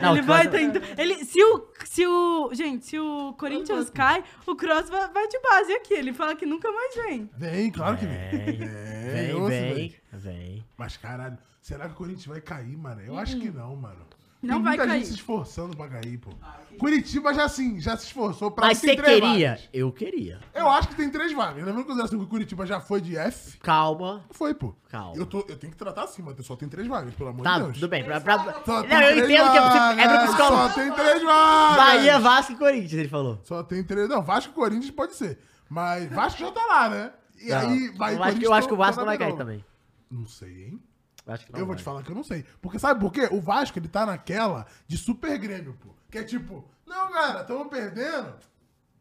Speaker 2: Não,
Speaker 4: ele
Speaker 2: o
Speaker 4: vai
Speaker 2: Cross- é-
Speaker 4: tentar. Ele, se, o, se o. Gente, se o Corinthians cai, o Cross vai, vai de base aqui. Ele fala que nunca mais vem.
Speaker 3: Vem, claro que vem.
Speaker 2: Vem,
Speaker 3: ouça,
Speaker 2: vem,
Speaker 3: É velho.
Speaker 2: vem.
Speaker 3: Mas caralho, será que o Corinthians vai cair, mano? Eu acho
Speaker 2: Uhum.
Speaker 3: que não, mano.
Speaker 4: Não vai
Speaker 3: muita
Speaker 4: cair.
Speaker 3: gente se esforçando pra cair, pô. Curitiba já assim, já se esforçou pra
Speaker 2: Mas
Speaker 3: tem
Speaker 2: você
Speaker 3: três
Speaker 2: queria?
Speaker 3: vagas.
Speaker 2: Eu queria.
Speaker 3: Eu acho que tem três vagas. Lembrando que o 05 Curitiba já foi de F?
Speaker 2: Calma.
Speaker 3: Foi, pô.
Speaker 2: Calma.
Speaker 3: Eu, tô, eu tenho que tratar assim, Matheus. Só tem três vagas, pelo amor
Speaker 2: Tá,
Speaker 3: de Deus.
Speaker 2: tudo bem. Pra, pra...
Speaker 3: Só
Speaker 2: Não,
Speaker 3: tem
Speaker 2: eu
Speaker 3: três
Speaker 2: entendo que é pra, é pra
Speaker 3: vagas,
Speaker 2: psicólogo.
Speaker 3: Só tem três vagas.
Speaker 2: Bahia, Vasco e Corinthians, ele falou.
Speaker 3: Só tem três. Não, Vasco e Corinthians pode ser. Mas Vasco já tá lá, né? E
Speaker 2: Não, eu, acho
Speaker 3: aí, Bahia e
Speaker 2: que, eu
Speaker 3: Corinthians
Speaker 2: acho que o
Speaker 3: tão-
Speaker 2: Vasco
Speaker 3: tão
Speaker 2: não vai
Speaker 3: na
Speaker 2: cair
Speaker 3: melhor.
Speaker 2: também.
Speaker 3: Não sei, hein?
Speaker 2: Eu acho que não
Speaker 3: Eu vou
Speaker 2: vai.
Speaker 3: te falar que eu não sei. Porque sabe por quê? O Vasco, ele tá naquela de super Grêmio, pô. Que é tipo, não, cara, tamo perdendo,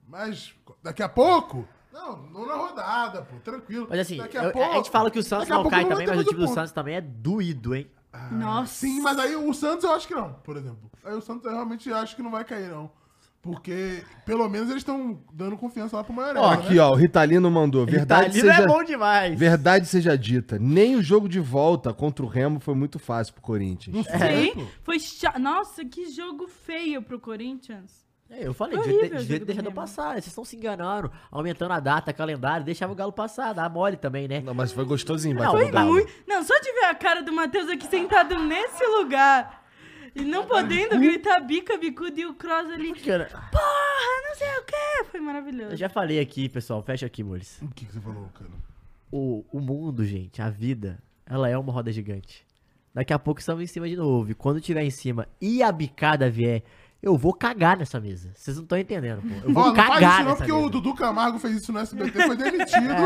Speaker 3: mas daqui a pouco... Não, não na rodada, pô, tranquilo.
Speaker 2: Mas assim,
Speaker 3: Daqui
Speaker 2: eu- a, gente fala que o Santos
Speaker 3: daqui a
Speaker 2: não
Speaker 3: pouco
Speaker 2: cai
Speaker 3: vai
Speaker 2: também,
Speaker 3: ter
Speaker 2: mas o
Speaker 3: muito
Speaker 2: time do
Speaker 3: ponto.
Speaker 2: Santos também é doído, hein?
Speaker 4: Nossa.
Speaker 3: Sim, mas aí o Santos eu acho que não, por exemplo. Aí o Santos eu realmente acho que não vai cair, não. Porque, pelo menos, eles estão dando confiança lá pro né? Maiorela,
Speaker 1: Ó, aqui, ó, o Ritalino mandou. Verdade
Speaker 2: Italino
Speaker 1: seja,
Speaker 2: é bom demais.
Speaker 1: verdade seja dita, nem o jogo de volta contra o Remo foi muito fácil pro Corinthians.
Speaker 4: É. Sim, foi chato. Nossa, que jogo feio pro Corinthians.
Speaker 2: É, eu falei,
Speaker 4: Horrível
Speaker 2: devia ter-
Speaker 4: o
Speaker 2: devia ter
Speaker 4: jogo do
Speaker 2: deixado eu
Speaker 4: Remo.
Speaker 2: passar. né? Vocês estão se enganando, aumentando a data, calendário, deixava o Galo passar, dá mole também, né?
Speaker 1: Não, mas foi gostosinho,
Speaker 2: Não,
Speaker 1: bateu
Speaker 2: foi
Speaker 1: o Galo.
Speaker 4: Muito- Não, só de ver a cara do Matheus aqui sentado nesse lugar. E não podendo gritar bica, bicuda e o Cross ali.
Speaker 2: Cara,
Speaker 4: Porra, não sei o quê. Foi maravilhoso.
Speaker 2: né? Eu já falei aqui, pessoal, fecha aqui, Boris.
Speaker 3: O que, que você falou, cara?
Speaker 2: O, o mundo, gente, a vida, ela é uma roda gigante. Daqui a pouco estamos em cima de novo. E quando tiver em cima e a bicada vier, eu vou cagar nessa mesa. Vocês não estão entendendo, pô. Eu
Speaker 3: Ó,
Speaker 2: vou
Speaker 3: não faz
Speaker 2: cagar
Speaker 3: isso não,
Speaker 2: nessa
Speaker 3: porque
Speaker 2: mesa.
Speaker 3: o Dudu Camargo fez isso no SBT, foi demitido.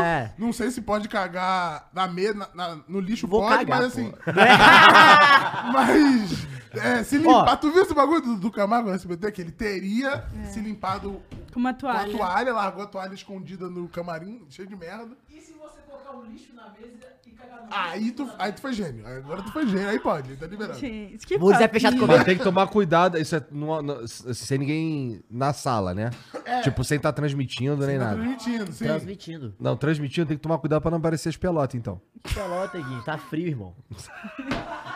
Speaker 2: É.
Speaker 3: Não sei se pode cagar na me, na- na- no lixo,
Speaker 2: Vou
Speaker 3: pode,
Speaker 2: cagar,
Speaker 3: mas assim...
Speaker 2: pô. Tá
Speaker 3: mas... é, se limpar... tu viu esse bagulho do Dudu Camargo no SBT? Que ele teria se limpado
Speaker 4: Com uma
Speaker 3: com a
Speaker 4: toalha.
Speaker 3: toalha, largou a toalha escondida no camarim, cheio de merda.
Speaker 5: E se você colocar um lixo na mesa e cagar no
Speaker 3: Aí tu, aí tu foi gênio. Agora tu foi gênio, aí pode, tá liberado.
Speaker 4: Gente, que
Speaker 2: Vamos dizer
Speaker 4: papinho.
Speaker 2: é fechado comigo.
Speaker 1: Mas tem que tomar cuidado, isso é numa- no- sem ninguém na sala, né? Tipo, sem estar transmitindo nem
Speaker 3: Tá
Speaker 1: nada.
Speaker 3: transmitindo, sim.
Speaker 2: Transmitindo.
Speaker 1: Não, transmitindo tem que tomar cuidado pra não aparecer as pelotas, então.
Speaker 2: Pelota, Gui, tá frio, irmão.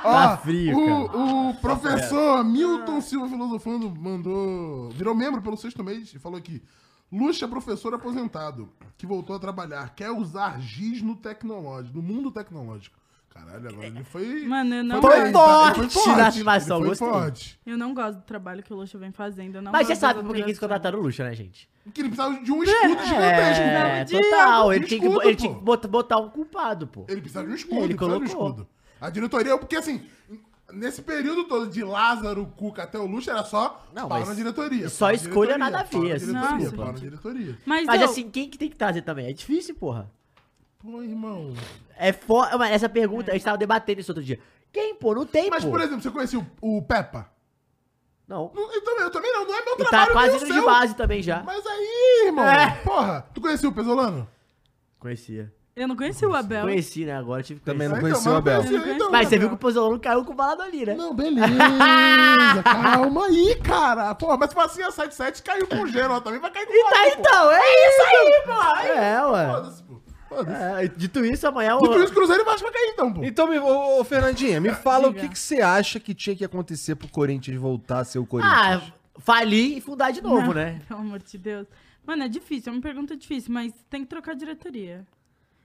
Speaker 3: Ó,
Speaker 2: Tá frio,
Speaker 3: o, o professor Milton Silva Filosofando mandou. Virou membro pelo sexto mês e falou aqui. Luxa, professor aposentado, que voltou a trabalhar, quer usar giz no tecnológico, no mundo tecnológico. Caralho, agora ele foi.
Speaker 4: Mano, eu não
Speaker 2: Foi
Speaker 3: bem, tá? Ele
Speaker 2: é forte na afirmação,
Speaker 3: ele
Speaker 2: gostei.
Speaker 3: foi forte.
Speaker 4: Eu não gosto do trabalho que o Luxo vem fazendo. eu não
Speaker 2: Mas
Speaker 4: gosto
Speaker 2: você sabe
Speaker 4: das
Speaker 2: por que que eles
Speaker 4: alterações.
Speaker 2: contrataram o Lucha, né, gente?
Speaker 3: Que ele precisava de um escudo gigantesco.
Speaker 2: É,
Speaker 3: né?
Speaker 2: total. Ele
Speaker 3: Um
Speaker 2: tinha que,
Speaker 3: escudo,
Speaker 2: ele
Speaker 3: pô.
Speaker 2: tinha que bota- botar um culpado, pô.
Speaker 3: Ele precisava de um escudo,
Speaker 2: Ele
Speaker 3: ele precisava de um
Speaker 2: colocou.
Speaker 3: escudo. A diretoria, porque assim, Nesse período todo de Lázaro, Cuca até o Luxo, era só
Speaker 2: Não,
Speaker 3: pau
Speaker 2: mas
Speaker 3: na diretoria.
Speaker 2: só
Speaker 3: pau na
Speaker 2: escolha
Speaker 3: diretoria,
Speaker 2: nada a
Speaker 3: pau na
Speaker 2: ver, assim,
Speaker 3: diretoria,
Speaker 4: tipo,
Speaker 3: pau na diretoria.
Speaker 4: Mas,
Speaker 2: Mas
Speaker 4: ô,
Speaker 2: assim, quem que tem que trazer também? É difícil, porra.
Speaker 3: Pô, irmão.
Speaker 2: É foda. Mas essa pergunta, a gente tava debatendo isso outro dia. Quem, pô? Não tem,
Speaker 3: Mas,
Speaker 2: pô.
Speaker 3: por exemplo, você conhecia o, o Peppa?
Speaker 2: Não.
Speaker 3: Não, eu, também, eu também não, não é meu
Speaker 2: E
Speaker 3: trabalho.
Speaker 2: tá quase
Speaker 3: nem o
Speaker 2: indo de
Speaker 3: seu.
Speaker 2: base também já.
Speaker 3: Mas aí, irmão,
Speaker 2: É.
Speaker 3: porra, tu conhecia o Pesolano?
Speaker 2: Conhecia.
Speaker 4: eu não conheci o Abel.
Speaker 2: Conheci, né? Agora tive que
Speaker 1: Também não
Speaker 2: conhecer.
Speaker 3: Ah,
Speaker 1: conhecia o
Speaker 3: mas
Speaker 1: Abel.
Speaker 3: conhecia, então,
Speaker 2: Mas você viu que o
Speaker 3: Abel.
Speaker 2: Pozzolano caiu com o balado ali, né?
Speaker 3: Não, beleza, calma aí, cara. Porra, mas se assim, a 77 caiu com o Gênova também, vai cair com o
Speaker 2: E tá
Speaker 3: Vasco, pô.
Speaker 2: então, é isso aí, pô! É, ué.
Speaker 3: Foda-se, pô. Foda-se.
Speaker 2: É, dito isso, amanhã o.
Speaker 3: Tudo isso, Cruzeiro e Vasco vai cair então, pô.
Speaker 1: Então, me, ô, ô, Fernandinha, me fala o
Speaker 4: Diga.
Speaker 1: que, que você acha que tinha que acontecer pro Corinthians voltar a ser o Corinthians.
Speaker 2: Ah, falir e fundar de novo,
Speaker 4: Não,
Speaker 2: né?
Speaker 4: Pelo amor de Deus. Mano, é difícil, é uma pergunta difícil, mas tem que trocar a diretoria.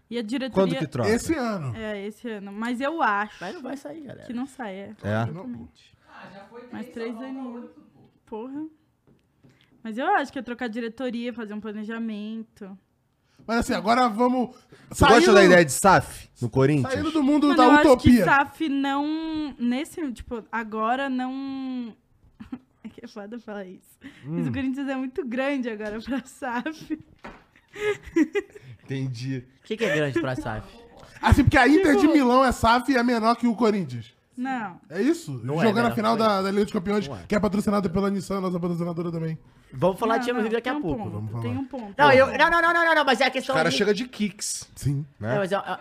Speaker 4: E a diretoria.
Speaker 1: Quando que troca?
Speaker 3: Esse ano.
Speaker 4: É, esse ano. Mas eu acho
Speaker 2: Mas não vai sair, galera.
Speaker 4: que não sai. É.
Speaker 1: É.
Speaker 4: Exatamente. Mais três aninhos. Porra. Mas eu acho que é trocar a diretoria, fazer um planejamento.
Speaker 3: Mas assim, agora vamos.
Speaker 1: Você gosta da ideia de SAF no Corinthians?
Speaker 3: Saindo do mundo
Speaker 4: Mano,
Speaker 3: da
Speaker 4: eu acho que
Speaker 3: utopia.
Speaker 4: SAF não. Nesse, tipo, agora não. É que é foda falar isso.
Speaker 2: Hum.
Speaker 4: Mas o Corinthians é muito grande agora pra SAF.
Speaker 1: Entendi.
Speaker 2: O que, que é grande pra SAF?
Speaker 3: Assim, porque a Inter de Milão é SAF e é menor que o Corinthians.
Speaker 4: Não.
Speaker 3: É isso?
Speaker 2: Não é,
Speaker 3: Jogando
Speaker 2: né?
Speaker 3: a final
Speaker 2: Não é.
Speaker 3: da, da Liga dos Campeões, que é patrocinada pela Nissan, nossa patrocinadora também.
Speaker 2: Vamos falar
Speaker 4: não,
Speaker 2: de Champions
Speaker 4: não,
Speaker 2: League daqui
Speaker 4: tem
Speaker 2: a
Speaker 4: um
Speaker 2: pouco.
Speaker 4: ponto,
Speaker 3: Vamos falar.
Speaker 4: Tem um ponto.
Speaker 2: Não, eu, não, não, não, não, não, não, mas é a
Speaker 1: O
Speaker 2: questão.
Speaker 1: cara
Speaker 2: de-
Speaker 1: chega de kicks,
Speaker 3: Sim.
Speaker 1: né?
Speaker 2: É, mas, é- é-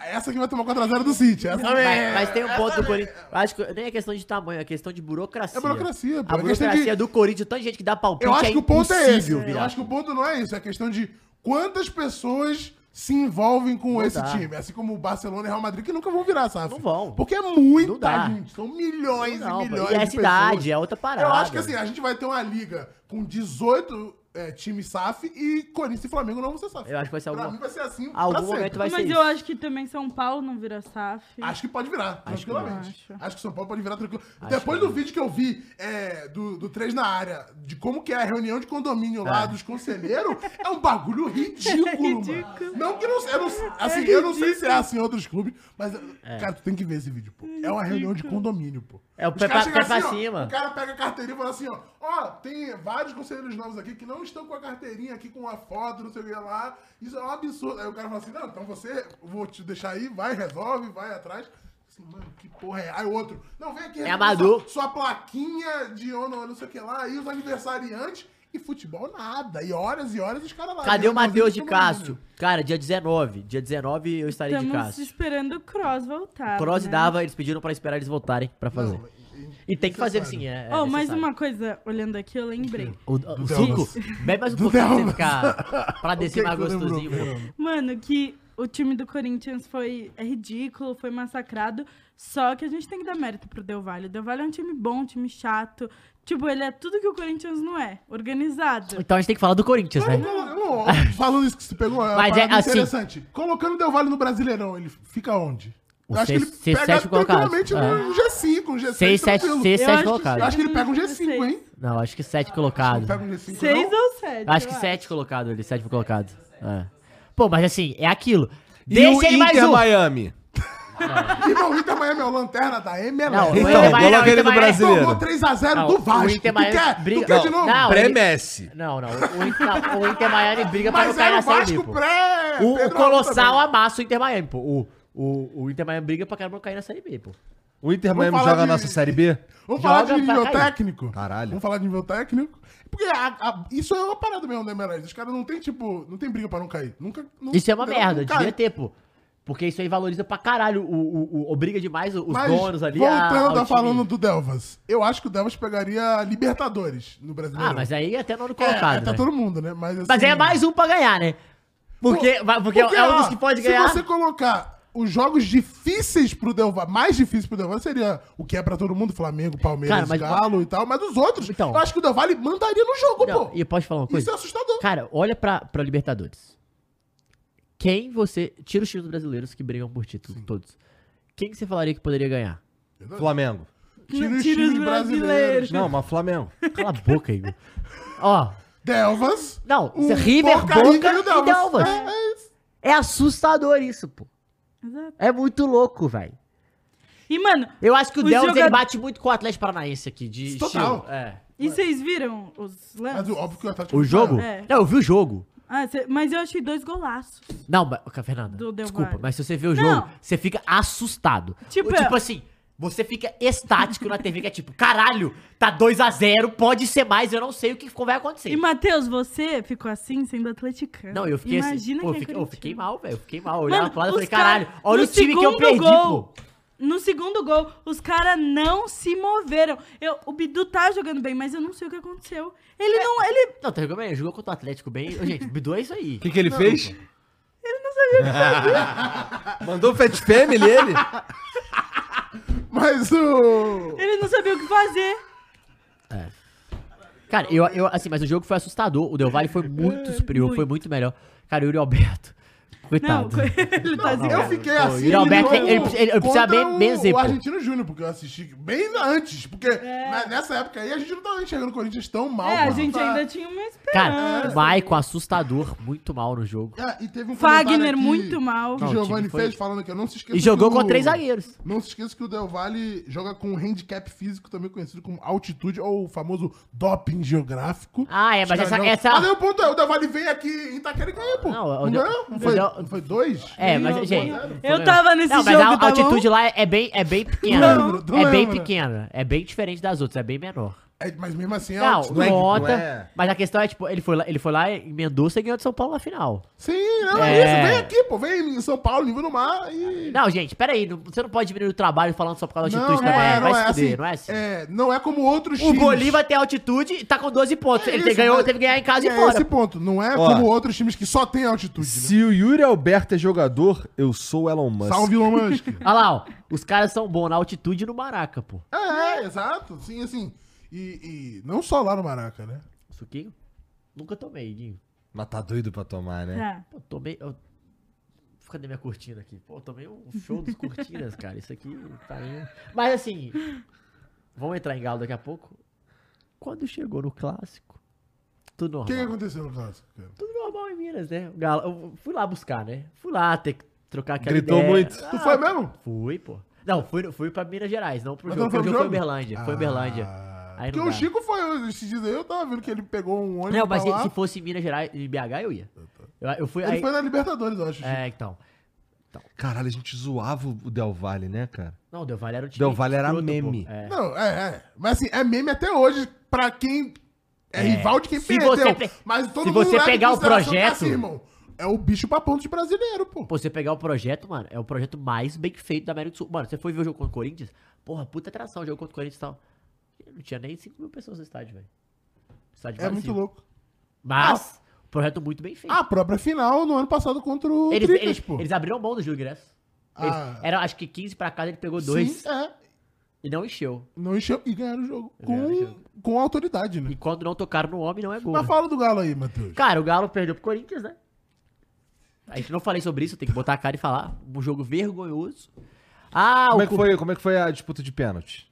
Speaker 3: É Essa que vai tomar 4x0 do City. Essa
Speaker 2: mas- mas tem um ponto do Corinthians. Eu Acho que nem é questão de tamanho, é questão de burocracia.
Speaker 3: É burocracia, pô.
Speaker 2: A
Speaker 3: É questão de-
Speaker 2: burocracia do Corinthians, tanta gente que dá palpite.
Speaker 3: Eu acho que o ponto é esse.
Speaker 2: impossível virar.
Speaker 3: Eu acho que o ponto não é isso. É questão de quantas pessoas se envolvem com
Speaker 2: Não
Speaker 3: esse
Speaker 2: dá.
Speaker 3: time. Assim como o Barcelona e Real Madrid, que nunca vão virar, sabe?
Speaker 2: Não vão.
Speaker 3: Porque é muita
Speaker 2: Não dá.
Speaker 3: gente. São milhões
Speaker 2: Não,
Speaker 3: e
Speaker 2: pô,
Speaker 3: milhões
Speaker 2: e é
Speaker 3: de
Speaker 2: cidade,
Speaker 3: pessoas.
Speaker 2: é outra parada.
Speaker 3: Eu acho que assim, a gente vai ter uma liga com 18 é, times SAF e Corinthians e Flamengo não vão ser SAF.
Speaker 2: Eu acho que vai ser
Speaker 3: Pra
Speaker 2: alguma-
Speaker 3: mim vai ser assim pra
Speaker 2: algum
Speaker 3: sempre.
Speaker 2: momento vai ser
Speaker 4: Mas
Speaker 2: isso.
Speaker 4: eu acho que também São Paulo não vira SAF.
Speaker 3: Acho que pode virar, tranquilamente.
Speaker 4: que não.
Speaker 3: Acho. que o São Paulo pode virar tranquilo. Depois do vídeo que eu vi é, do, do 3 na área, de como que é a reunião de condomínio lá dos conselheiros, é um bagulho ridículo, mano. Não que não, eu não assim, eu não sei se é assim em outros clubes, mas, cara, tu tem que ver esse vídeo, pô. É uma reunião de condomínio, pô.
Speaker 2: É o
Speaker 3: Os
Speaker 2: pé
Speaker 3: caras
Speaker 2: pra-
Speaker 3: chegam
Speaker 2: pé
Speaker 3: assim,
Speaker 2: pra
Speaker 3: ó,
Speaker 2: cima.
Speaker 3: o cara pega a carteirinha e fala assim, ó, ó, tem vários conselheiros novos aqui que não estão com a carteirinha aqui com a foto, não sei o que lá. Isso é um absurdo. Aí o cara fala assim, não, então você, vou te deixar aí, vai, resolve, vai atrás. Assim, mano, que porra é? Aí o outro, não, vem aqui. resolve
Speaker 2: amador.
Speaker 3: Sua, sua plaquinha de honor, não sei o que lá, aí os aniversariantes. E futebol nada. E horas e horas os caras lá.
Speaker 2: Cadê o Matheus de
Speaker 3: Todo
Speaker 2: Cássio?
Speaker 3: mundo.
Speaker 2: Cara, dia 19. Dia 19 eu estarei de
Speaker 4: Estamos
Speaker 2: Cássio.
Speaker 4: esperando o Cross voltar.
Speaker 2: Cross
Speaker 4: né?
Speaker 2: dava, eles pediram pra esperar eles voltarem pra fazer.
Speaker 3: Não, e-
Speaker 2: e tem que fazer
Speaker 3: necessário.
Speaker 2: sim, é. é
Speaker 4: oh, mais
Speaker 2: necessário.
Speaker 4: uma coisa, olhando aqui, eu lembrei.
Speaker 2: O, o suco,
Speaker 3: Delmas.
Speaker 2: bebe mais um
Speaker 3: Do
Speaker 2: pouquinho pra você
Speaker 3: Delmas.
Speaker 2: ficar. Pra descer
Speaker 3: que
Speaker 2: mais
Speaker 3: que eu lembro?
Speaker 2: gostosinho. pô.
Speaker 4: Mano, que o time do Corinthians foi é ridículo, foi massacrado. Só que a gente tem que dar mérito pro Del Valle. O Del Valle é um time bom, um time chato. Tipo, ele é tudo que o Corinthians não é. Organizado.
Speaker 2: Então a gente tem que falar do Corinthians, né?
Speaker 3: Não, Falando isso que você pegou, é uma
Speaker 2: Mas é
Speaker 3: parada
Speaker 2: assim-
Speaker 3: interessante. Colocando o Del Valle no Brasileirão, ele fica onde?
Speaker 2: O
Speaker 3: Eu acho que ele
Speaker 2: C-
Speaker 3: pega
Speaker 2: C7 colocado.
Speaker 3: tranquilamente
Speaker 2: É.
Speaker 3: um G5, um G6.
Speaker 2: 6, 7,
Speaker 3: tranquilo.
Speaker 2: 6,
Speaker 4: Eu acho
Speaker 2: 7
Speaker 4: que
Speaker 3: Eu
Speaker 2: colocado.
Speaker 3: acho que ele pega um G5, hein?
Speaker 2: Não, acho que 7 colocado.
Speaker 3: Pega um G5,
Speaker 4: Seis
Speaker 3: não?
Speaker 4: ou sete?
Speaker 2: Acho
Speaker 4: eu
Speaker 2: que 7 colocado ele, 7 colocado. É. Pô, mas assim, é aquilo.
Speaker 1: E
Speaker 2: Deixa
Speaker 1: o
Speaker 2: ele
Speaker 1: Inter
Speaker 2: mais um.
Speaker 1: Miami?
Speaker 3: Irmão, o Inter Miami é o lanterna da MLS.
Speaker 2: Não,
Speaker 1: Então,
Speaker 2: o Inter Miami
Speaker 1: coloca
Speaker 2: não, o
Speaker 1: ele
Speaker 2: Inter
Speaker 1: no
Speaker 2: Miami-
Speaker 1: brasileiro.
Speaker 3: Tomou 3x0
Speaker 2: Não,
Speaker 3: do
Speaker 2: o
Speaker 3: Vasco.
Speaker 2: Inter
Speaker 3: tu
Speaker 2: Miami
Speaker 3: quer, tu
Speaker 2: briga-
Speaker 3: quer de
Speaker 1: Não,
Speaker 3: novo?
Speaker 2: não, ele-
Speaker 1: Pré-Messi.
Speaker 2: Não, não. O Inter, não, o Inter Miami briga pra não
Speaker 3: Mas
Speaker 2: cair
Speaker 3: era o
Speaker 2: na Série
Speaker 3: Vasco
Speaker 2: B, pô.
Speaker 3: pré...
Speaker 2: O, o
Speaker 3: Pedro
Speaker 2: Colossal
Speaker 3: Alves
Speaker 2: amassa o Inter Miami, pô. O, o, o Inter Miami briga pra caramba não cair na Série B, pô.
Speaker 1: O Inter Miami
Speaker 3: falar
Speaker 1: joga a
Speaker 3: de-
Speaker 1: nossa Série B?
Speaker 3: também. Vamos falar de
Speaker 2: Joga pra
Speaker 3: nível
Speaker 2: cair.
Speaker 3: técnico?
Speaker 1: Caralho.
Speaker 3: Vamos falar de nível técnico? Porque a- a- isso é uma parada mesmo da MLS. Os caras não tem, tipo... Não tem briga pra não cair. Nunca... não-
Speaker 2: Isso é uma
Speaker 3: não
Speaker 2: merda,
Speaker 3: cai.
Speaker 2: devia ter, pô. Porque isso aí valoriza pra caralho, o, o, o- obriga demais os
Speaker 3: Mas,
Speaker 2: donos ali a- ao
Speaker 3: Voltando a,
Speaker 2: time.
Speaker 3: falando do Delvas, eu acho que o Delvas pegaria Libertadores no Brasileiro.
Speaker 2: Ah, mas aí até nono
Speaker 3: é,
Speaker 2: colocado,
Speaker 3: tá
Speaker 2: né?
Speaker 3: todo mundo, né? Mas,
Speaker 2: Mas aí é mais um pra ganhar, né? Porque,
Speaker 3: Pô,
Speaker 2: vai- porque, é um dos
Speaker 3: ó,
Speaker 2: que pode
Speaker 3: se
Speaker 2: ganhar.
Speaker 3: Se você colocar os jogos difíceis pro Delvas, mais difíceis pro Delvas seria o que é pra todo mundo, Flamengo, Palmeiras,
Speaker 2: Cara, mas-
Speaker 3: Galo e tal, mas os outros,
Speaker 2: Então.
Speaker 3: eu acho que o Delvas mandaria no jogo,
Speaker 2: Não,
Speaker 3: pô.
Speaker 2: e eu posso falar uma coisa?
Speaker 3: Isso é assustador.
Speaker 2: Cara, olha pra, pra Libertadores. Quem você. Tira os times brasileiros que brigam por título, todos. Quem que você falaria que poderia ganhar?
Speaker 1: Flamengo.
Speaker 3: Tira
Speaker 4: Não,
Speaker 3: os
Speaker 4: tira os
Speaker 3: times brasileiros.
Speaker 4: brasileiros.
Speaker 1: Não, mas Flamengo.
Speaker 2: Cala a boca, Igor. Ó,
Speaker 3: Delvas. um
Speaker 2: não,
Speaker 3: o
Speaker 2: é River,
Speaker 3: Boca,
Speaker 2: Boca
Speaker 3: Inter
Speaker 2: e Delvas.
Speaker 3: É, é isso.
Speaker 2: É assustador isso, pô.
Speaker 4: acho. Exato.
Speaker 2: É muito louco, velho.
Speaker 4: E, mano,
Speaker 2: Eu acho que o
Speaker 4: Os
Speaker 2: Delves ele
Speaker 4: joga-
Speaker 2: bate muito com o Atlético Paranaense aqui, de
Speaker 3: Total.
Speaker 2: estilo. É.
Speaker 4: e vocês viram os lances?
Speaker 3: Mas óbvio que o Atlético.
Speaker 2: O jogo?
Speaker 4: É.
Speaker 2: Não, eu vi o jogo.
Speaker 4: Ah, cê- mas eu achei dois golaços.
Speaker 2: Não, mas, ô, Fernanda,
Speaker 4: Do Del
Speaker 2: desculpa,
Speaker 4: Valle.
Speaker 2: mas se você vê o
Speaker 4: Não.
Speaker 2: jogo, você fica assustado.
Speaker 4: Tipo,
Speaker 2: Tipo,
Speaker 4: eu-
Speaker 2: assim, você fica estático na TV, que é tipo, caralho, tá 2x0, pode ser mais, eu não sei o que vai acontecer.
Speaker 4: E, Matheus, você ficou assim sendo atleticano.
Speaker 2: Não, eu fiquei
Speaker 4: Imagina
Speaker 2: assim, pô, eu
Speaker 4: quem é
Speaker 2: fiquei, eu
Speaker 4: corintiano.
Speaker 2: fiquei mal, velho, eu fiquei mal. Eu olhava
Speaker 4: Mano,
Speaker 2: pra lá e
Speaker 4: os
Speaker 2: falei,
Speaker 4: cara-
Speaker 2: caralho, olha
Speaker 4: no
Speaker 2: o time que eu
Speaker 4: segundo
Speaker 2: perdi,
Speaker 4: gol-
Speaker 2: pô.
Speaker 4: No segundo gol, os caras não se moveram. Eu, o Bidu tá jogando bem, mas eu não sei o que aconteceu. Ele não. Ele,
Speaker 2: Não, tá jogando bem, jogou contra o Atlético bem. Ô, gente, o Bidu é isso aí.
Speaker 1: O que, que ele fez? Ele não sabia o que fazia. Mandou Fat Family ele?
Speaker 3: Mas o.
Speaker 4: ele não sabia o que fazer.
Speaker 2: Cara, eu, eu, assim, mas o jogo foi assustador. O Del Valle foi muito superior, foi muito melhor. Cara, o Yuri Alberto,
Speaker 4: É, Não,
Speaker 2: coitado.
Speaker 4: ele tá assim.
Speaker 3: Eu fiquei
Speaker 2: pô,
Speaker 3: assim.
Speaker 2: Yuri Alberto,
Speaker 3: no-
Speaker 2: ele- ele- ele precisa
Speaker 3: contra
Speaker 2: bem-
Speaker 3: o-
Speaker 2: benzer,
Speaker 3: O
Speaker 2: pô.
Speaker 3: Argentino Júnior, porque eu assisti bem antes. Porque na- nessa época aí a gente não tava enxergando o Corinthians tão mal.
Speaker 4: É, a
Speaker 3: quanto
Speaker 4: gente
Speaker 3: tá.
Speaker 4: ainda tinha uma esperança.
Speaker 2: Cara, o Maicon assustador, muito mal no jogo.
Speaker 3: Ah, e teve um
Speaker 4: Fagner
Speaker 3: comentário que-
Speaker 4: muito mal.
Speaker 3: Que
Speaker 2: Não,
Speaker 3: o
Speaker 2: o
Speaker 3: Giovanni
Speaker 2: time foi-
Speaker 3: fez falando que eu não se esqueça.
Speaker 2: E jogou
Speaker 3: que o-
Speaker 2: com três zagueiros.
Speaker 3: Não se esqueça que o Del Valle joga com um handicap físico, também conhecido como altitude, ou o famoso doping geográfico.
Speaker 2: Ah, é,
Speaker 3: Os
Speaker 2: mas
Speaker 3: caras
Speaker 2: essa-
Speaker 3: não-
Speaker 2: essa-
Speaker 3: Mas aí o ponto é, o Del Valle vem aqui em Itaquera e ganha, pô.
Speaker 2: Não, o
Speaker 3: Não,
Speaker 2: Del-
Speaker 3: ganhou? não,
Speaker 2: o
Speaker 3: foi,
Speaker 2: Del-
Speaker 3: não foi dois?
Speaker 2: É, mas, gente.
Speaker 4: Eu tava nesse
Speaker 2: não, mas
Speaker 4: jogo,
Speaker 2: a
Speaker 4: tá bom?
Speaker 2: altitude lá é bem, é bem pequena.
Speaker 3: Não lembro, não
Speaker 2: é bem
Speaker 3: lembro.
Speaker 2: pequena. É bem diferente das outras, é bem menor.
Speaker 3: É, mas mesmo assim é
Speaker 2: Não,
Speaker 3: altitude.
Speaker 1: é- não
Speaker 2: nota.
Speaker 1: é-
Speaker 2: Mas a questão é, tipo, ele foi lá, ele foi lá em Mendonça e ganhou de São Paulo na final.
Speaker 3: Sim, não, é
Speaker 2: É.
Speaker 3: isso. Vem aqui, pô. Vem em São Paulo, nível no mar e...
Speaker 2: Não, gente, peraí. não- você não pode diminuir o trabalho falando só por causa da altitude
Speaker 4: não
Speaker 2: também.
Speaker 4: é,
Speaker 2: vai se fuder, não é assim.
Speaker 3: é, não é como outros
Speaker 2: O Bolívar tem altitude e tá com 12 pontos.
Speaker 3: É
Speaker 2: ele
Speaker 3: isso,
Speaker 2: ganhou,
Speaker 3: mas-
Speaker 2: teve que ganhar em casa
Speaker 3: é
Speaker 2: e fora.
Speaker 3: esse ponto. Não é
Speaker 1: Ó.
Speaker 3: como outros times que só tem altitude. Né?
Speaker 1: Se o Yuri Alberto é jogador, eu sou o Elon Musk.
Speaker 3: Salve, Elon Musk.
Speaker 2: Olha lá, ó. Os caras são bons na altitude e no Maraca, pô.
Speaker 3: é, é, exato. Sim, assim. E, e não só lá no Maraca, né?
Speaker 2: Suquinho? Nunca tomei, Guinho.
Speaker 1: Mas tá doido pra tomar, né?
Speaker 4: Tá.
Speaker 2: Pô, tomei. Eu... Cadê minha cortina aqui? Pô, tomei um show dos cortinas, cara. Isso aqui tá indo. Mas assim, vamos entrar em galo daqui a pouco. Quando chegou no clássico, tudo
Speaker 3: O que, que
Speaker 2: normal.
Speaker 3: aconteceu no clássico? cara?
Speaker 2: Tudo normal em Minas, né? O Galo, eu fui lá buscar, né? Fui lá ter que trocar aquela
Speaker 1: Gritou
Speaker 2: ideia.
Speaker 1: muito.
Speaker 2: Ah,
Speaker 3: Tu foi mesmo?
Speaker 2: Fui, pô. Não, fui, fui pra Minas Gerais, não pro
Speaker 3: Mas
Speaker 2: jogo.
Speaker 3: não foi
Speaker 2: Porque o
Speaker 3: pro
Speaker 2: jogo foi em
Speaker 3: jogo?
Speaker 2: Berlândia. Foi em Berlândia.
Speaker 3: Ah,
Speaker 2: Aí não
Speaker 3: porque o
Speaker 2: dá.
Speaker 3: Chico foi esses dias aí, eu tava vendo que ele pegou um ônibus.
Speaker 2: Não, mas
Speaker 3: pra
Speaker 2: se,
Speaker 3: lá. Tá,
Speaker 2: se fosse em Minas Gerais, em BH, eu ia. Eu, eu fui.
Speaker 3: Ele
Speaker 2: Aí,
Speaker 3: foi na Libertadores, eu acho. Chico.
Speaker 2: É, então.
Speaker 1: Caralho, a gente zoava o Del Valle, né, cara?
Speaker 2: Não, o Del Valle era o time.
Speaker 1: Del Valle era
Speaker 2: escroto, pô.
Speaker 1: meme.
Speaker 2: É.
Speaker 3: Não, é, é. Mas assim, é meme até hoje pra quem é, rival de quem
Speaker 2: Se
Speaker 3: perdeu.
Speaker 2: você pe-
Speaker 3: Mas todo
Speaker 2: se
Speaker 3: mundo
Speaker 2: você
Speaker 3: leva em
Speaker 2: pegar o
Speaker 3: consideração que é
Speaker 2: projeto-
Speaker 3: assim, irmão, é o bicho papão de brasileiro, pô.
Speaker 2: Pô, você pegar o projeto, mano, é o projeto mais bem feito da América do Sul. Mano, você foi ver o jogo contra o Corinthians? Porra, puta atração, jogo contra o Corinthians e tal. Não tinha nem 5 mil pessoas no estádio, velho. Estádio
Speaker 3: É
Speaker 2: vazio.
Speaker 3: muito louco.
Speaker 2: Mas, o projeto muito bem feito.
Speaker 3: A própria final no ano passado contra o
Speaker 2: eles,
Speaker 3: Tricas,
Speaker 2: eles,
Speaker 3: pô.
Speaker 2: eles abriram mão do Júlio Ingresso. Eles-
Speaker 3: Ah.
Speaker 2: Era, acho que 15 pra casa, ele pegou
Speaker 3: Sim,
Speaker 2: 2
Speaker 3: é.
Speaker 2: e não encheu.
Speaker 3: Não encheu e ganharam o jogo.
Speaker 2: Ganharam o
Speaker 3: Com,
Speaker 2: jogo.
Speaker 3: com autoridade, né?
Speaker 2: E quando não tocaram no homem, não é gol.
Speaker 3: Mas
Speaker 2: né?
Speaker 3: fala do Galo aí, Matheus.
Speaker 2: Cara, o Galo perdeu pro Corinthians, né? A gente não falei sobre isso, tem que botar a cara e falar. Um jogo vergonhoso. Ah,
Speaker 1: Como
Speaker 2: o
Speaker 1: é que
Speaker 2: Cu-
Speaker 1: foi, como é que foi a disputa de pênalti?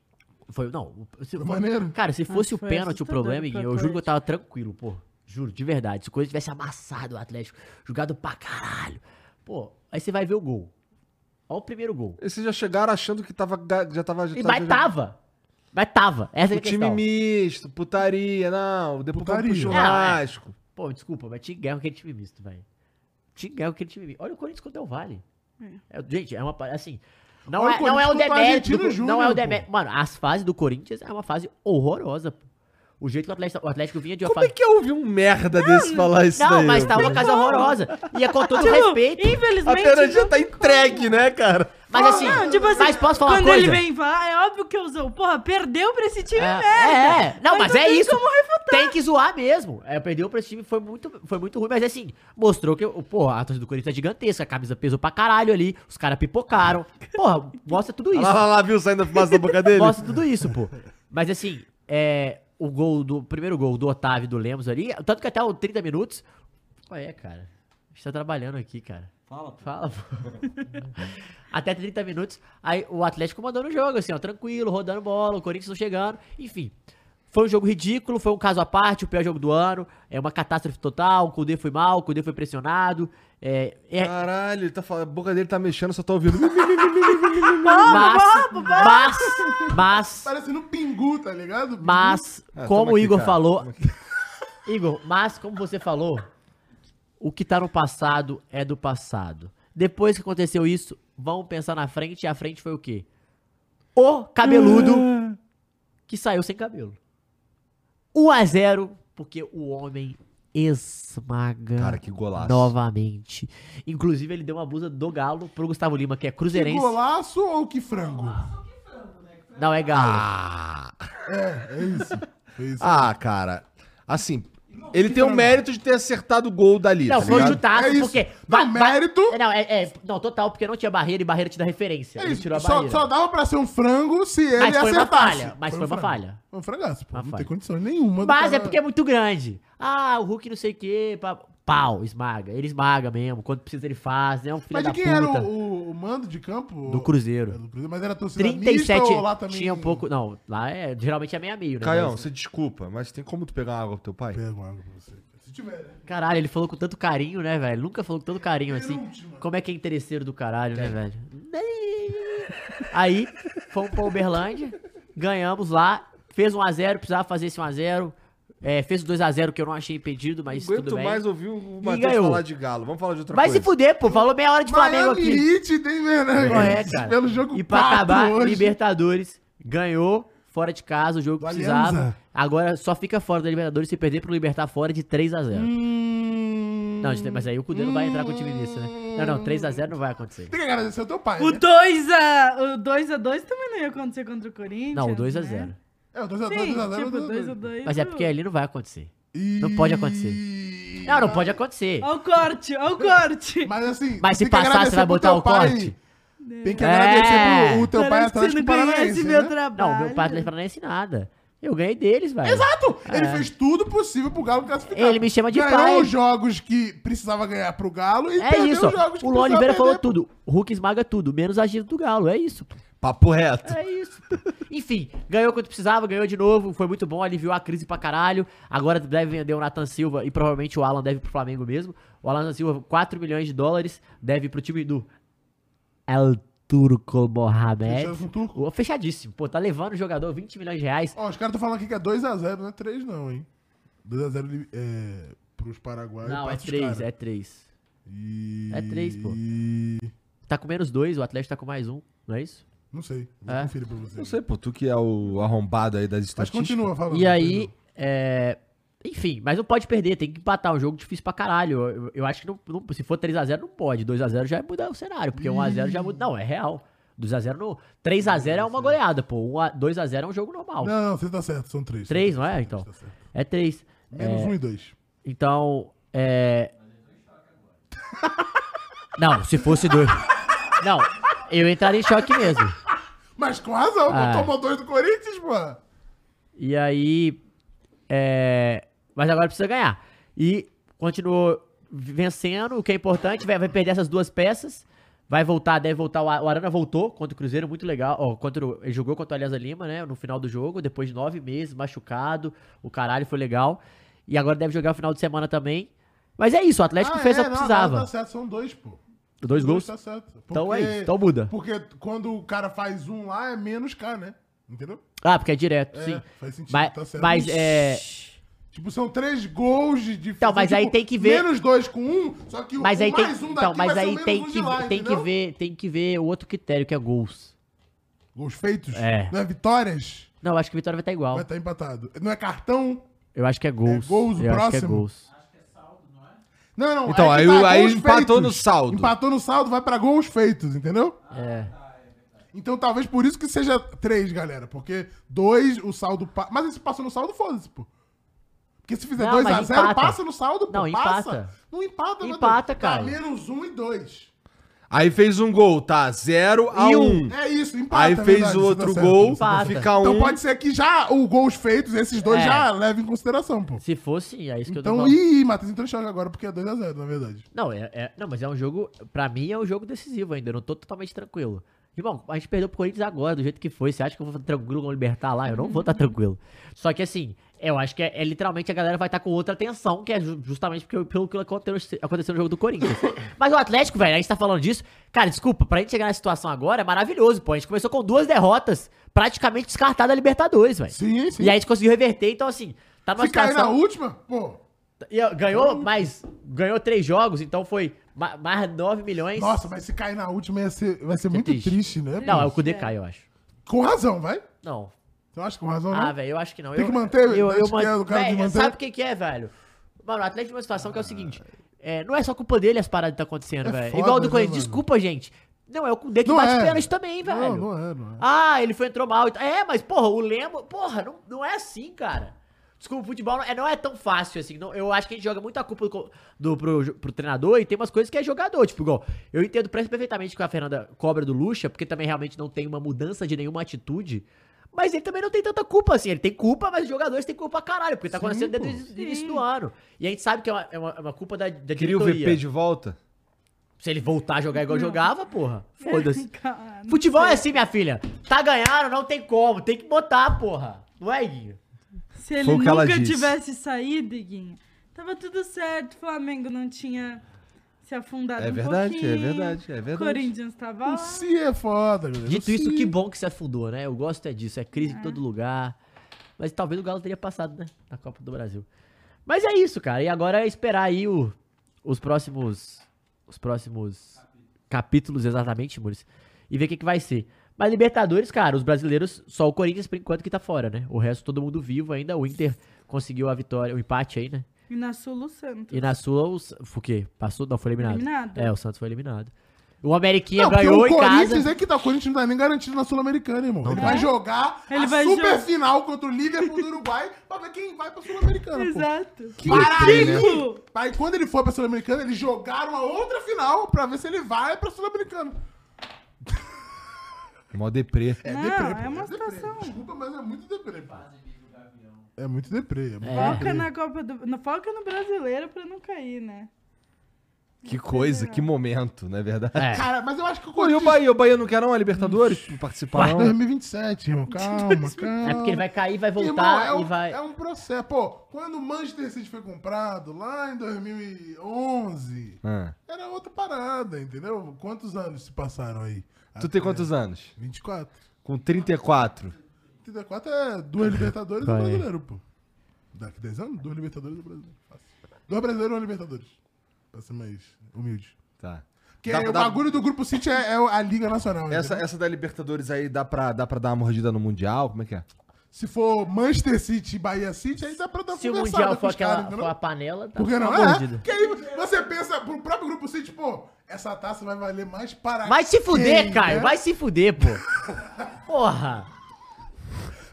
Speaker 2: Foi, não. o- se-
Speaker 3: Foi maneiro.
Speaker 2: Cara, se fosse o
Speaker 4: Ah, foi
Speaker 2: pênalti o
Speaker 4: assustador
Speaker 2: problema,
Speaker 4: pra
Speaker 2: Guinho, eu juro que eu
Speaker 4: Corinthians.
Speaker 2: tava tranquilo, pô. Juro, de verdade. Se o Corinthians tivesse amassado o Atlético, jogado pra caralho. Pô, aí você vai ver o gol. Olha o primeiro gol.
Speaker 1: Vocês já chegaram achando que tava, ga- já tava... Já
Speaker 2: E mas tava. Mas tava. Essa é
Speaker 1: O
Speaker 2: a questão.
Speaker 1: time misto, putaria, não, depois putaria.
Speaker 3: Putaria.
Speaker 1: pro churrasco.
Speaker 2: Pô, desculpa, mas tinha guerra com aquele time misto, velho. Tinha guerra com aquele time misto. Olha o Corinthians contra o Vale. gente, é uma... pa- Assim... Não
Speaker 3: Olha
Speaker 2: é,
Speaker 3: o
Speaker 2: não é o
Speaker 3: Corinthians contra
Speaker 2: demérito.
Speaker 3: o
Speaker 2: do
Speaker 3: Argentino
Speaker 2: Cor- Não é
Speaker 3: Júnior,
Speaker 2: o demérito. Mano, as fases do Corinthians é uma fase horrorosa, pô. O jeito que o Atlético, o Atlético vinha de uma
Speaker 1: Como
Speaker 2: fase.
Speaker 1: é que eu ouvi um merda desse falar isso
Speaker 2: Não,
Speaker 1: daí?
Speaker 2: mas tá uma
Speaker 1: cara?
Speaker 2: casa horrorosa. E é com todo
Speaker 4: Tipo,
Speaker 2: respeito.
Speaker 1: A
Speaker 4: Infelizmente.
Speaker 1: Perandia
Speaker 4: não
Speaker 1: tá
Speaker 4: tem
Speaker 1: entregue, né, cara?
Speaker 2: Mas assim,
Speaker 4: Não, tipo assim,
Speaker 2: mas posso falar uma
Speaker 4: quando
Speaker 2: coisa?
Speaker 4: ele vem falar, é óbvio que usou. Porra, perdeu pra esse time
Speaker 2: é,
Speaker 4: merda.
Speaker 2: é, é. não, mas,
Speaker 4: não
Speaker 2: é
Speaker 4: tem
Speaker 2: isso.
Speaker 4: como refutar.
Speaker 2: Tem que zoar mesmo. É, perdeu pra esse time, foi muito, foi muito ruim, mas assim, mostrou que, porra, a torcida do Corinthians é gigantesca, a camisa pesou pra caralho ali, os caras pipocaram. Porra, mostra tudo
Speaker 1: Olha lá,
Speaker 2: isso.
Speaker 1: lá, lá, viu saindo a fumaça da boca dele?
Speaker 2: Mostra tudo isso, pô. Mas assim, é, o gol do o primeiro gol do Otávio e do Lemos ali, tanto que até os 30 minutos. Qual é, cara? A gente tá trabalhando aqui, cara.
Speaker 5: Fala, pô.
Speaker 2: Fala, pô. Até 30 minutos. Aí o Atlético mandou no jogo, assim, ó, tranquilo, rodando bola, o Corinthians não chegando. Enfim. Foi um jogo ridículo, foi um caso à parte, o pior jogo do ano. É uma catástrofe total, o Kudê foi mal, o Kudê foi pressionado. É, é,
Speaker 1: Caralho, ele tá falando, a boca dele tá mexendo, só tô ouvindo.
Speaker 2: mas, mas, mas,
Speaker 3: Parecendo um pingu, tá ligado?
Speaker 2: mas,
Speaker 1: Ah,
Speaker 2: como
Speaker 1: toma
Speaker 2: o
Speaker 1: aqui,
Speaker 2: Igor
Speaker 1: cara,
Speaker 2: falou,
Speaker 1: toma aqui.
Speaker 2: Igor, mas como você falou, o que tá no passado é do passado. Depois que aconteceu isso, vamos pensar na frente, e a frente foi o quê? O cabeludo que saiu sem cabelo. 1 a 0 porque o homem esmaga
Speaker 1: Cara, que golaço.
Speaker 2: novamente. Inclusive, ele deu uma blusa do Galo pro Gustavo Lima, que é
Speaker 3: Que
Speaker 2: cruzeirense.
Speaker 3: golaço ou que frango?
Speaker 2: Não, é Galo.
Speaker 1: Ah,
Speaker 3: É isso. É isso.
Speaker 1: ah, cara. Assim, ele tem o mérito de ter acertado o gol dali.
Speaker 2: não,
Speaker 1: tá
Speaker 2: foi
Speaker 1: ligado?
Speaker 2: chutado,
Speaker 3: É isso.
Speaker 2: porque...
Speaker 3: Não,
Speaker 2: vai- vai-
Speaker 3: mérito.
Speaker 2: É, Não, é, é- não, total, porque não tinha barreira e barreira te dá referência.
Speaker 3: É
Speaker 2: ele
Speaker 3: isso.
Speaker 2: tirou a
Speaker 3: só,
Speaker 2: barreira.
Speaker 3: só dava pra ser um frango se ele
Speaker 2: Mas foi uma
Speaker 3: acertasse.
Speaker 2: falha, mas foi
Speaker 3: um
Speaker 2: uma
Speaker 3: frango.
Speaker 2: falha.
Speaker 3: Foi um frangaço, pô.
Speaker 2: Uma
Speaker 3: não
Speaker 2: falha.
Speaker 3: tem condições nenhuma. do
Speaker 2: Mas é
Speaker 3: cara-
Speaker 2: porque é muito grande. Ah, o Hulk não sei o quê. pá- Pau, esmaga. Ele esmaga mesmo. Quando precisa, ele faz. É um filho
Speaker 3: Mas
Speaker 2: da
Speaker 3: de quem
Speaker 2: puta.
Speaker 3: era o, o- o mando de campo?
Speaker 2: Do
Speaker 3: Era
Speaker 2: Cruzeiro.
Speaker 3: do Cruzeiro, Mas era torcida mista
Speaker 2: 37.
Speaker 3: ou lá também?
Speaker 2: Tinha um pouco. Não, lá é. Geralmente é meia meio, né?
Speaker 1: Caião,
Speaker 2: Mas-
Speaker 1: você desculpa, mas tem como tu pegar uma água pro teu pai?
Speaker 3: Pego água pra você. Se tiver, né?
Speaker 2: Caralho, ele falou com tanto carinho, né, velho? Nunca falou com tanto carinho assim.
Speaker 3: Penúltima.
Speaker 2: Como é que é interesseiro do caralho, né, velho? Aí, fomos pra Uberlândia, ganhamos lá, fez 1x0, precisava fazer esse 1x0. É, fez o 2x0 que eu não achei impedido,
Speaker 1: Não
Speaker 2: mas
Speaker 1: aguento
Speaker 2: tudo bem.
Speaker 1: mais ouvir o Matheus
Speaker 2: ganhou.
Speaker 1: falar de galo. Vamos falar de outra
Speaker 2: Vai
Speaker 1: coisa.
Speaker 2: se fuder, pô. Falou meia hora de Flamengo
Speaker 3: Miami
Speaker 2: aqui.
Speaker 3: Heat, tem Fernandes.
Speaker 2: Qual é, cara?
Speaker 3: Pelo jogo
Speaker 2: e pra
Speaker 3: quatro
Speaker 2: acabar,
Speaker 3: hoje.
Speaker 2: Libertadores ganhou fora de casa, o jogo que
Speaker 3: Do
Speaker 2: precisava.
Speaker 3: Alianza.
Speaker 2: Agora só fica fora da Libertadores se perder pro Libertar fora de 3 a 0
Speaker 3: Hum...
Speaker 2: Não, gente, mas aí o Cudê não vai entrar com o time nisso, né? Não, não, 3 a 0 não vai acontecer.
Speaker 3: Tem que agradecer ao teu pai,
Speaker 4: O
Speaker 3: né?
Speaker 4: 2x2 2 a 2 também não ia acontecer contra o Corinthians.
Speaker 2: Não, 2 a
Speaker 4: né?
Speaker 2: 0.
Speaker 3: É, o 2x2,
Speaker 4: Sim,
Speaker 3: 2x0.
Speaker 4: tipo, 2x2.
Speaker 2: Mas é porque ali não vai acontecer. Não pode acontecer.
Speaker 4: Ah,
Speaker 2: Não, não pode acontecer.
Speaker 4: Olha o corte, olha o corte.
Speaker 3: Mas assim,
Speaker 2: Mas se
Speaker 3: tem que
Speaker 2: passar, você
Speaker 3: agradecer
Speaker 2: vai
Speaker 3: pro
Speaker 2: botar
Speaker 3: teu
Speaker 2: o
Speaker 3: pai.
Speaker 2: corte?
Speaker 3: Tem que
Speaker 2: É.
Speaker 3: agradecer pro o teu pai é
Speaker 4: Parece que você
Speaker 3: Atlético
Speaker 4: não conhece
Speaker 3: Paranaense,
Speaker 4: meu
Speaker 3: né?
Speaker 4: trabalho.
Speaker 2: Não, meu pai não Paranaense nada. Eu ganhei deles, velho.
Speaker 3: Exato! Ele fez tudo possível pro Galo classificar.
Speaker 2: É. Ele me chama de
Speaker 3: Ganhou
Speaker 2: pai.
Speaker 3: os jogos que precisava ganhar pro Galo e
Speaker 2: É isso.
Speaker 3: os jogos que
Speaker 2: O Lô
Speaker 3: precisava
Speaker 2: Oliveira falou
Speaker 3: perder.
Speaker 2: tudo. O Hulk esmaga tudo, menos a gíria do Galo. É isso, pô.
Speaker 1: Papo reto.
Speaker 2: É isso. Enfim, ganhou quanto precisava, ganhou de novo, foi muito bom, aliviou a crise pra caralho. Agora deve vender o Nathan Silva e provavelmente o Alan deve pro Flamengo mesmo. O Alan Silva, 4 milhões de dólares, deve pro time do El Turco Mohamed.
Speaker 3: Fechado com o Turco?
Speaker 2: Ô, Fechadíssimo, pô, tá levando o jogador 20 milhões de reais.
Speaker 3: Ó, os caras estão falando aqui que é 2x0, não é 3 não, hein? 2x0 é, pros paraguaios.
Speaker 2: Não, é 3, é 3. É 3, pô.
Speaker 3: E...
Speaker 2: Tá com menos 2, o Atlético tá com mais um, não é isso?
Speaker 3: Não sei, vou
Speaker 2: É?
Speaker 3: conferir pra você.
Speaker 1: Não sei, pô, tu que é o arrombado aí das
Speaker 3: Mas
Speaker 1: estatísticas.
Speaker 3: continua falando.
Speaker 2: E aí, é... enfim, mas não pode perder, tem que empatar. É um jogo difícil pra caralho. Eu, eu acho que não, não- se for 3x0, não pode. 2x0 já muda o cenário, porque 1x0 já muda. Não, é real. 2x0 não. 3x0 é uma goleada, pô. 1 a- 2x0 é um jogo normal.
Speaker 3: Não, não, você tá certo, são 3.
Speaker 2: Três, não é, então? É 3.
Speaker 3: Menos 1 um e 2.
Speaker 2: Então, é. Não, se fosse dois. Não, eu entraria em choque mesmo.
Speaker 3: Mas com razão,
Speaker 2: Ah.
Speaker 3: não tomou 2 do Corinthians, pô.
Speaker 2: E aí. É... Mas agora precisa ganhar. E continuou vencendo, o que é importante, vai, vai perder essas duas peças. Vai voltar, deve voltar. O A- o Arana voltou contra o Cruzeiro, muito legal. Ó, contra o- ele jogou contra o Alianza Lima, né? No final do jogo, depois de nove meses, machucado. O caralho foi legal. E agora deve jogar o final de semana também. Mas é isso, o Atlético
Speaker 3: Ah,
Speaker 2: fez
Speaker 3: é,
Speaker 2: o que
Speaker 3: não,
Speaker 2: precisava.
Speaker 3: Não, tá certo, são 2, pô.
Speaker 2: Dois gols.
Speaker 3: Tá certo.
Speaker 2: Então é
Speaker 3: Porque-
Speaker 2: isso, então muda.
Speaker 3: Porque quando o cara faz um lá, é menos K, né? Entendeu?
Speaker 2: Ah, porque é direto,
Speaker 3: É,
Speaker 2: sim.
Speaker 3: faz sentido,
Speaker 2: Mas,
Speaker 3: tá certo.
Speaker 2: mas é.
Speaker 3: Tipo, são três gols de diferença.
Speaker 2: Então, mas aí
Speaker 3: tipo,
Speaker 2: tem que ver-
Speaker 3: Menos dois com um, só que o
Speaker 2: Mas
Speaker 3: o
Speaker 2: aí tem,
Speaker 3: mais um daqui
Speaker 2: então, mas
Speaker 3: vai ser o
Speaker 2: aí
Speaker 3: menos
Speaker 2: tem
Speaker 3: um de
Speaker 2: que,
Speaker 3: lá,
Speaker 2: tem que
Speaker 3: entendeu?
Speaker 2: ver, tem que ver o outro critério que é gols.
Speaker 3: Gols feitos,
Speaker 2: É. Então.
Speaker 3: não é vitórias,
Speaker 2: Não, eu acho que a vitória vai estar igual.
Speaker 3: vai estar empatado. Não é cartão.
Speaker 2: Eu acho que é gols.
Speaker 3: É gols, o
Speaker 2: eu acho que é
Speaker 3: próximo.
Speaker 2: gols.
Speaker 3: Não, não.
Speaker 1: Então,
Speaker 3: é que
Speaker 1: aí
Speaker 3: tá
Speaker 1: o- aí
Speaker 3: gols
Speaker 1: empatou no saldo.
Speaker 3: Empatou no saldo, vai pra gols feitos, entendeu?
Speaker 2: É.
Speaker 3: Então talvez por isso que seja três, galera. Porque dois, o saldo... Pa... Mas se passou no saldo, foda-se, pô. Porque se fizer
Speaker 2: Não,
Speaker 3: 2 a
Speaker 2: mas
Speaker 3: 0
Speaker 2: empata.
Speaker 3: passa no saldo, pô.
Speaker 2: Não,
Speaker 3: passa.
Speaker 2: empata.
Speaker 3: Não empata, né,
Speaker 2: Empata,
Speaker 3: Dudu?
Speaker 2: cara.
Speaker 3: Tá menos um e dois.
Speaker 1: Aí fez um gol, tá? 0 a
Speaker 2: E
Speaker 1: 1
Speaker 2: um.
Speaker 1: um.
Speaker 3: É isso, empata.
Speaker 1: Aí
Speaker 3: é
Speaker 1: fez
Speaker 3: verdade,
Speaker 1: o
Speaker 3: você
Speaker 1: outro
Speaker 3: tá certo,
Speaker 1: gol,
Speaker 3: você tá
Speaker 2: Empata.
Speaker 3: certo.
Speaker 1: fica um.
Speaker 3: Então pode ser que já os gols feitos, esses dois,
Speaker 2: É.
Speaker 3: já levem em consideração, pô.
Speaker 2: Se fosse, é isso que eu tô
Speaker 3: Então,
Speaker 2: falando.
Speaker 3: ih, Matheus entrou em choque agora porque é 2x0, na verdade.
Speaker 2: Não, é, é- não, mas é um jogo. Pra mim é um jogo decisivo ainda. Eu não tô totalmente tranquilo. Irmão, a gente perdeu pro Corinthians agora, do jeito que foi. Você acha que eu vou estar tranquilo com o Libertar lá? Eu não vou estar tranquilo. Só que assim, eu acho que é, é literalmente a galera vai estar com outra atenção, que é ju- justamente porque, pelo que aconteceu, aconteceu no jogo do Corinthians. Mas o Atlético, velho, a gente tá falando disso. Cara, desculpa, pra gente chegar na situação agora é maravilhoso, pô. A gente começou com duas derrotas, praticamente descartada a Libertadores, velho.
Speaker 3: Sim, sim.
Speaker 2: E aí a gente conseguiu reverter, então assim, tá numa
Speaker 3: Se cair na
Speaker 2: situação.
Speaker 3: última, pô.
Speaker 2: E, ó, ganhou, mas ganhou três jogos, então foi ma- mais 9 milhões.
Speaker 3: Nossa, mas se cair na última ia ser, vai ser
Speaker 2: Que
Speaker 3: muito
Speaker 2: triste.
Speaker 3: triste, né?
Speaker 2: Não, é
Speaker 3: pô?
Speaker 2: o Kudê cai, eu acho.
Speaker 3: Com razão, vai.
Speaker 2: Não.
Speaker 3: Eu acho que com razão,
Speaker 2: Ah,
Speaker 3: não.
Speaker 2: velho, eu acho que não.
Speaker 3: Uhum. Tem
Speaker 2: Eu-
Speaker 3: que manter,
Speaker 2: eu,
Speaker 3: né,
Speaker 2: eu,
Speaker 3: de que é
Speaker 2: man-
Speaker 3: o cara de
Speaker 2: Véi,
Speaker 3: manter. Ah.
Speaker 2: Sabe o que, que é, velho? Mano, o Atlético tem uma situação que é o seguinte: é, não é só culpa dele as paradas que tá acontecendo,
Speaker 3: É
Speaker 2: velho.
Speaker 3: foda,
Speaker 2: Igual o do
Speaker 3: né,
Speaker 2: Corinthians.
Speaker 3: mano?
Speaker 2: Desculpa, gente. Não, é o Kudê que
Speaker 3: Não
Speaker 2: bate
Speaker 3: é.
Speaker 2: pênalti também, velho.
Speaker 3: Não, não é, não é.
Speaker 2: Ah, ele foi entrou mal. É, mas, porra, o Lemo. Porra, não, não é assim, cara. Desculpa, o futebol não é, não é tão fácil assim. Não, eu acho que a gente joga muita culpa do, co- do- pro, jo- pro treinador e tem umas coisas que é jogador. Tipo, igual, eu entendo pre- perfeitamente que a Fernanda cobra do Lucha, porque também realmente não tem uma mudança de nenhuma atitude. Mas ele também não tem tanta culpa assim. Ele tem culpa, mas os jogadores têm culpa pra caralho, porque tá
Speaker 3: Sim,
Speaker 2: acontecendo
Speaker 3: pô.
Speaker 2: desde o início
Speaker 4: Sim.
Speaker 2: do ano. E a gente sabe que é uma, é uma- é uma culpa da, da
Speaker 1: Queria o
Speaker 2: diretoria.
Speaker 1: VP de volta?
Speaker 2: Se ele voltar a jogar igual
Speaker 4: Não.
Speaker 2: jogava, porra, foda-se.
Speaker 4: Cara, não
Speaker 2: Futebol é
Speaker 4: sei.
Speaker 2: assim, minha filha. Tá ganhando, não tem como. Tem que botar, porra. Não é, Guinho?
Speaker 4: Se ele
Speaker 1: Foi o que ela
Speaker 4: nunca
Speaker 1: disse.
Speaker 4: tivesse saído, Iguinho, tava tudo certo. O Flamengo não tinha se afundado
Speaker 1: É
Speaker 4: um
Speaker 1: verdade, é
Speaker 4: pouquinho.
Speaker 1: verdade, é verdade.
Speaker 4: Corinthians tava
Speaker 3: O
Speaker 4: lá.
Speaker 3: Si é foda, galera.
Speaker 2: Ah. Dito
Speaker 3: O
Speaker 2: isso,
Speaker 3: Si-
Speaker 2: que bom que você afundou, né? Eu gosto é disso. É crise em todo lugar. Mas talvez o Galo teria passado, né? Na Copa do Brasil. Mas é isso, cara. E agora é esperar aí o- os próximos. Os próximos capítulos, exatamente, Muris. E ver o que, que vai ser. Mas Libertadores, cara, os brasileiros, só o Corinthians por enquanto que tá fora, né? O resto todo mundo vivo ainda. O Inter conseguiu a vitória, o empate aí, né?
Speaker 4: E na Sul, o Santos.
Speaker 2: E na sua, o, Sa- o quê? Passou? Não, foi eliminado.
Speaker 4: Eliminado.
Speaker 2: É, o Santos foi eliminado. O Ameriquinha
Speaker 3: Não, porque
Speaker 2: ganhou
Speaker 3: o
Speaker 2: em
Speaker 3: Corinthians
Speaker 2: casa.
Speaker 3: é que tá. O Corinthians não tá nem garantido na Sul-Americana, irmão. Ele vai jogar
Speaker 4: Ele
Speaker 3: a
Speaker 4: vai
Speaker 3: super
Speaker 4: jogar-
Speaker 3: final contra o Liverpool do Uruguai pra ver quem vai pra Sul-Americana, pô. né?
Speaker 4: Exato. né?
Speaker 3: Caralho! Aí quando ele foi pra Sul-Americana, eles jogaram a outra final pra ver se ele vai pra Sul-Americana.
Speaker 1: Mó deprê.
Speaker 4: Não,
Speaker 3: deprê, pô,
Speaker 4: é
Speaker 3: deprê.
Speaker 4: uma situação.
Speaker 3: Desculpa, mas é muito deprê, pô. É muito deprê. É muito
Speaker 4: Foca
Speaker 3: deprê.
Speaker 4: na Copa do... no- Foca no brasileiro pra não cair, né?
Speaker 1: Que
Speaker 3: né?
Speaker 1: coisa, que momento, não é verdade?
Speaker 2: É.
Speaker 3: Cara, mas eu acho que o
Speaker 1: Pô, e o
Speaker 3: Corinthians...
Speaker 1: Bahia? O Bahia não quer não a Libertadores? Não participar não?
Speaker 3: 2027, irmão. Calma, calma.
Speaker 2: É porque ele vai cair, vai
Speaker 3: Irmão,
Speaker 2: voltar
Speaker 3: é um,
Speaker 2: e vai.
Speaker 3: é um processo. Pô, quando o Manchester City foi comprado, lá em 2011,
Speaker 1: Ah.
Speaker 3: era outra parada, entendeu? Quantos anos se passaram aí?
Speaker 1: Tu tem quantos anos?
Speaker 3: 24.
Speaker 1: Com 34.
Speaker 3: 34 é duas Libertadores e um
Speaker 2: Vai.
Speaker 3: brasileiro, pô. Daqui 10 anos, duas Libertadores e um brasileiro. Fácil. Dois brasileiros e uma Libertadores. Pra ser mais humilde.
Speaker 1: Tá.
Speaker 3: Porque
Speaker 1: Dá-
Speaker 3: o
Speaker 1: dá-
Speaker 3: bagulho do Grupo City é, é a Liga Nacional.
Speaker 1: Essa,
Speaker 3: entendeu?
Speaker 1: essa da Libertadores aí dá pra, dá pra dar uma mordida no Mundial? Como é que é?
Speaker 3: Se for Manchester City e Bahia City, aí dá pra dar
Speaker 2: Se o
Speaker 3: conversada
Speaker 2: Mundial
Speaker 3: com
Speaker 2: for
Speaker 3: os
Speaker 2: aquela
Speaker 3: caras, entendeu?
Speaker 2: for a panela, tá
Speaker 3: Por que
Speaker 2: uma
Speaker 3: não? É,
Speaker 2: mordida.
Speaker 3: porque aí você pensa pro próprio grupo City, pô, essa taça vai valer mais para.
Speaker 2: Vai se fuder,
Speaker 3: quem,
Speaker 2: Caio.
Speaker 3: né?
Speaker 2: Vai se fuder, pô. Porra.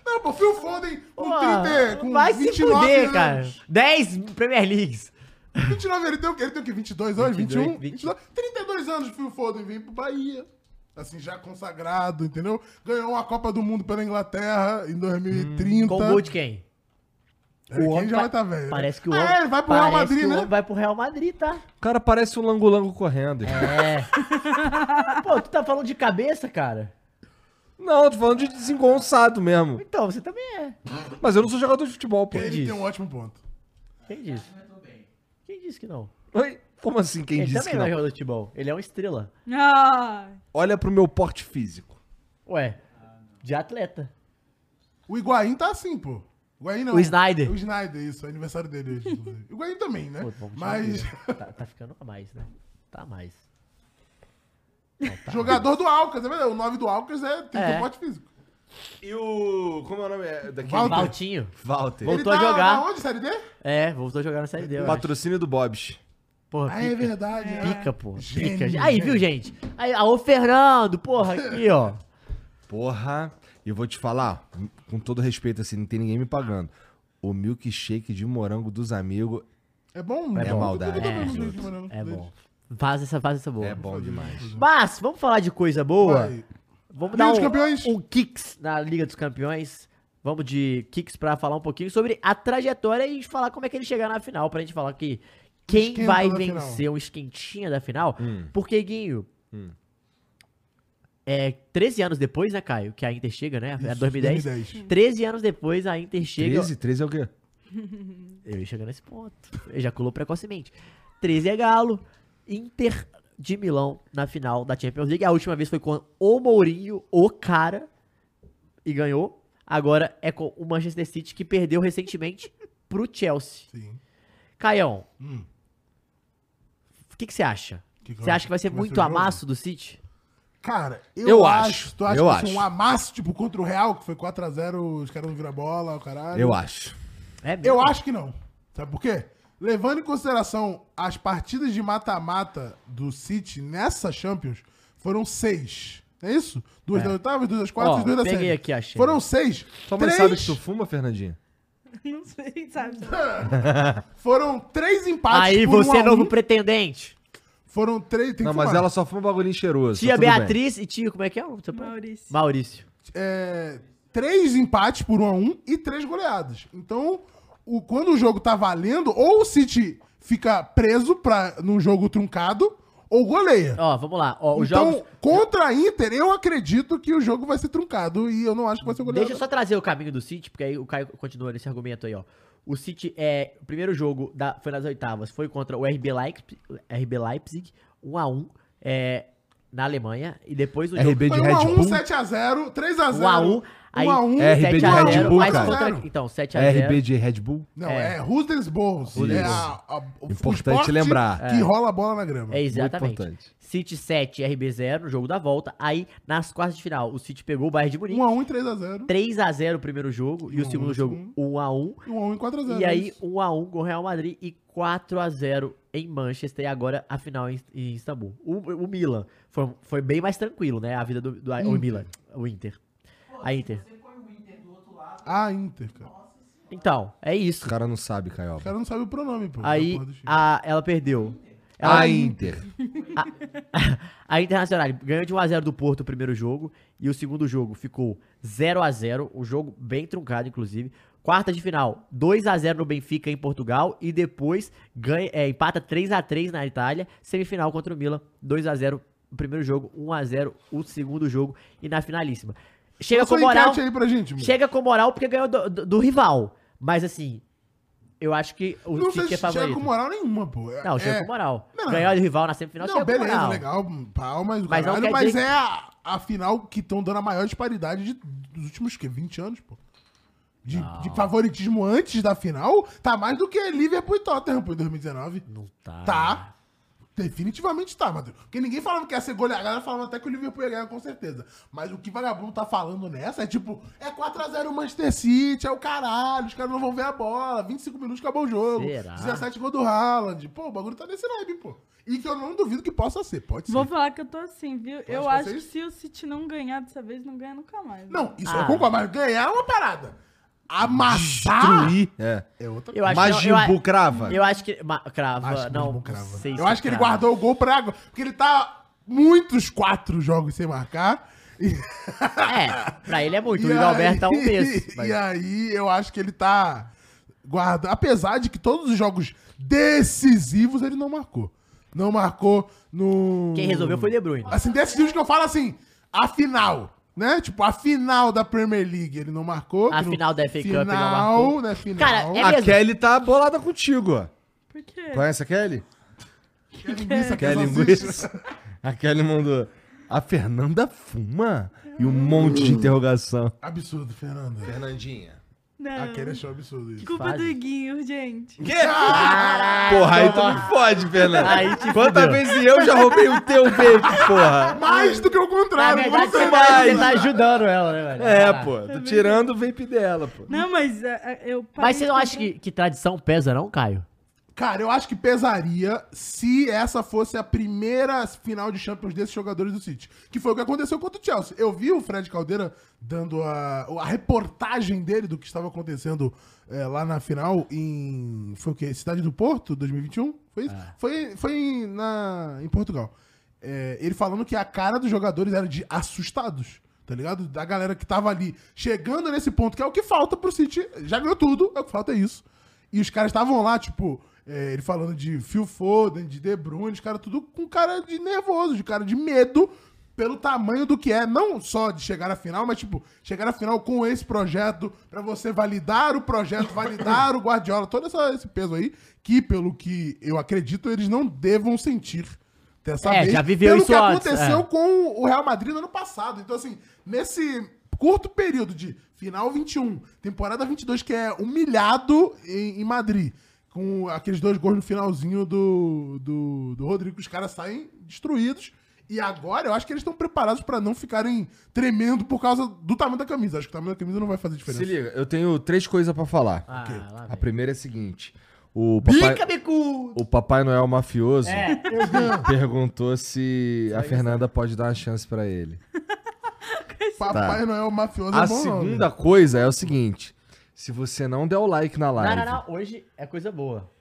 Speaker 3: Não, pô, Phil Foden com
Speaker 2: porra.
Speaker 3: 30, com
Speaker 2: vai se
Speaker 3: 29
Speaker 2: fuder,
Speaker 3: anos.
Speaker 2: cara. 10 Premier Leagues.
Speaker 3: 29, ele tem o quê? Ele tem o quê? 22 anos?
Speaker 2: 22,
Speaker 3: 21? 22, 32 anos o Phil Foden vem pro Bahia. Assim, já consagrado, entendeu? Ganhou uma Copa do Mundo pela Inglaterra em 2030.
Speaker 2: Com gol Hum, de quem?
Speaker 3: É, quem já vai tá velho. né?
Speaker 2: Parece que o
Speaker 3: Ah,
Speaker 2: homem.
Speaker 3: é, ele vai pro Real
Speaker 2: parece
Speaker 3: Madrid,
Speaker 2: que o
Speaker 3: né?
Speaker 2: homem vai pro Real Madrid, tá?
Speaker 1: O cara parece um langolango correndo.
Speaker 2: É. Pô, tu tá falando de cabeça, cara?
Speaker 1: Não, tô falando de desengonçado mesmo.
Speaker 2: Então, você também é.
Speaker 1: Mas eu não sou jogador de futebol, pô.
Speaker 3: Ele
Speaker 2: diz?
Speaker 3: tem um ótimo ponto.
Speaker 2: Quem disse? Quem disse que não?
Speaker 1: Oi? Como assim quem
Speaker 2: ele
Speaker 1: disse
Speaker 2: também
Speaker 1: que
Speaker 2: não é
Speaker 1: não?
Speaker 2: jogador de futebol. Ele é uma estrela.
Speaker 4: Ah,
Speaker 1: Olha pro meu porte físico.
Speaker 2: Ué, de atleta.
Speaker 3: O Higuaín tá assim, pô. O Higuaín não.
Speaker 2: O Snyder.
Speaker 3: O Snyder, isso. É aniversário dele hoje. inclusive. O Higuaín também, né?
Speaker 2: Pô, vamos tirar
Speaker 3: Mas
Speaker 2: dele. Tá, tá ficando a mais, né? Tá a mais. Não, tá.
Speaker 3: jogador do Alcas, é verdade. O 9 do Alcas é, tem
Speaker 2: É.
Speaker 3: é. porte físico.
Speaker 1: E o. Como é o nome é, daquele?
Speaker 3: Walter.
Speaker 2: Valtinho.
Speaker 1: Walter.
Speaker 2: Voltou a jogar.
Speaker 3: tá Onde, Série D?
Speaker 2: É, voltou a jogar na Série D, eu acho.
Speaker 1: Patrocínio do Bob's.
Speaker 2: Porra,
Speaker 3: Ah, é
Speaker 2: pica.
Speaker 3: verdade. é.
Speaker 2: Pica, porra.
Speaker 3: Gênio,
Speaker 2: Pica.
Speaker 1: né?
Speaker 2: Aí, viu, gente? Aí, alô, Fernando, porra, aqui, ó.
Speaker 1: Porra. E eu vou te falar, com todo respeito, assim, não tem ninguém me pagando. O milkshake de morango dos amigos
Speaker 3: É bom, né?
Speaker 1: é maldade.
Speaker 3: Eu tô
Speaker 2: É,
Speaker 3: vendo gente, mano,
Speaker 2: É
Speaker 3: deles.
Speaker 2: bom. Faz essa, faz essa boa.
Speaker 1: é bom demais.
Speaker 2: Mas, vamos falar de coisa boa.
Speaker 3: Vai.
Speaker 2: Vamos
Speaker 3: Liga
Speaker 2: dar
Speaker 3: dos Campeões.
Speaker 2: um, um kicks na Liga dos Campeões. Vamos de kicks pra falar um pouquinho sobre a trajetória e falar como é que ele chegar na final. Pra gente falar que quem
Speaker 3: esquenta
Speaker 2: vai
Speaker 3: da
Speaker 1: Hum.
Speaker 2: vencer um esquentinha da final. Porque, Guinho, é, 13 anos depois, né, Caio? Que a Inter chega, né? É
Speaker 3: Isso,
Speaker 2: 2010.
Speaker 3: 2010.
Speaker 2: 13 anos depois, a Inter chega.
Speaker 1: 13? 13 é o quê?
Speaker 2: Eu ia chegar nesse ponto. Ejaculou precocemente. 13 é Galo. Inter de Milão na final da Champions League. A última vez foi com o Mourinho, o cara, e ganhou. Agora é com o Manchester City, que perdeu recentemente pro Chelsea.
Speaker 3: Sim.
Speaker 2: Caião,
Speaker 3: Hum.
Speaker 2: o que que você acha?
Speaker 3: Que que
Speaker 2: Você
Speaker 3: eu
Speaker 2: acha que vai ser
Speaker 3: que
Speaker 2: muito
Speaker 3: o jogo?
Speaker 2: amasso do City?
Speaker 3: Cara, eu,
Speaker 1: Eu
Speaker 3: acho.
Speaker 1: acho,
Speaker 3: Tu acha
Speaker 1: eu
Speaker 3: que vai ser
Speaker 1: acho.
Speaker 3: um amasso, tipo, contra o Real, que foi 4x0, os caras não viram a bola, o caralho?
Speaker 1: Eu acho.
Speaker 2: É mesmo?
Speaker 3: Eu acho que não. Sabe por quê? Levando em consideração as partidas de mata-mata do City nessa Champions, foram seis. É isso? Duas da oitava, duas das quartas
Speaker 2: Ó,
Speaker 3: e duas da
Speaker 2: peguei
Speaker 3: série.
Speaker 2: aqui, achei.
Speaker 3: Foram seis.
Speaker 1: Sua mãe
Speaker 3: três,
Speaker 1: sabe que tu fuma, Fernandinha?
Speaker 4: Não sei, sabe?
Speaker 3: Foram três empates
Speaker 2: Aí
Speaker 3: por um
Speaker 2: você
Speaker 3: a
Speaker 2: é novo
Speaker 3: um.
Speaker 2: pretendente.
Speaker 3: Foram três... Tem
Speaker 1: Não,
Speaker 3: que
Speaker 1: mas
Speaker 3: fumar.
Speaker 1: ela só fuma bagulhinho cheiroso. tá
Speaker 2: Tia
Speaker 1: tudo bem.
Speaker 2: Beatriz e tio, como é que é? o seu pai?
Speaker 4: Maurício.
Speaker 2: Maurício.
Speaker 3: é, três empates por 1 a 1 e três goleadas. Então, o, quando o jogo tá valendo, ou o City fica preso pra, num jogo truncado, ou goleia.
Speaker 2: Ó, vamos lá. Ó, os
Speaker 3: então,
Speaker 2: jogos...
Speaker 3: contra a Inter, eu acredito que o jogo vai ser truncado e eu não acho que vai ser goleada.
Speaker 2: Deixa eu só trazer o caminho do City, porque aí o Caio continua nesse argumento aí, ó. O City, é, o primeiro jogo da, foi nas oitavas, foi contra o RB Leipzig, RB Leipzig 1x1 é, na Alemanha, e depois o jogo
Speaker 1: RB É de
Speaker 3: Foi 1 a
Speaker 1: Red
Speaker 3: 1,
Speaker 1: Bull.
Speaker 3: 7 a 0, 3 a 0.
Speaker 2: 1x1,
Speaker 3: 1 a 1,
Speaker 1: RB de
Speaker 2: 7 a
Speaker 1: Red
Speaker 2: 0,
Speaker 1: Bull,
Speaker 2: mas
Speaker 1: cara.
Speaker 2: contra, então, 7 a 0.
Speaker 1: RB É de Red Bull.
Speaker 3: Não,
Speaker 2: É.
Speaker 3: é, Rudensborg. É a- a- o
Speaker 1: Importante
Speaker 3: esporte
Speaker 1: lembrar.
Speaker 3: Que rola a bola na grama.
Speaker 2: É exatamente.
Speaker 1: importante.
Speaker 2: City 7, RB 0 no jogo da volta. Aí nas quartas de final, o City pegou o Bayern de
Speaker 1: Um
Speaker 2: Munique,
Speaker 3: 1 a 1 e 3 a 0.
Speaker 2: 3 a 0 o primeiro jogo e o
Speaker 3: Um a um,
Speaker 2: segundo
Speaker 3: o
Speaker 2: jogo
Speaker 3: segundo.
Speaker 2: 1 a 1.
Speaker 3: E 1 a 1 e 4 a é 0.
Speaker 2: E aí, 1x1 com o Real Madrid e 4x0 em Manchester. E agora a final em, em Istambul. O, o Milan foi, foi bem mais tranquilo, né? A vida do, do o Milan. O Inter. A Inter.
Speaker 3: a Inter, cara.
Speaker 2: Então, é
Speaker 1: O
Speaker 2: isso.
Speaker 1: cara não sabe, Caio.
Speaker 3: O cara não sabe o pronome, pô. da
Speaker 2: Aí
Speaker 3: porra do time.
Speaker 2: a, ela perdeu. Ela,
Speaker 1: A Inter.
Speaker 2: a Internacional ganhou de 1x0 do Porto o primeiro jogo. E o segundo jogo ficou 0x0. O um jogo bem truncado, inclusive. Quarta de final, 2x0 no Benfica em Portugal. E depois ganha, é, empata 3x3 na Itália. Semifinal contra o Milan, 2x0 o primeiro jogo, 1x0 o segundo jogo. E na finalíssima. Chega
Speaker 3: Lança
Speaker 2: com
Speaker 3: uma
Speaker 2: moral.
Speaker 3: enquete um aí pra gente, mano.
Speaker 2: Chega com moral porque ganhou do, do- do rival. Mas assim, eu acho que o
Speaker 3: não sei
Speaker 2: City
Speaker 3: se
Speaker 2: é
Speaker 3: chega
Speaker 2: favorito.
Speaker 3: com moral nenhuma, pô. É-
Speaker 2: Não, chega
Speaker 3: é-
Speaker 2: com moral.
Speaker 3: Não, não.
Speaker 2: Ganhou do rival na semifinal,
Speaker 3: Não,
Speaker 2: chega com
Speaker 3: beleza,
Speaker 2: moral.
Speaker 3: legal, palmas,
Speaker 2: Mas
Speaker 3: mas,
Speaker 2: não
Speaker 3: caralho,
Speaker 2: quer
Speaker 3: mas
Speaker 2: dizer
Speaker 3: é a, a final que estão dando a maior disparidade de- dos últimos, que 20 anos, pô. De, de favoritismo antes da final, tá mais do que Liverpool e Tottenham, pô, em 2019.
Speaker 2: Não tá.
Speaker 3: Tá. Definitivamente tá, Matheus. Porque ninguém falava que ia ser goleada, a galera falava até que o Liverpool ia ganhar com certeza. Mas o que vagabundo tá falando nessa é tipo, é 4x0 o Manchester City, é o caralho, os caras não vão ver a bola, 25 minutos acabou o jogo,
Speaker 2: Será?
Speaker 3: 17 gol do Haaland. Pô, o bagulho tá nesse vibe, pô. E que eu não duvido que possa ser, pode ser.
Speaker 4: Vou falar que eu tô assim, viu? eu
Speaker 3: que
Speaker 4: acho
Speaker 3: vocês-
Speaker 4: que se o City não ganhar dessa vez, não ganha nunca mais.
Speaker 3: Não, isso
Speaker 2: Ah.
Speaker 3: eu concordo, mas ganhar é uma parada. Amassar
Speaker 1: Destruir. É.
Speaker 3: é outra
Speaker 2: Eu acho que não, eu a-
Speaker 1: Majibu crava.
Speaker 2: Eu acho que. ma- crava,
Speaker 3: Acho que
Speaker 2: não.
Speaker 3: Majibu
Speaker 2: não
Speaker 3: crava.
Speaker 2: sei se
Speaker 3: né? Eu acho que ele
Speaker 2: crava.
Speaker 3: guardou o gol pra. Porque ele tá muitos quatro jogos sem marcar. E...
Speaker 2: É, pra ele é muito. O
Speaker 3: E
Speaker 2: Yuri Alberto tá um
Speaker 3: aí-
Speaker 2: terço. mas-
Speaker 3: E aí eu acho que ele tá guarda, apesar de que todos os jogos decisivos ele não marcou. Não marcou no
Speaker 2: Quem resolveu foi o De Bruyne.
Speaker 3: Assim, decisivos que eu falo assim, a final, né? Tipo, a final da Premier League ele não marcou.
Speaker 2: A
Speaker 3: que no-
Speaker 2: final da FA Cup ele não
Speaker 3: final,
Speaker 2: marcou.
Speaker 3: Né, final.
Speaker 2: Cara, é-
Speaker 1: A
Speaker 2: mesmo.
Speaker 1: Kelly tá bolada contigo, ó.
Speaker 4: Por quê?
Speaker 1: Conhece a Kelly?
Speaker 3: Que é linguiça, que
Speaker 1: Kelly
Speaker 3: só
Speaker 1: linguiça. A Kelly mandou. A Fernanda fuma? E um monte de interrogação.
Speaker 3: Absurdo, Fernando.
Speaker 1: Fernandinha.
Speaker 4: Não.
Speaker 3: Aquele achou absurdo isso.
Speaker 4: Culpa
Speaker 2: fase.
Speaker 4: do Iguinho, gente.
Speaker 1: Porra, aí tu me fode, Fernanda.
Speaker 2: Aí te
Speaker 1: Quantas
Speaker 2: fudeu.
Speaker 1: vezes eu já roubei o teu vape, porra?
Speaker 3: Mais do que o
Speaker 2: Na
Speaker 3: contrário.
Speaker 2: verdade,
Speaker 3: você
Speaker 2: você
Speaker 3: vai-
Speaker 2: tá, você tá ajudando ela, né, velho?
Speaker 1: É, pô. Tô tirando o vape dela, pô.
Speaker 4: Não, mas a- a- eu parei
Speaker 2: Mas você
Speaker 4: de
Speaker 2: não
Speaker 4: comprar-
Speaker 2: acha que, que tradição pesa, não, Caio?
Speaker 3: Cara, eu acho que pesaria se essa fosse a primeira final de Champions desses jogadores do City. Que foi o que aconteceu contra o Chelsea. Eu vi o Fred Caldeira dando a, a reportagem dele do que estava acontecendo é, lá na final em. Foi o quê? Cidade do Porto, 2021? Foi isso? Foi, foi em, na, em Portugal. É, ele falando que a cara dos jogadores era de assustados. Tá ligado? Da galera que tava ali chegando nesse ponto, que é o que falta pro City. Já ganhou tudo, é o que falta é isso. E os caras estavam lá, tipo, é, ele falando de Phil Foden, de De Bruyne, os caras tudo com cara de nervoso, de cara de medo, pelo tamanho do que é, não só de chegar à final, mas tipo, chegar à final com esse projeto, pra você validar o projeto, validar o Guardiola, todo essa- esse peso aí, que pelo que eu acredito, eles não devam sentir dessa
Speaker 2: É,
Speaker 3: vez,
Speaker 2: já viveu
Speaker 3: pelo
Speaker 2: isso
Speaker 3: que
Speaker 2: antes,
Speaker 3: aconteceu
Speaker 2: é.
Speaker 3: com o Real Madrid no ano passado. Então assim, nesse curto período de final 21, temporada 22 que é humilhado em, em Madrid, com aqueles dois gols no finalzinho do, do, do Rodrigo, os caras saem destruídos. E agora eu acho que eles estão preparados pra não ficarem tremendo por causa do tamanho da camisa. Acho que o tamanho da camisa não vai fazer diferença.
Speaker 1: Se liga, eu tenho três coisas pra falar.
Speaker 2: Ah, lá
Speaker 1: A
Speaker 2: vem.
Speaker 1: primeira é a seguinte. O papai,
Speaker 2: Bica, bico!
Speaker 1: o papai Noel mafioso
Speaker 2: É,
Speaker 1: perguntou se a Fernanda pode dar uma chance pra ele.
Speaker 3: Papai Noel mafioso
Speaker 1: Tá. A
Speaker 3: é bom nome.
Speaker 1: segunda coisa é o seguinte. Se você não der o like na
Speaker 2: não,
Speaker 1: live...
Speaker 2: não, não, hoje é coisa boa.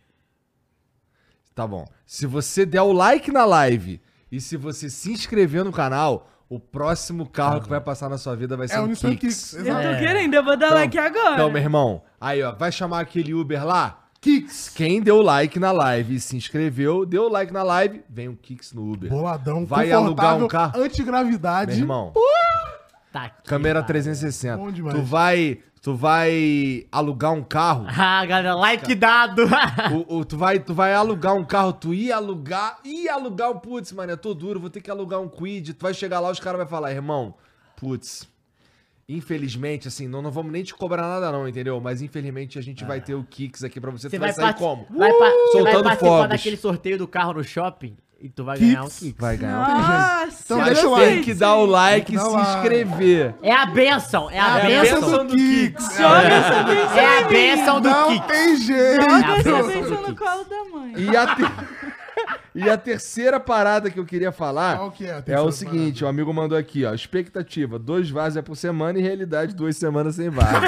Speaker 1: Tá bom. Se você der o like na live e se você se inscrever no canal, o próximo carro que vai passar na sua vida vai ser
Speaker 3: É o
Speaker 1: um
Speaker 3: Nissan
Speaker 1: Kicks.
Speaker 3: Kicks.
Speaker 4: Eu
Speaker 3: Exato.
Speaker 4: tô querendo, eu vou dar like agora.
Speaker 1: Então, meu irmão, aí ó, vai chamar aquele Uber lá?
Speaker 3: Kicks.
Speaker 1: Quem deu like na live e se inscreveu, deu like na live, vem um Kicks no Uber.
Speaker 3: Boladão,
Speaker 1: Vai
Speaker 3: confortável,
Speaker 1: alugar um carro? Meu
Speaker 3: antigravidade.
Speaker 1: irmão,
Speaker 2: Tá aqui,
Speaker 1: câmera
Speaker 2: tá.
Speaker 1: 360.
Speaker 3: Bom demais.
Speaker 1: Tu vai, tu vai alugar um carro?
Speaker 2: Ah, galera, like dado.
Speaker 1: O- o- tu, vai, tu vai alugar um carro, tu ia alugar, ia alugar um putz, mano, eu tô duro, vou ter que alugar um quid. Tu vai chegar lá, os caras vão falar, irmão, putz, infelizmente, assim, não, não vamos nem te cobrar nada, não, entendeu? Mas infelizmente a gente
Speaker 3: É.
Speaker 1: vai ter o Kicks aqui pra você.
Speaker 2: Você
Speaker 1: tu vai,
Speaker 2: vai,
Speaker 1: sair
Speaker 2: parti-
Speaker 1: como?
Speaker 2: vai, pa- você vai
Speaker 1: Soltando
Speaker 2: participar
Speaker 1: fogos.
Speaker 2: daquele sorteio do carro no shopping e tu vai ganhar um
Speaker 3: Kicks.
Speaker 2: Kicks.
Speaker 1: Vai ganhar.
Speaker 4: Nossa,
Speaker 3: Então
Speaker 1: Mas
Speaker 3: deixa o
Speaker 1: tem
Speaker 3: like.
Speaker 1: que dar o like e
Speaker 3: Tem que
Speaker 1: se
Speaker 3: dar o like.
Speaker 1: inscrever.
Speaker 2: É a benção, é a
Speaker 1: É a
Speaker 2: benção.
Speaker 1: bênção do Kicks.
Speaker 2: É a benção do
Speaker 3: Não
Speaker 2: Kicks.
Speaker 3: tem jeito.
Speaker 2: É a
Speaker 4: Joga
Speaker 2: bênção
Speaker 4: essa bênção
Speaker 2: do
Speaker 4: no
Speaker 2: Kicks.
Speaker 4: colo da mãe.
Speaker 1: E a, te- e a terceira parada que eu queria falar
Speaker 3: Qual que é a
Speaker 1: é,
Speaker 3: terceira
Speaker 1: o seguinte: o amigo mandou aqui, ó. Expectativa: dois vasos por semana e realidade, duas semanas sem vaso.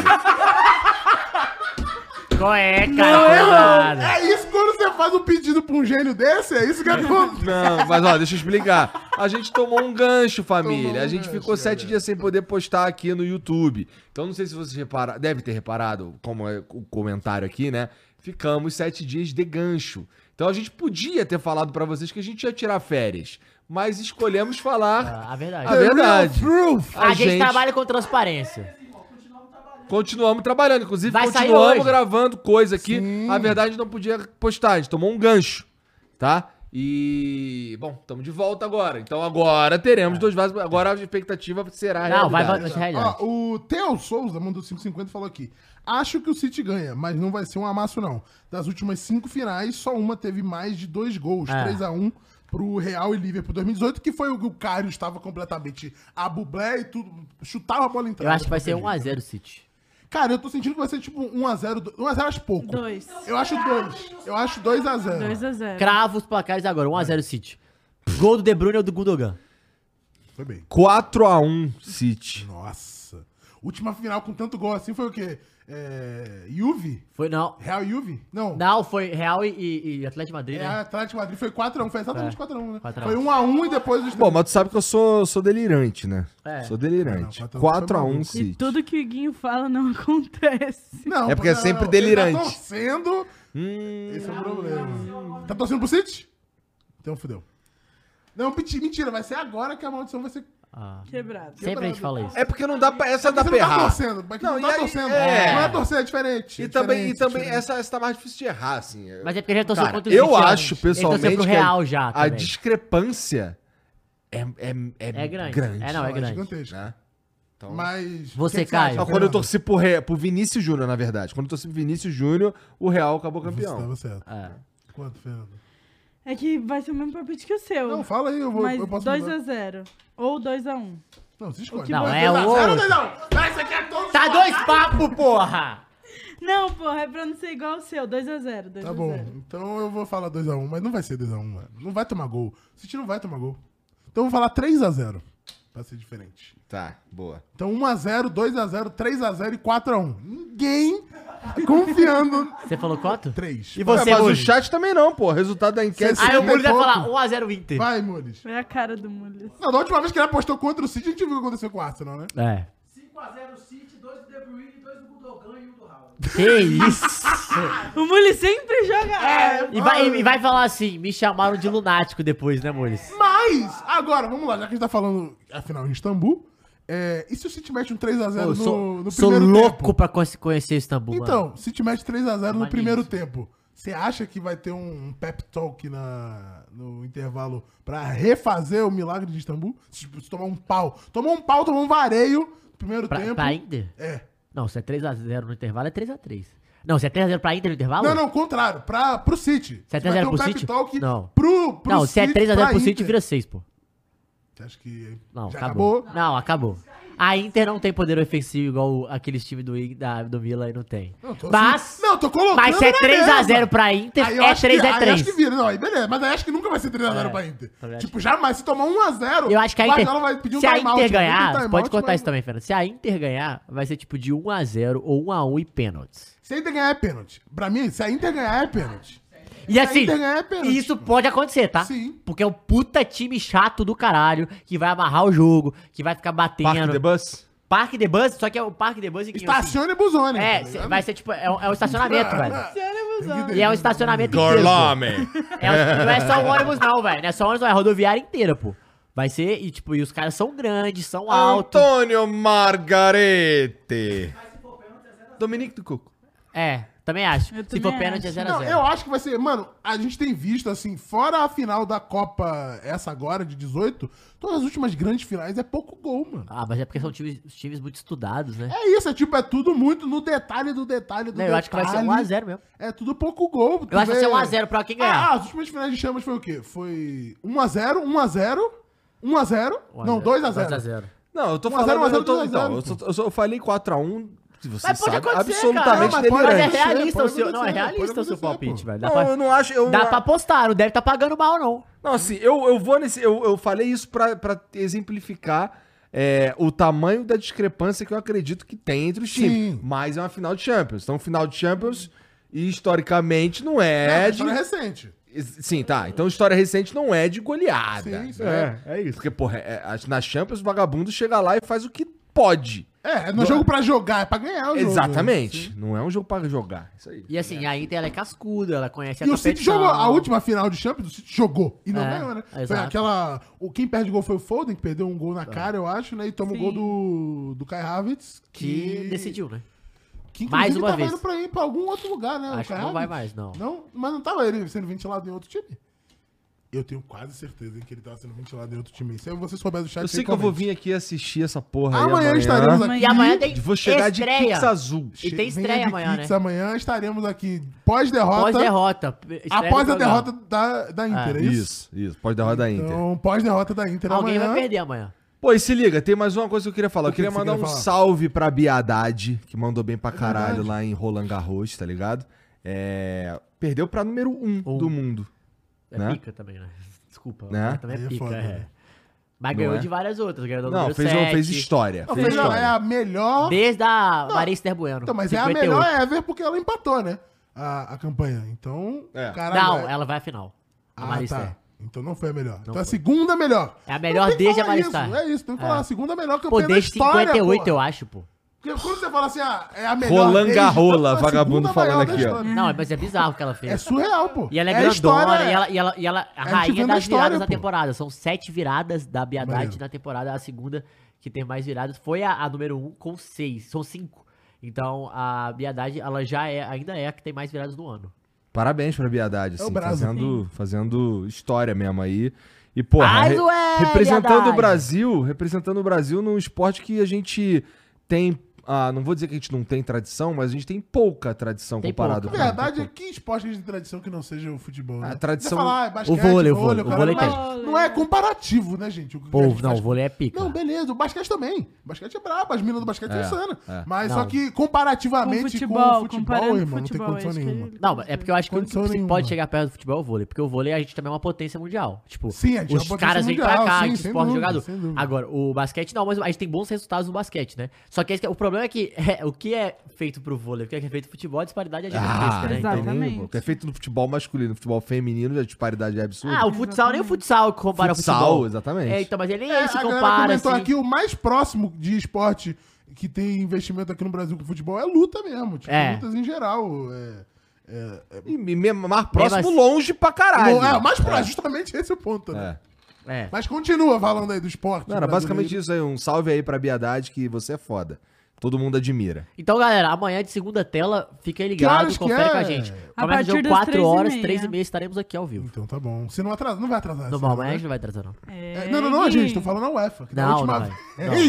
Speaker 2: Qual é,
Speaker 3: Não, é,
Speaker 2: cara?
Speaker 3: não. É isso quando você faz um pedido pra um gênio desse? É isso que acontece.
Speaker 1: Não, mas ó, deixa eu explicar. A gente tomou um gancho, família.
Speaker 3: Tomou um
Speaker 1: a gente
Speaker 3: gancho,
Speaker 1: ficou sete
Speaker 3: galera.
Speaker 1: dias sem poder postar aqui no YouTube. Então não sei se vocês repararam, deve ter reparado, como é o comentário aqui, né? Ficamos sete dias de gancho. Então a gente podia ter falado pra vocês que a gente ia tirar férias, mas escolhemos falar.
Speaker 2: Ah, a verdade.
Speaker 1: A É verdade.
Speaker 3: Real truth.
Speaker 2: A, gente, trabalha com transparência.
Speaker 1: Continuamos trabalhando, inclusive
Speaker 2: Vai sair
Speaker 1: continuamos
Speaker 2: hoje.
Speaker 1: gravando coisa aqui.
Speaker 3: Sim.
Speaker 1: A verdade não podia postar, a gente tomou um gancho, tá? E bom, estamos de volta agora. Então agora teremos dois vasos. Agora a expectativa será a
Speaker 2: Não, vai
Speaker 1: realidade.
Speaker 2: vai ser realidade.
Speaker 3: Ó, o Theo Souza mandou 550 e falou aqui. Acho que o City ganha, mas não vai ser um amasso, não. Das últimas cinco finais, só uma teve mais de dois gols.
Speaker 2: É.
Speaker 3: 3x1 pro Real e Liverpool 2018, que foi o que o Caio estava completamente a bublé e tudo. Chutava a bola entrando.
Speaker 2: Eu acho que vai ser 1x0 City.
Speaker 3: Cara, eu tô sentindo que vai ser tipo 1x0. 1x0 acho pouco.
Speaker 4: Dois.
Speaker 3: Eu acho dois. Eu acho 2x0.
Speaker 4: 2x0.
Speaker 2: Cravo os placares agora, 1x0 City. Gol do De Bruyne ou do Gundogan?
Speaker 3: Foi bem.
Speaker 1: 4x1 City.
Speaker 3: Nossa. Última final com tanto gol assim foi o quê? É... Juve?
Speaker 2: Foi não.
Speaker 3: Real Juve? Não.
Speaker 2: Não, foi Real e, e- e Atlético de Madrid,
Speaker 3: É,
Speaker 2: né?
Speaker 3: Atlético de Madrid foi 4x1, foi exatamente
Speaker 2: É.
Speaker 3: 4x1, né?
Speaker 2: 4x1.
Speaker 3: Foi 1x1 e depois os
Speaker 1: Bom, mas tu sabe que eu sou, sou delirante, né?
Speaker 2: É.
Speaker 1: Sou delirante.
Speaker 3: Não, um não,
Speaker 1: 4x1
Speaker 4: E
Speaker 1: City.
Speaker 4: tudo que o Guinho fala não acontece.
Speaker 3: Não,
Speaker 1: É porque é
Speaker 3: não,
Speaker 1: sempre
Speaker 3: não,
Speaker 1: delirante. Hum.
Speaker 3: Ele tá torcendo. Esse é o problema. Tá torcendo pro City? Então fudeu. Não, menti- mentira, vai ser agora que a maldição vai ser.
Speaker 2: Ah.
Speaker 4: Quebrado.
Speaker 2: Sempre a gente fala isso.
Speaker 1: É porque não dá pra. Essa dá
Speaker 3: Você
Speaker 1: pra
Speaker 3: não tá
Speaker 1: errar.
Speaker 3: torcendo, mas
Speaker 1: Não,
Speaker 3: não,
Speaker 1: e
Speaker 3: tá
Speaker 1: aí-
Speaker 3: torcendo.
Speaker 1: é.
Speaker 3: Não é torcer, é diferente.
Speaker 1: E
Speaker 3: é
Speaker 1: também, e
Speaker 3: diferente,
Speaker 1: também
Speaker 3: diferente.
Speaker 1: essa, essa tá mais difícil de errar, assim. Eu-
Speaker 2: Mas é porque ele já torceu
Speaker 1: Cara,
Speaker 2: contra o
Speaker 1: eu
Speaker 2: City
Speaker 1: acho,
Speaker 2: antes. Ele
Speaker 1: pessoalmente,
Speaker 2: torceu Então pro
Speaker 1: que a-
Speaker 2: Real já tá
Speaker 1: a
Speaker 2: também.
Speaker 1: discrepância é, é,
Speaker 2: É grande. É, não,
Speaker 3: Não,
Speaker 2: é grande.
Speaker 3: gigantesca.
Speaker 1: né? Então- tá
Speaker 3: Mas.
Speaker 2: Você,
Speaker 3: o que que
Speaker 2: Caio?
Speaker 3: acha,
Speaker 1: Só quando eu
Speaker 3: Fernando?
Speaker 1: torci pro, Re... pro Vinícius Júnior, na verdade. Quando eu torci pro Vinícius Júnior, o Real acabou
Speaker 3: Você
Speaker 1: campeão.
Speaker 3: tava certo.
Speaker 2: É.
Speaker 3: Quanto, Fernando?
Speaker 4: É que vai ser o mesmo palpite que o seu.
Speaker 3: Não, fala aí, eu, vou,
Speaker 4: Mas
Speaker 3: eu posso. mudar.
Speaker 4: 2x0. Ou 2x1.
Speaker 3: Não, se escolhe.
Speaker 2: Não,
Speaker 3: Vai
Speaker 2: é
Speaker 3: ser
Speaker 2: o
Speaker 3: dois a zero,
Speaker 2: outro.
Speaker 3: doidão. Vai, Isso aqui é todo.
Speaker 2: Tá dois papos, porra!
Speaker 4: Não, porra, é pra não ser igual o seu. 2x0.
Speaker 3: Tá bom, então eu vou falar 2x1, mas não vai ser 2x1, mano. Não vai tomar gol. O City não vai tomar gol. Então eu vou falar 3x0, pra ser diferente.
Speaker 1: Tá, boa.
Speaker 3: Então 1x0, 2x0, 3x0 e 4x1. Ninguém confiando.
Speaker 2: Você falou quanto?
Speaker 3: 3.
Speaker 2: E
Speaker 1: Mas,
Speaker 2: você,
Speaker 1: o
Speaker 2: Muri?
Speaker 1: chat também não, pô. Resultado da enquete.
Speaker 3: Você-
Speaker 2: Aí o Muri vai
Speaker 3: pouco.
Speaker 2: falar 1x0 Inter.
Speaker 3: Vai, Mules.
Speaker 4: É a cara do Mulher.
Speaker 3: Não, da última vez que ele apostou contra o City, a gente viu o que aconteceu com o Arsenal, né?
Speaker 2: É.
Speaker 5: 5x0 City, 2 do De Bruyne e 2 do jogando com o Dogan e o do Raul.
Speaker 2: Que isso?
Speaker 4: O Muli sempre joga.
Speaker 3: Ah,
Speaker 4: É,
Speaker 2: E vai, e vai falar assim, me chamaram de lunático depois, né, Mules?
Speaker 3: Mas, agora, vamos lá, já que a gente tá falando, afinal, em Istambul, é, e se o City mete um 3x0
Speaker 2: Pô,
Speaker 3: no,
Speaker 2: sou
Speaker 3: no
Speaker 2: sou
Speaker 3: primeiro
Speaker 2: louco
Speaker 3: tempo?
Speaker 2: pra conhe- conhecer Istambul, mano.
Speaker 3: Então, se te mete 3x0 no
Speaker 2: Maneiro.
Speaker 3: primeiro tempo, você acha que vai ter um pep talk na, no intervalo pra refazer o milagre de Istambul? Se, se tomar um pau. Tomou um pau, tomou um vareio no primeiro
Speaker 2: Pra,
Speaker 3: tempo.
Speaker 2: pra Inter?
Speaker 3: É.
Speaker 2: Não, se é 3x0 no intervalo, é 3x3. Não, se é 3x0 pra Inter no intervalo?
Speaker 3: Não, não, contrário. Pra, pro City.
Speaker 2: Se é
Speaker 3: Vai
Speaker 2: 3x0
Speaker 3: ter
Speaker 2: pro
Speaker 3: pep
Speaker 2: City?
Speaker 3: talk
Speaker 2: Não.
Speaker 3: Pro, pro
Speaker 2: Não, se é
Speaker 3: City,
Speaker 2: 3x0
Speaker 3: pra
Speaker 2: pro City,
Speaker 3: Inter.
Speaker 2: vira 6, pô.
Speaker 3: Você acha que
Speaker 2: Não,
Speaker 3: já
Speaker 2: acabou.
Speaker 3: acabou?
Speaker 2: Não, acabou. A Inter não tem poder ofensivo igual o- aqueles times do, I- da, do Milan aí não tem.
Speaker 3: Não, tô- assim.
Speaker 2: mas,
Speaker 3: Não, tô colocando
Speaker 2: mas se é
Speaker 3: na
Speaker 2: 3x0
Speaker 3: mesa.
Speaker 2: pra Inter,
Speaker 3: Aí eu
Speaker 2: é
Speaker 3: acho que- aí eu acho que
Speaker 2: 3x3.
Speaker 3: vira, não, aí beleza. Mas aí acho que nunca vai ser 3x0
Speaker 2: É,
Speaker 3: pra Inter.
Speaker 2: também acho
Speaker 3: Tipo, jamais. Se tomar 1x0,
Speaker 2: Eu acho que a Inter, se a Inter
Speaker 3: tipo,
Speaker 2: ganhar, pode cortar
Speaker 3: cortar
Speaker 2: isso também, Fernando. Se a Inter ganhar, vai ser tipo de 1x0 ou 1x1 e pênaltis.
Speaker 3: Se a Inter ganhar, é pênalti. Pra mim, se a Inter ganhar, é pênalti.
Speaker 2: E assim,
Speaker 3: Inter ganhar é pênalti,
Speaker 2: isso
Speaker 3: pô.
Speaker 2: pode acontecer, tá?
Speaker 3: Sim.
Speaker 2: Porque é um puta time chato do caralho, que vai amarrar o jogo, que vai ficar batendo.
Speaker 1: Parque de Bus?
Speaker 2: Parque de Bus, só que é o Parque de Bus em que, assim,
Speaker 3: Estaciona e busone.
Speaker 2: É,
Speaker 3: tá
Speaker 2: cê-
Speaker 3: ligado?
Speaker 2: vai ser tipo, é um, é um estacionamento, velho. E é um estacionamento inteiro. pô.
Speaker 1: Gorlame!
Speaker 2: É, um- não é só o ônibus, não, velho. Não é só o ônibus, não, é a rodoviária inteira, pô. Vai ser, e tipo, e os caras são grandes, são
Speaker 3: Ah,
Speaker 2: altos.
Speaker 1: Antônio Margarete! Dominique do Cuco.
Speaker 2: É, também acho.
Speaker 4: Eu
Speaker 2: Se
Speaker 4: também
Speaker 2: for pênalti, é
Speaker 4: acho.
Speaker 2: 0x0.
Speaker 3: Não, eu acho que vai ser. Mano, a gente tem visto, assim, fora a final da Copa, essa agora, de 18, todas as últimas grandes finais é pouco gol, mano.
Speaker 2: Ah, mas é porque são times, times muito estudados, né?
Speaker 3: É isso, é tipo, é tudo muito no detalhe do detalhe do
Speaker 2: Não,
Speaker 3: É, detalhe.
Speaker 2: eu acho que vai ser 1x0 mesmo.
Speaker 3: É tudo pouco gol.
Speaker 2: Eu acho que é um vai ser
Speaker 3: vê-
Speaker 2: 1x0 pra quem
Speaker 3: Ah,
Speaker 2: ganhar.
Speaker 3: as últimas finais de chamas foi o quê? Foi 1x0, 1x0, 1x0,
Speaker 2: 1
Speaker 3: não, 2x0.
Speaker 2: 2x0,
Speaker 1: Não, eu tô
Speaker 3: 1 a 0,
Speaker 1: falando.
Speaker 3: 1 a 0,
Speaker 1: eu, tô,
Speaker 3: 2 a 0,
Speaker 1: então, eu, só, eu só falei 4x1, que você
Speaker 2: Mas pode
Speaker 1: sabe,
Speaker 2: acontecer,
Speaker 1: absolutamente
Speaker 3: cara. Não, mas
Speaker 1: delirante.
Speaker 2: Mas é
Speaker 3: Pode acontecer,
Speaker 2: realista o
Speaker 3: pode
Speaker 2: seu. Não, é
Speaker 3: acontecer,
Speaker 2: realista
Speaker 3: pode
Speaker 2: o seu
Speaker 3: acontecer,
Speaker 2: palpite,
Speaker 3: pô.
Speaker 2: velho. Dá,
Speaker 1: Não, eu
Speaker 2: pra,
Speaker 1: não acho. Eu
Speaker 2: dá
Speaker 1: não,
Speaker 2: pra apostar, não deve tá pagando mal, não.
Speaker 1: não, assim, eu, eu vou nesse. Eu, eu falei isso pra, pra exemplificar é, o tamanho da discrepância que eu acredito que tem entre os times.
Speaker 3: Sim.
Speaker 1: Mas é uma final de Champions. Então, final de Champions, historicamente, não é de.
Speaker 3: Não, é recente.
Speaker 1: Sim, tá. Então, história recente não é de goleada.
Speaker 3: Sim, sim.
Speaker 1: é isso. Porque, porra, é, é, na Champions, o vagabundo chega lá e faz o que pode.
Speaker 3: É, não é jogo pra jogar, é pra ganhar o jogo.
Speaker 1: Exatamente. Não é um jogo pra jogar. Isso aí.
Speaker 2: E assim, a Inter ela é cascuda, ela conhece a
Speaker 3: E o City
Speaker 2: competição.
Speaker 3: jogou a última final de Champions, o City jogou e não
Speaker 2: É,
Speaker 3: ganhou, né? Foi
Speaker 2: exato.
Speaker 3: aquela. O, quem perde gol foi o Foden, que perdeu um
Speaker 1: Tá.
Speaker 3: gol na cara, eu acho, né? E toma o
Speaker 4: Sim.
Speaker 3: gol do, do Kai Havertz,
Speaker 2: Que decidiu, né?
Speaker 3: Que
Speaker 2: Mais
Speaker 3: inclusive
Speaker 2: uma
Speaker 3: tava
Speaker 2: vez.
Speaker 3: indo pra ir pra algum outro lugar, né? o
Speaker 2: Acho que
Speaker 3: Kai
Speaker 2: não vai mais,
Speaker 3: Havertz.
Speaker 2: não.
Speaker 3: Não, mas não tava ele sendo ventilado em outro time. Eu tenho quase certeza que ele tava sendo ventilado em outro time. Se você souber do chat,
Speaker 1: Eu sei
Speaker 3: aí
Speaker 1: que eu vou
Speaker 3: Tá comente.
Speaker 1: vir aqui assistir essa porra aí.
Speaker 3: Amanhã estaremos aqui.
Speaker 2: E amanhã tem
Speaker 1: Vou chegar de
Speaker 2: estreia.
Speaker 1: Kicks Azul.
Speaker 2: E tem
Speaker 3: Venha
Speaker 2: estreia
Speaker 3: de
Speaker 2: amanhã,
Speaker 3: Kicks
Speaker 2: né?
Speaker 3: Amanhã estaremos aqui pós-derrota.
Speaker 2: Pós-derrota. estreia
Speaker 3: após
Speaker 2: do
Speaker 3: a
Speaker 2: programa.
Speaker 3: derrota da, da Inter, é, isso?
Speaker 1: Ah, Isso, isso. Pode dar roda Inter.
Speaker 3: Então, pós-derrota da Inter
Speaker 2: Alguém
Speaker 3: amanhã.
Speaker 2: vai perder amanhã.
Speaker 1: Pô, e se liga, tem mais uma coisa que eu queria falar. Eu
Speaker 3: O que
Speaker 1: queria
Speaker 3: que você
Speaker 1: mandar um
Speaker 3: queria falar? É
Speaker 1: salve pra Bia Haddad, que mandou bem pra caralho
Speaker 3: verdade.
Speaker 1: lá em Roland Garros, tá ligado? É, Perdeu pra número um,
Speaker 2: Um.
Speaker 1: do mundo.
Speaker 2: É
Speaker 1: Né?
Speaker 2: pica também, né? Desculpa.
Speaker 1: Né?
Speaker 2: mas Também
Speaker 3: Aí
Speaker 2: é
Speaker 3: é
Speaker 2: pica,
Speaker 3: foda,
Speaker 2: é.
Speaker 3: né?
Speaker 2: Mas
Speaker 1: Não
Speaker 2: ganhou
Speaker 1: é?
Speaker 2: de várias outras. Ganhou da
Speaker 1: Não,
Speaker 2: número
Speaker 1: fez, um- fez
Speaker 2: 7,
Speaker 1: história.
Speaker 3: Não,
Speaker 1: fez
Speaker 3: mas ela
Speaker 1: história.
Speaker 3: é a melhor.
Speaker 2: Desde a Marister Bueno.
Speaker 3: Então, mas é a
Speaker 2: 58.
Speaker 3: melhor Ever porque ela empatou, né? A, a campanha. Então,
Speaker 1: É.
Speaker 3: caralho.
Speaker 2: Não,
Speaker 3: é-
Speaker 2: ela vai à final. A é.
Speaker 3: Ah,
Speaker 2: Marister.
Speaker 3: tá. Então não foi a melhor. então a
Speaker 2: foi.
Speaker 3: segunda melhor.
Speaker 2: É a
Speaker 3: Não
Speaker 2: melhor
Speaker 3: tem que
Speaker 2: desde a
Speaker 3: falar
Speaker 2: Maristar.
Speaker 3: isso, É isso, tem que falar. A segunda melhor
Speaker 2: Pô,
Speaker 3: campanha da
Speaker 2: desde
Speaker 3: história,
Speaker 2: 58,
Speaker 3: porra.
Speaker 2: eu acho, pô.
Speaker 3: Porque quando você fala assim, ah, é a melhor.
Speaker 1: Roland
Speaker 3: desde-
Speaker 1: Garrola,
Speaker 3: Não, a
Speaker 1: vagabundo
Speaker 3: segunda
Speaker 1: falando
Speaker 3: maior da
Speaker 1: aqui, ó.
Speaker 3: história.
Speaker 2: Não, mas é bizarro o que ela fez.
Speaker 3: É surreal, pô.
Speaker 2: E ela é,
Speaker 3: a
Speaker 2: grandona,
Speaker 3: história-
Speaker 2: e ela, e ela, e ela a
Speaker 3: a gente
Speaker 2: rainha
Speaker 3: vendo a
Speaker 2: das
Speaker 3: história,
Speaker 2: viradas da
Speaker 3: pô.
Speaker 2: temporada. São sete viradas da Biadate
Speaker 3: Maneiro.
Speaker 2: na temporada. A segunda que tem mais viradas foi a, a número um com seis. São cinco. Então a Biadade, ela já é, ainda é a que tem mais viradas no ano.
Speaker 1: Parabéns pra Bia Haddad,
Speaker 3: É o
Speaker 1: assim,
Speaker 3: Brasa.
Speaker 1: fazendo, fazendo história mesmo aí. E, porra,
Speaker 2: Mas
Speaker 1: re-
Speaker 2: ué,
Speaker 1: representando o
Speaker 2: Haddad.
Speaker 1: Brasil, representando o Brasil num esporte que a gente tem. Ah, não vou dizer que a gente não tem tradição, mas a gente tem pouca tradição
Speaker 2: Tem
Speaker 1: comparado
Speaker 3: A
Speaker 2: pouca.
Speaker 1: com
Speaker 3: verdade é que esporte de tradição que não seja o futebol.
Speaker 1: A
Speaker 3: Né?
Speaker 1: tradição-
Speaker 3: Você fala, ah, é basquete,
Speaker 2: o vôlei, o vôlei,
Speaker 3: vôlei,
Speaker 2: o
Speaker 3: cara,
Speaker 2: vôlei
Speaker 3: mas
Speaker 4: tem.
Speaker 3: Não é comparativo, né, gente? O que a
Speaker 2: Pô,
Speaker 3: gente
Speaker 2: não,
Speaker 3: faz-
Speaker 2: o vôlei é pica.
Speaker 3: Não, beleza, o basquete também. O basquete é brabo, as minas do basquete é,
Speaker 1: É,
Speaker 3: insana.
Speaker 1: é.
Speaker 3: Mas
Speaker 2: Não.
Speaker 3: só que comparativamente com o futebol,
Speaker 4: comparando
Speaker 3: irmão,
Speaker 4: com o futebol,
Speaker 3: não tem condição
Speaker 4: acho que
Speaker 3: nenhuma.
Speaker 4: ele-
Speaker 2: Não, é porque eu acho que o único que
Speaker 3: Condição
Speaker 2: se
Speaker 3: nenhuma.
Speaker 2: pode chegar perto do futebol é o vôlei. Porque o vôlei a gente também é uma potência mundial. Tipo,
Speaker 3: Sim, a gente é uma
Speaker 2: os
Speaker 3: potência
Speaker 2: caras vêm pra
Speaker 3: mundial,
Speaker 2: cá,
Speaker 3: sim,
Speaker 2: a gente
Speaker 3: sem
Speaker 2: exporta
Speaker 3: dúvida,
Speaker 2: jogador.
Speaker 3: sem dúvida.
Speaker 2: Agora, o basquete não, mas a gente tem bons resultados no basquete, né? Só que esse- o problema é que é, o que é feito pro vôlei, o que é feito pro futebol, a disparidade é gigantesca,
Speaker 1: Ah,
Speaker 2: né?
Speaker 1: não
Speaker 2: Então,
Speaker 1: tem nem,
Speaker 4: Exatamente.
Speaker 1: pô. Que é feito no futebol masculino, no futebol feminino, a disparidade é absurda.
Speaker 2: Ah, o futsal, nem o futsal compara
Speaker 1: futsal,
Speaker 2: ao futebol.
Speaker 1: exatamente.
Speaker 2: É, então, mas ele nem
Speaker 3: É,
Speaker 2: se
Speaker 3: a galera
Speaker 2: compara,
Speaker 3: comentou
Speaker 2: assim.
Speaker 3: aqui o mais próximo de esporte que tem investimento aqui no Brasil com futebol é luta mesmo. Tipo,
Speaker 2: É.
Speaker 3: lutas em geral. É, é, é-
Speaker 1: E, e me- mais próximo,
Speaker 2: assim-
Speaker 1: longe pra caralho.
Speaker 3: Bom, é, mas pra, justamente esse é o ponto, né?
Speaker 1: Ah, É.
Speaker 2: É.
Speaker 3: Mas continua falando aí do esporte.
Speaker 1: Não, era basicamente isso aí. Um salve aí pra Biedade, que você é foda. Todo mundo admira.
Speaker 2: Então, galera, amanhã de segunda tela, fiquem ligados,
Speaker 3: horas que
Speaker 2: confere
Speaker 3: é?
Speaker 2: com a gente.
Speaker 4: A
Speaker 2: Começa o
Speaker 4: partir
Speaker 2: jogo
Speaker 4: das
Speaker 2: 4
Speaker 4: três e
Speaker 2: horas,
Speaker 4: meia.
Speaker 2: 3 e meia, estaremos aqui ao vivo.
Speaker 3: Então tá bom. Se não atrasar, não vai atrasar.
Speaker 2: No
Speaker 3: essa
Speaker 2: Normal, a
Speaker 3: hora,
Speaker 2: gente
Speaker 3: né?
Speaker 2: não vai trazer, não.
Speaker 3: É, não, não, não, gente, tô falando a UEFA. que da
Speaker 2: Não,
Speaker 3: última
Speaker 2: não vai.
Speaker 3: vez-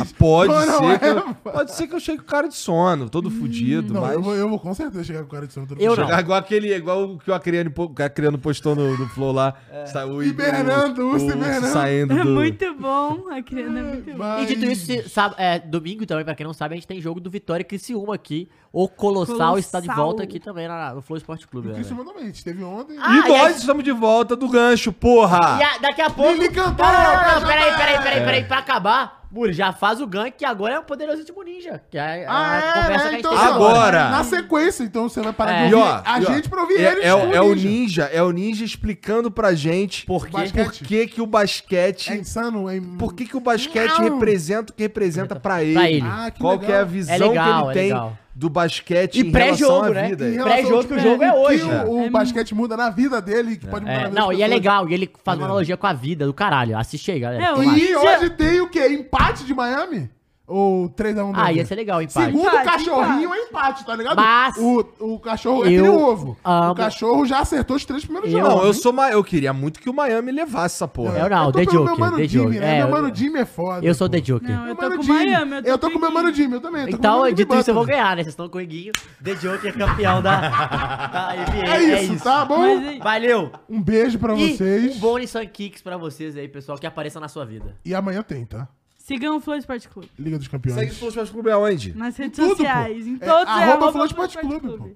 Speaker 1: Ah, Pode
Speaker 3: Não, não,
Speaker 1: ser que eu,
Speaker 3: é.
Speaker 1: pode ser que eu chegue com cara de sono, todo fudido,
Speaker 3: Não,
Speaker 1: mas...
Speaker 3: eu, vou, eu vou com certeza chegar com o cara de sono todo
Speaker 2: Eu
Speaker 3: mundo.
Speaker 2: não.
Speaker 1: Igual aquele, igual o que o Acriano, po- que o Acriano postou no, no Flow lá. sa- o-
Speaker 3: Hibernando,
Speaker 1: o-
Speaker 3: urso
Speaker 1: o-
Speaker 3: hibernando.
Speaker 1: Saindo
Speaker 4: É
Speaker 1: do...
Speaker 4: muito bom. A criança é muito boa.
Speaker 3: Mas-
Speaker 2: E dito isso, se- sabe- é, domingo também, pra quem não sabe, a gente tem jogo do Vitória e Criciúma aqui. O Colossal,
Speaker 4: Colossal.
Speaker 2: está de volta aqui também na- no Flow Esporte Clube. galera.
Speaker 3: Isso também, a gente teve ontem.
Speaker 2: Ah,
Speaker 1: e
Speaker 2: e
Speaker 1: nós
Speaker 2: aí-
Speaker 1: estamos de volta do gancho, porra!
Speaker 2: E a- daqui a pouco.
Speaker 3: tá. Lili cantou, É.
Speaker 2: Não, não, não, não,
Speaker 3: já
Speaker 2: peraí,
Speaker 3: vai.
Speaker 2: peraí, peraí, peraí, pra acabar. Muri, já faz o gank, que agora é o poderosíssimo ninja. Que é a
Speaker 3: Ah,
Speaker 2: conversa
Speaker 3: então
Speaker 2: que a gente teve
Speaker 3: tá
Speaker 1: agora.
Speaker 3: assim, Na sequência, então você vai parar
Speaker 2: É.
Speaker 3: de
Speaker 1: E ó,
Speaker 3: ouvir a
Speaker 1: e ó,
Speaker 3: gente pra ouvir
Speaker 1: é,
Speaker 3: eles.
Speaker 1: é o-
Speaker 3: com
Speaker 1: é o
Speaker 3: Ninja.
Speaker 1: ninja, é o ninja explicando pra gente por,
Speaker 2: Por quê?
Speaker 3: Basquete.
Speaker 1: que que o basquete,
Speaker 3: É insano, é...
Speaker 1: por que que o basquete
Speaker 3: Não.
Speaker 1: representa o que representa pra ele.
Speaker 2: Pra ele.
Speaker 3: Ah, que
Speaker 1: Qual
Speaker 3: legal.
Speaker 1: que é a visão
Speaker 2: É legal,
Speaker 1: que
Speaker 2: é
Speaker 1: ele tem
Speaker 2: legal.
Speaker 1: do basquete
Speaker 2: E
Speaker 1: em relação
Speaker 2: pré-jogo,
Speaker 1: à
Speaker 2: né?
Speaker 1: vida?
Speaker 3: Em relação,
Speaker 2: Pré-jogo, que o jogo é
Speaker 3: e que
Speaker 2: hoje.
Speaker 3: O, o
Speaker 4: É.
Speaker 3: basquete muda na vida dele, que pode mudar na
Speaker 2: É,
Speaker 3: vida
Speaker 2: não,
Speaker 3: das
Speaker 2: e é
Speaker 3: pessoas.
Speaker 2: legal, e ele faz uma analogia com a vida do caralho. Assiste aí, galera.
Speaker 4: É,
Speaker 2: Então
Speaker 4: o
Speaker 2: vai.
Speaker 4: Ninja-
Speaker 3: E hoje tem o quê? Empate de Miami? Ou 3x1
Speaker 2: Ah, ia ser legal, o empate.
Speaker 3: Segundo
Speaker 4: Empate,
Speaker 3: cachorrinho é empate, tá ligado?
Speaker 2: Mas-
Speaker 3: O, o cachorro é
Speaker 2: Eu
Speaker 3: aquele ovo.
Speaker 2: amo-
Speaker 3: O cachorro já acertou os três primeiros
Speaker 2: Eu-
Speaker 3: jogos.
Speaker 1: Não, eu
Speaker 3: hein?
Speaker 1: sou ma- eu queria muito que o Miami levasse essa porra.
Speaker 2: É, eu não,
Speaker 3: tô
Speaker 2: The
Speaker 3: pelo meu
Speaker 2: Joker,
Speaker 3: mano
Speaker 2: The
Speaker 3: Jimmy,
Speaker 2: Joker.
Speaker 3: né?
Speaker 2: É,
Speaker 3: meu
Speaker 2: eu-
Speaker 3: mano Jimmy é foda.
Speaker 2: Eu sou
Speaker 3: pô.
Speaker 2: The Joker.
Speaker 4: Não, eu
Speaker 3: Meu
Speaker 4: tô
Speaker 3: mano
Speaker 4: com o
Speaker 3: Jimmy.
Speaker 4: Miami.
Speaker 3: Eu tô com o meu mano
Speaker 4: Jimmy.
Speaker 3: Jimmy, eu também. tô com o meu
Speaker 2: Então,
Speaker 3: mano
Speaker 2: dito
Speaker 3: Jimmy
Speaker 2: isso, eu vou
Speaker 3: Butler.
Speaker 2: ganhar, né? Vocês estão com o Iguinho. The Joker campeão da, da NBA.
Speaker 3: É isso, tá bom?
Speaker 4: Mas, hein,
Speaker 2: Valeu!
Speaker 3: Um beijo pra
Speaker 2: E
Speaker 3: vocês.
Speaker 2: um bônus Sun Kicks pra vocês aí, pessoal, que apareça na sua vida.
Speaker 3: E amanhã tem, tá?
Speaker 4: sigam o Flow Esporte Clube.
Speaker 3: Liga dos
Speaker 1: Segue
Speaker 3: Campeões.
Speaker 1: os Flores Clube aonde?
Speaker 4: Nas redes
Speaker 3: Tudo, pô.
Speaker 4: sociais. Em
Speaker 3: É,
Speaker 4: todos
Speaker 3: arroba Flow Esporte Clube,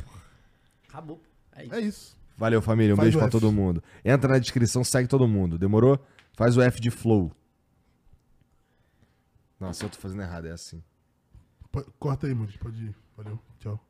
Speaker 2: Acabou. É isso.
Speaker 3: É isso.
Speaker 1: Valeu, família. Um
Speaker 3: Faz
Speaker 1: beijo
Speaker 3: o
Speaker 1: pra
Speaker 3: F.
Speaker 1: todo mundo. Entra na descrição, segue todo mundo. Demorou? Faz o F de Flow. Nossa, eu tô fazendo errado, é assim.
Speaker 3: Po- Corta aí, Mude. Pode ir. Valeu. Tchau.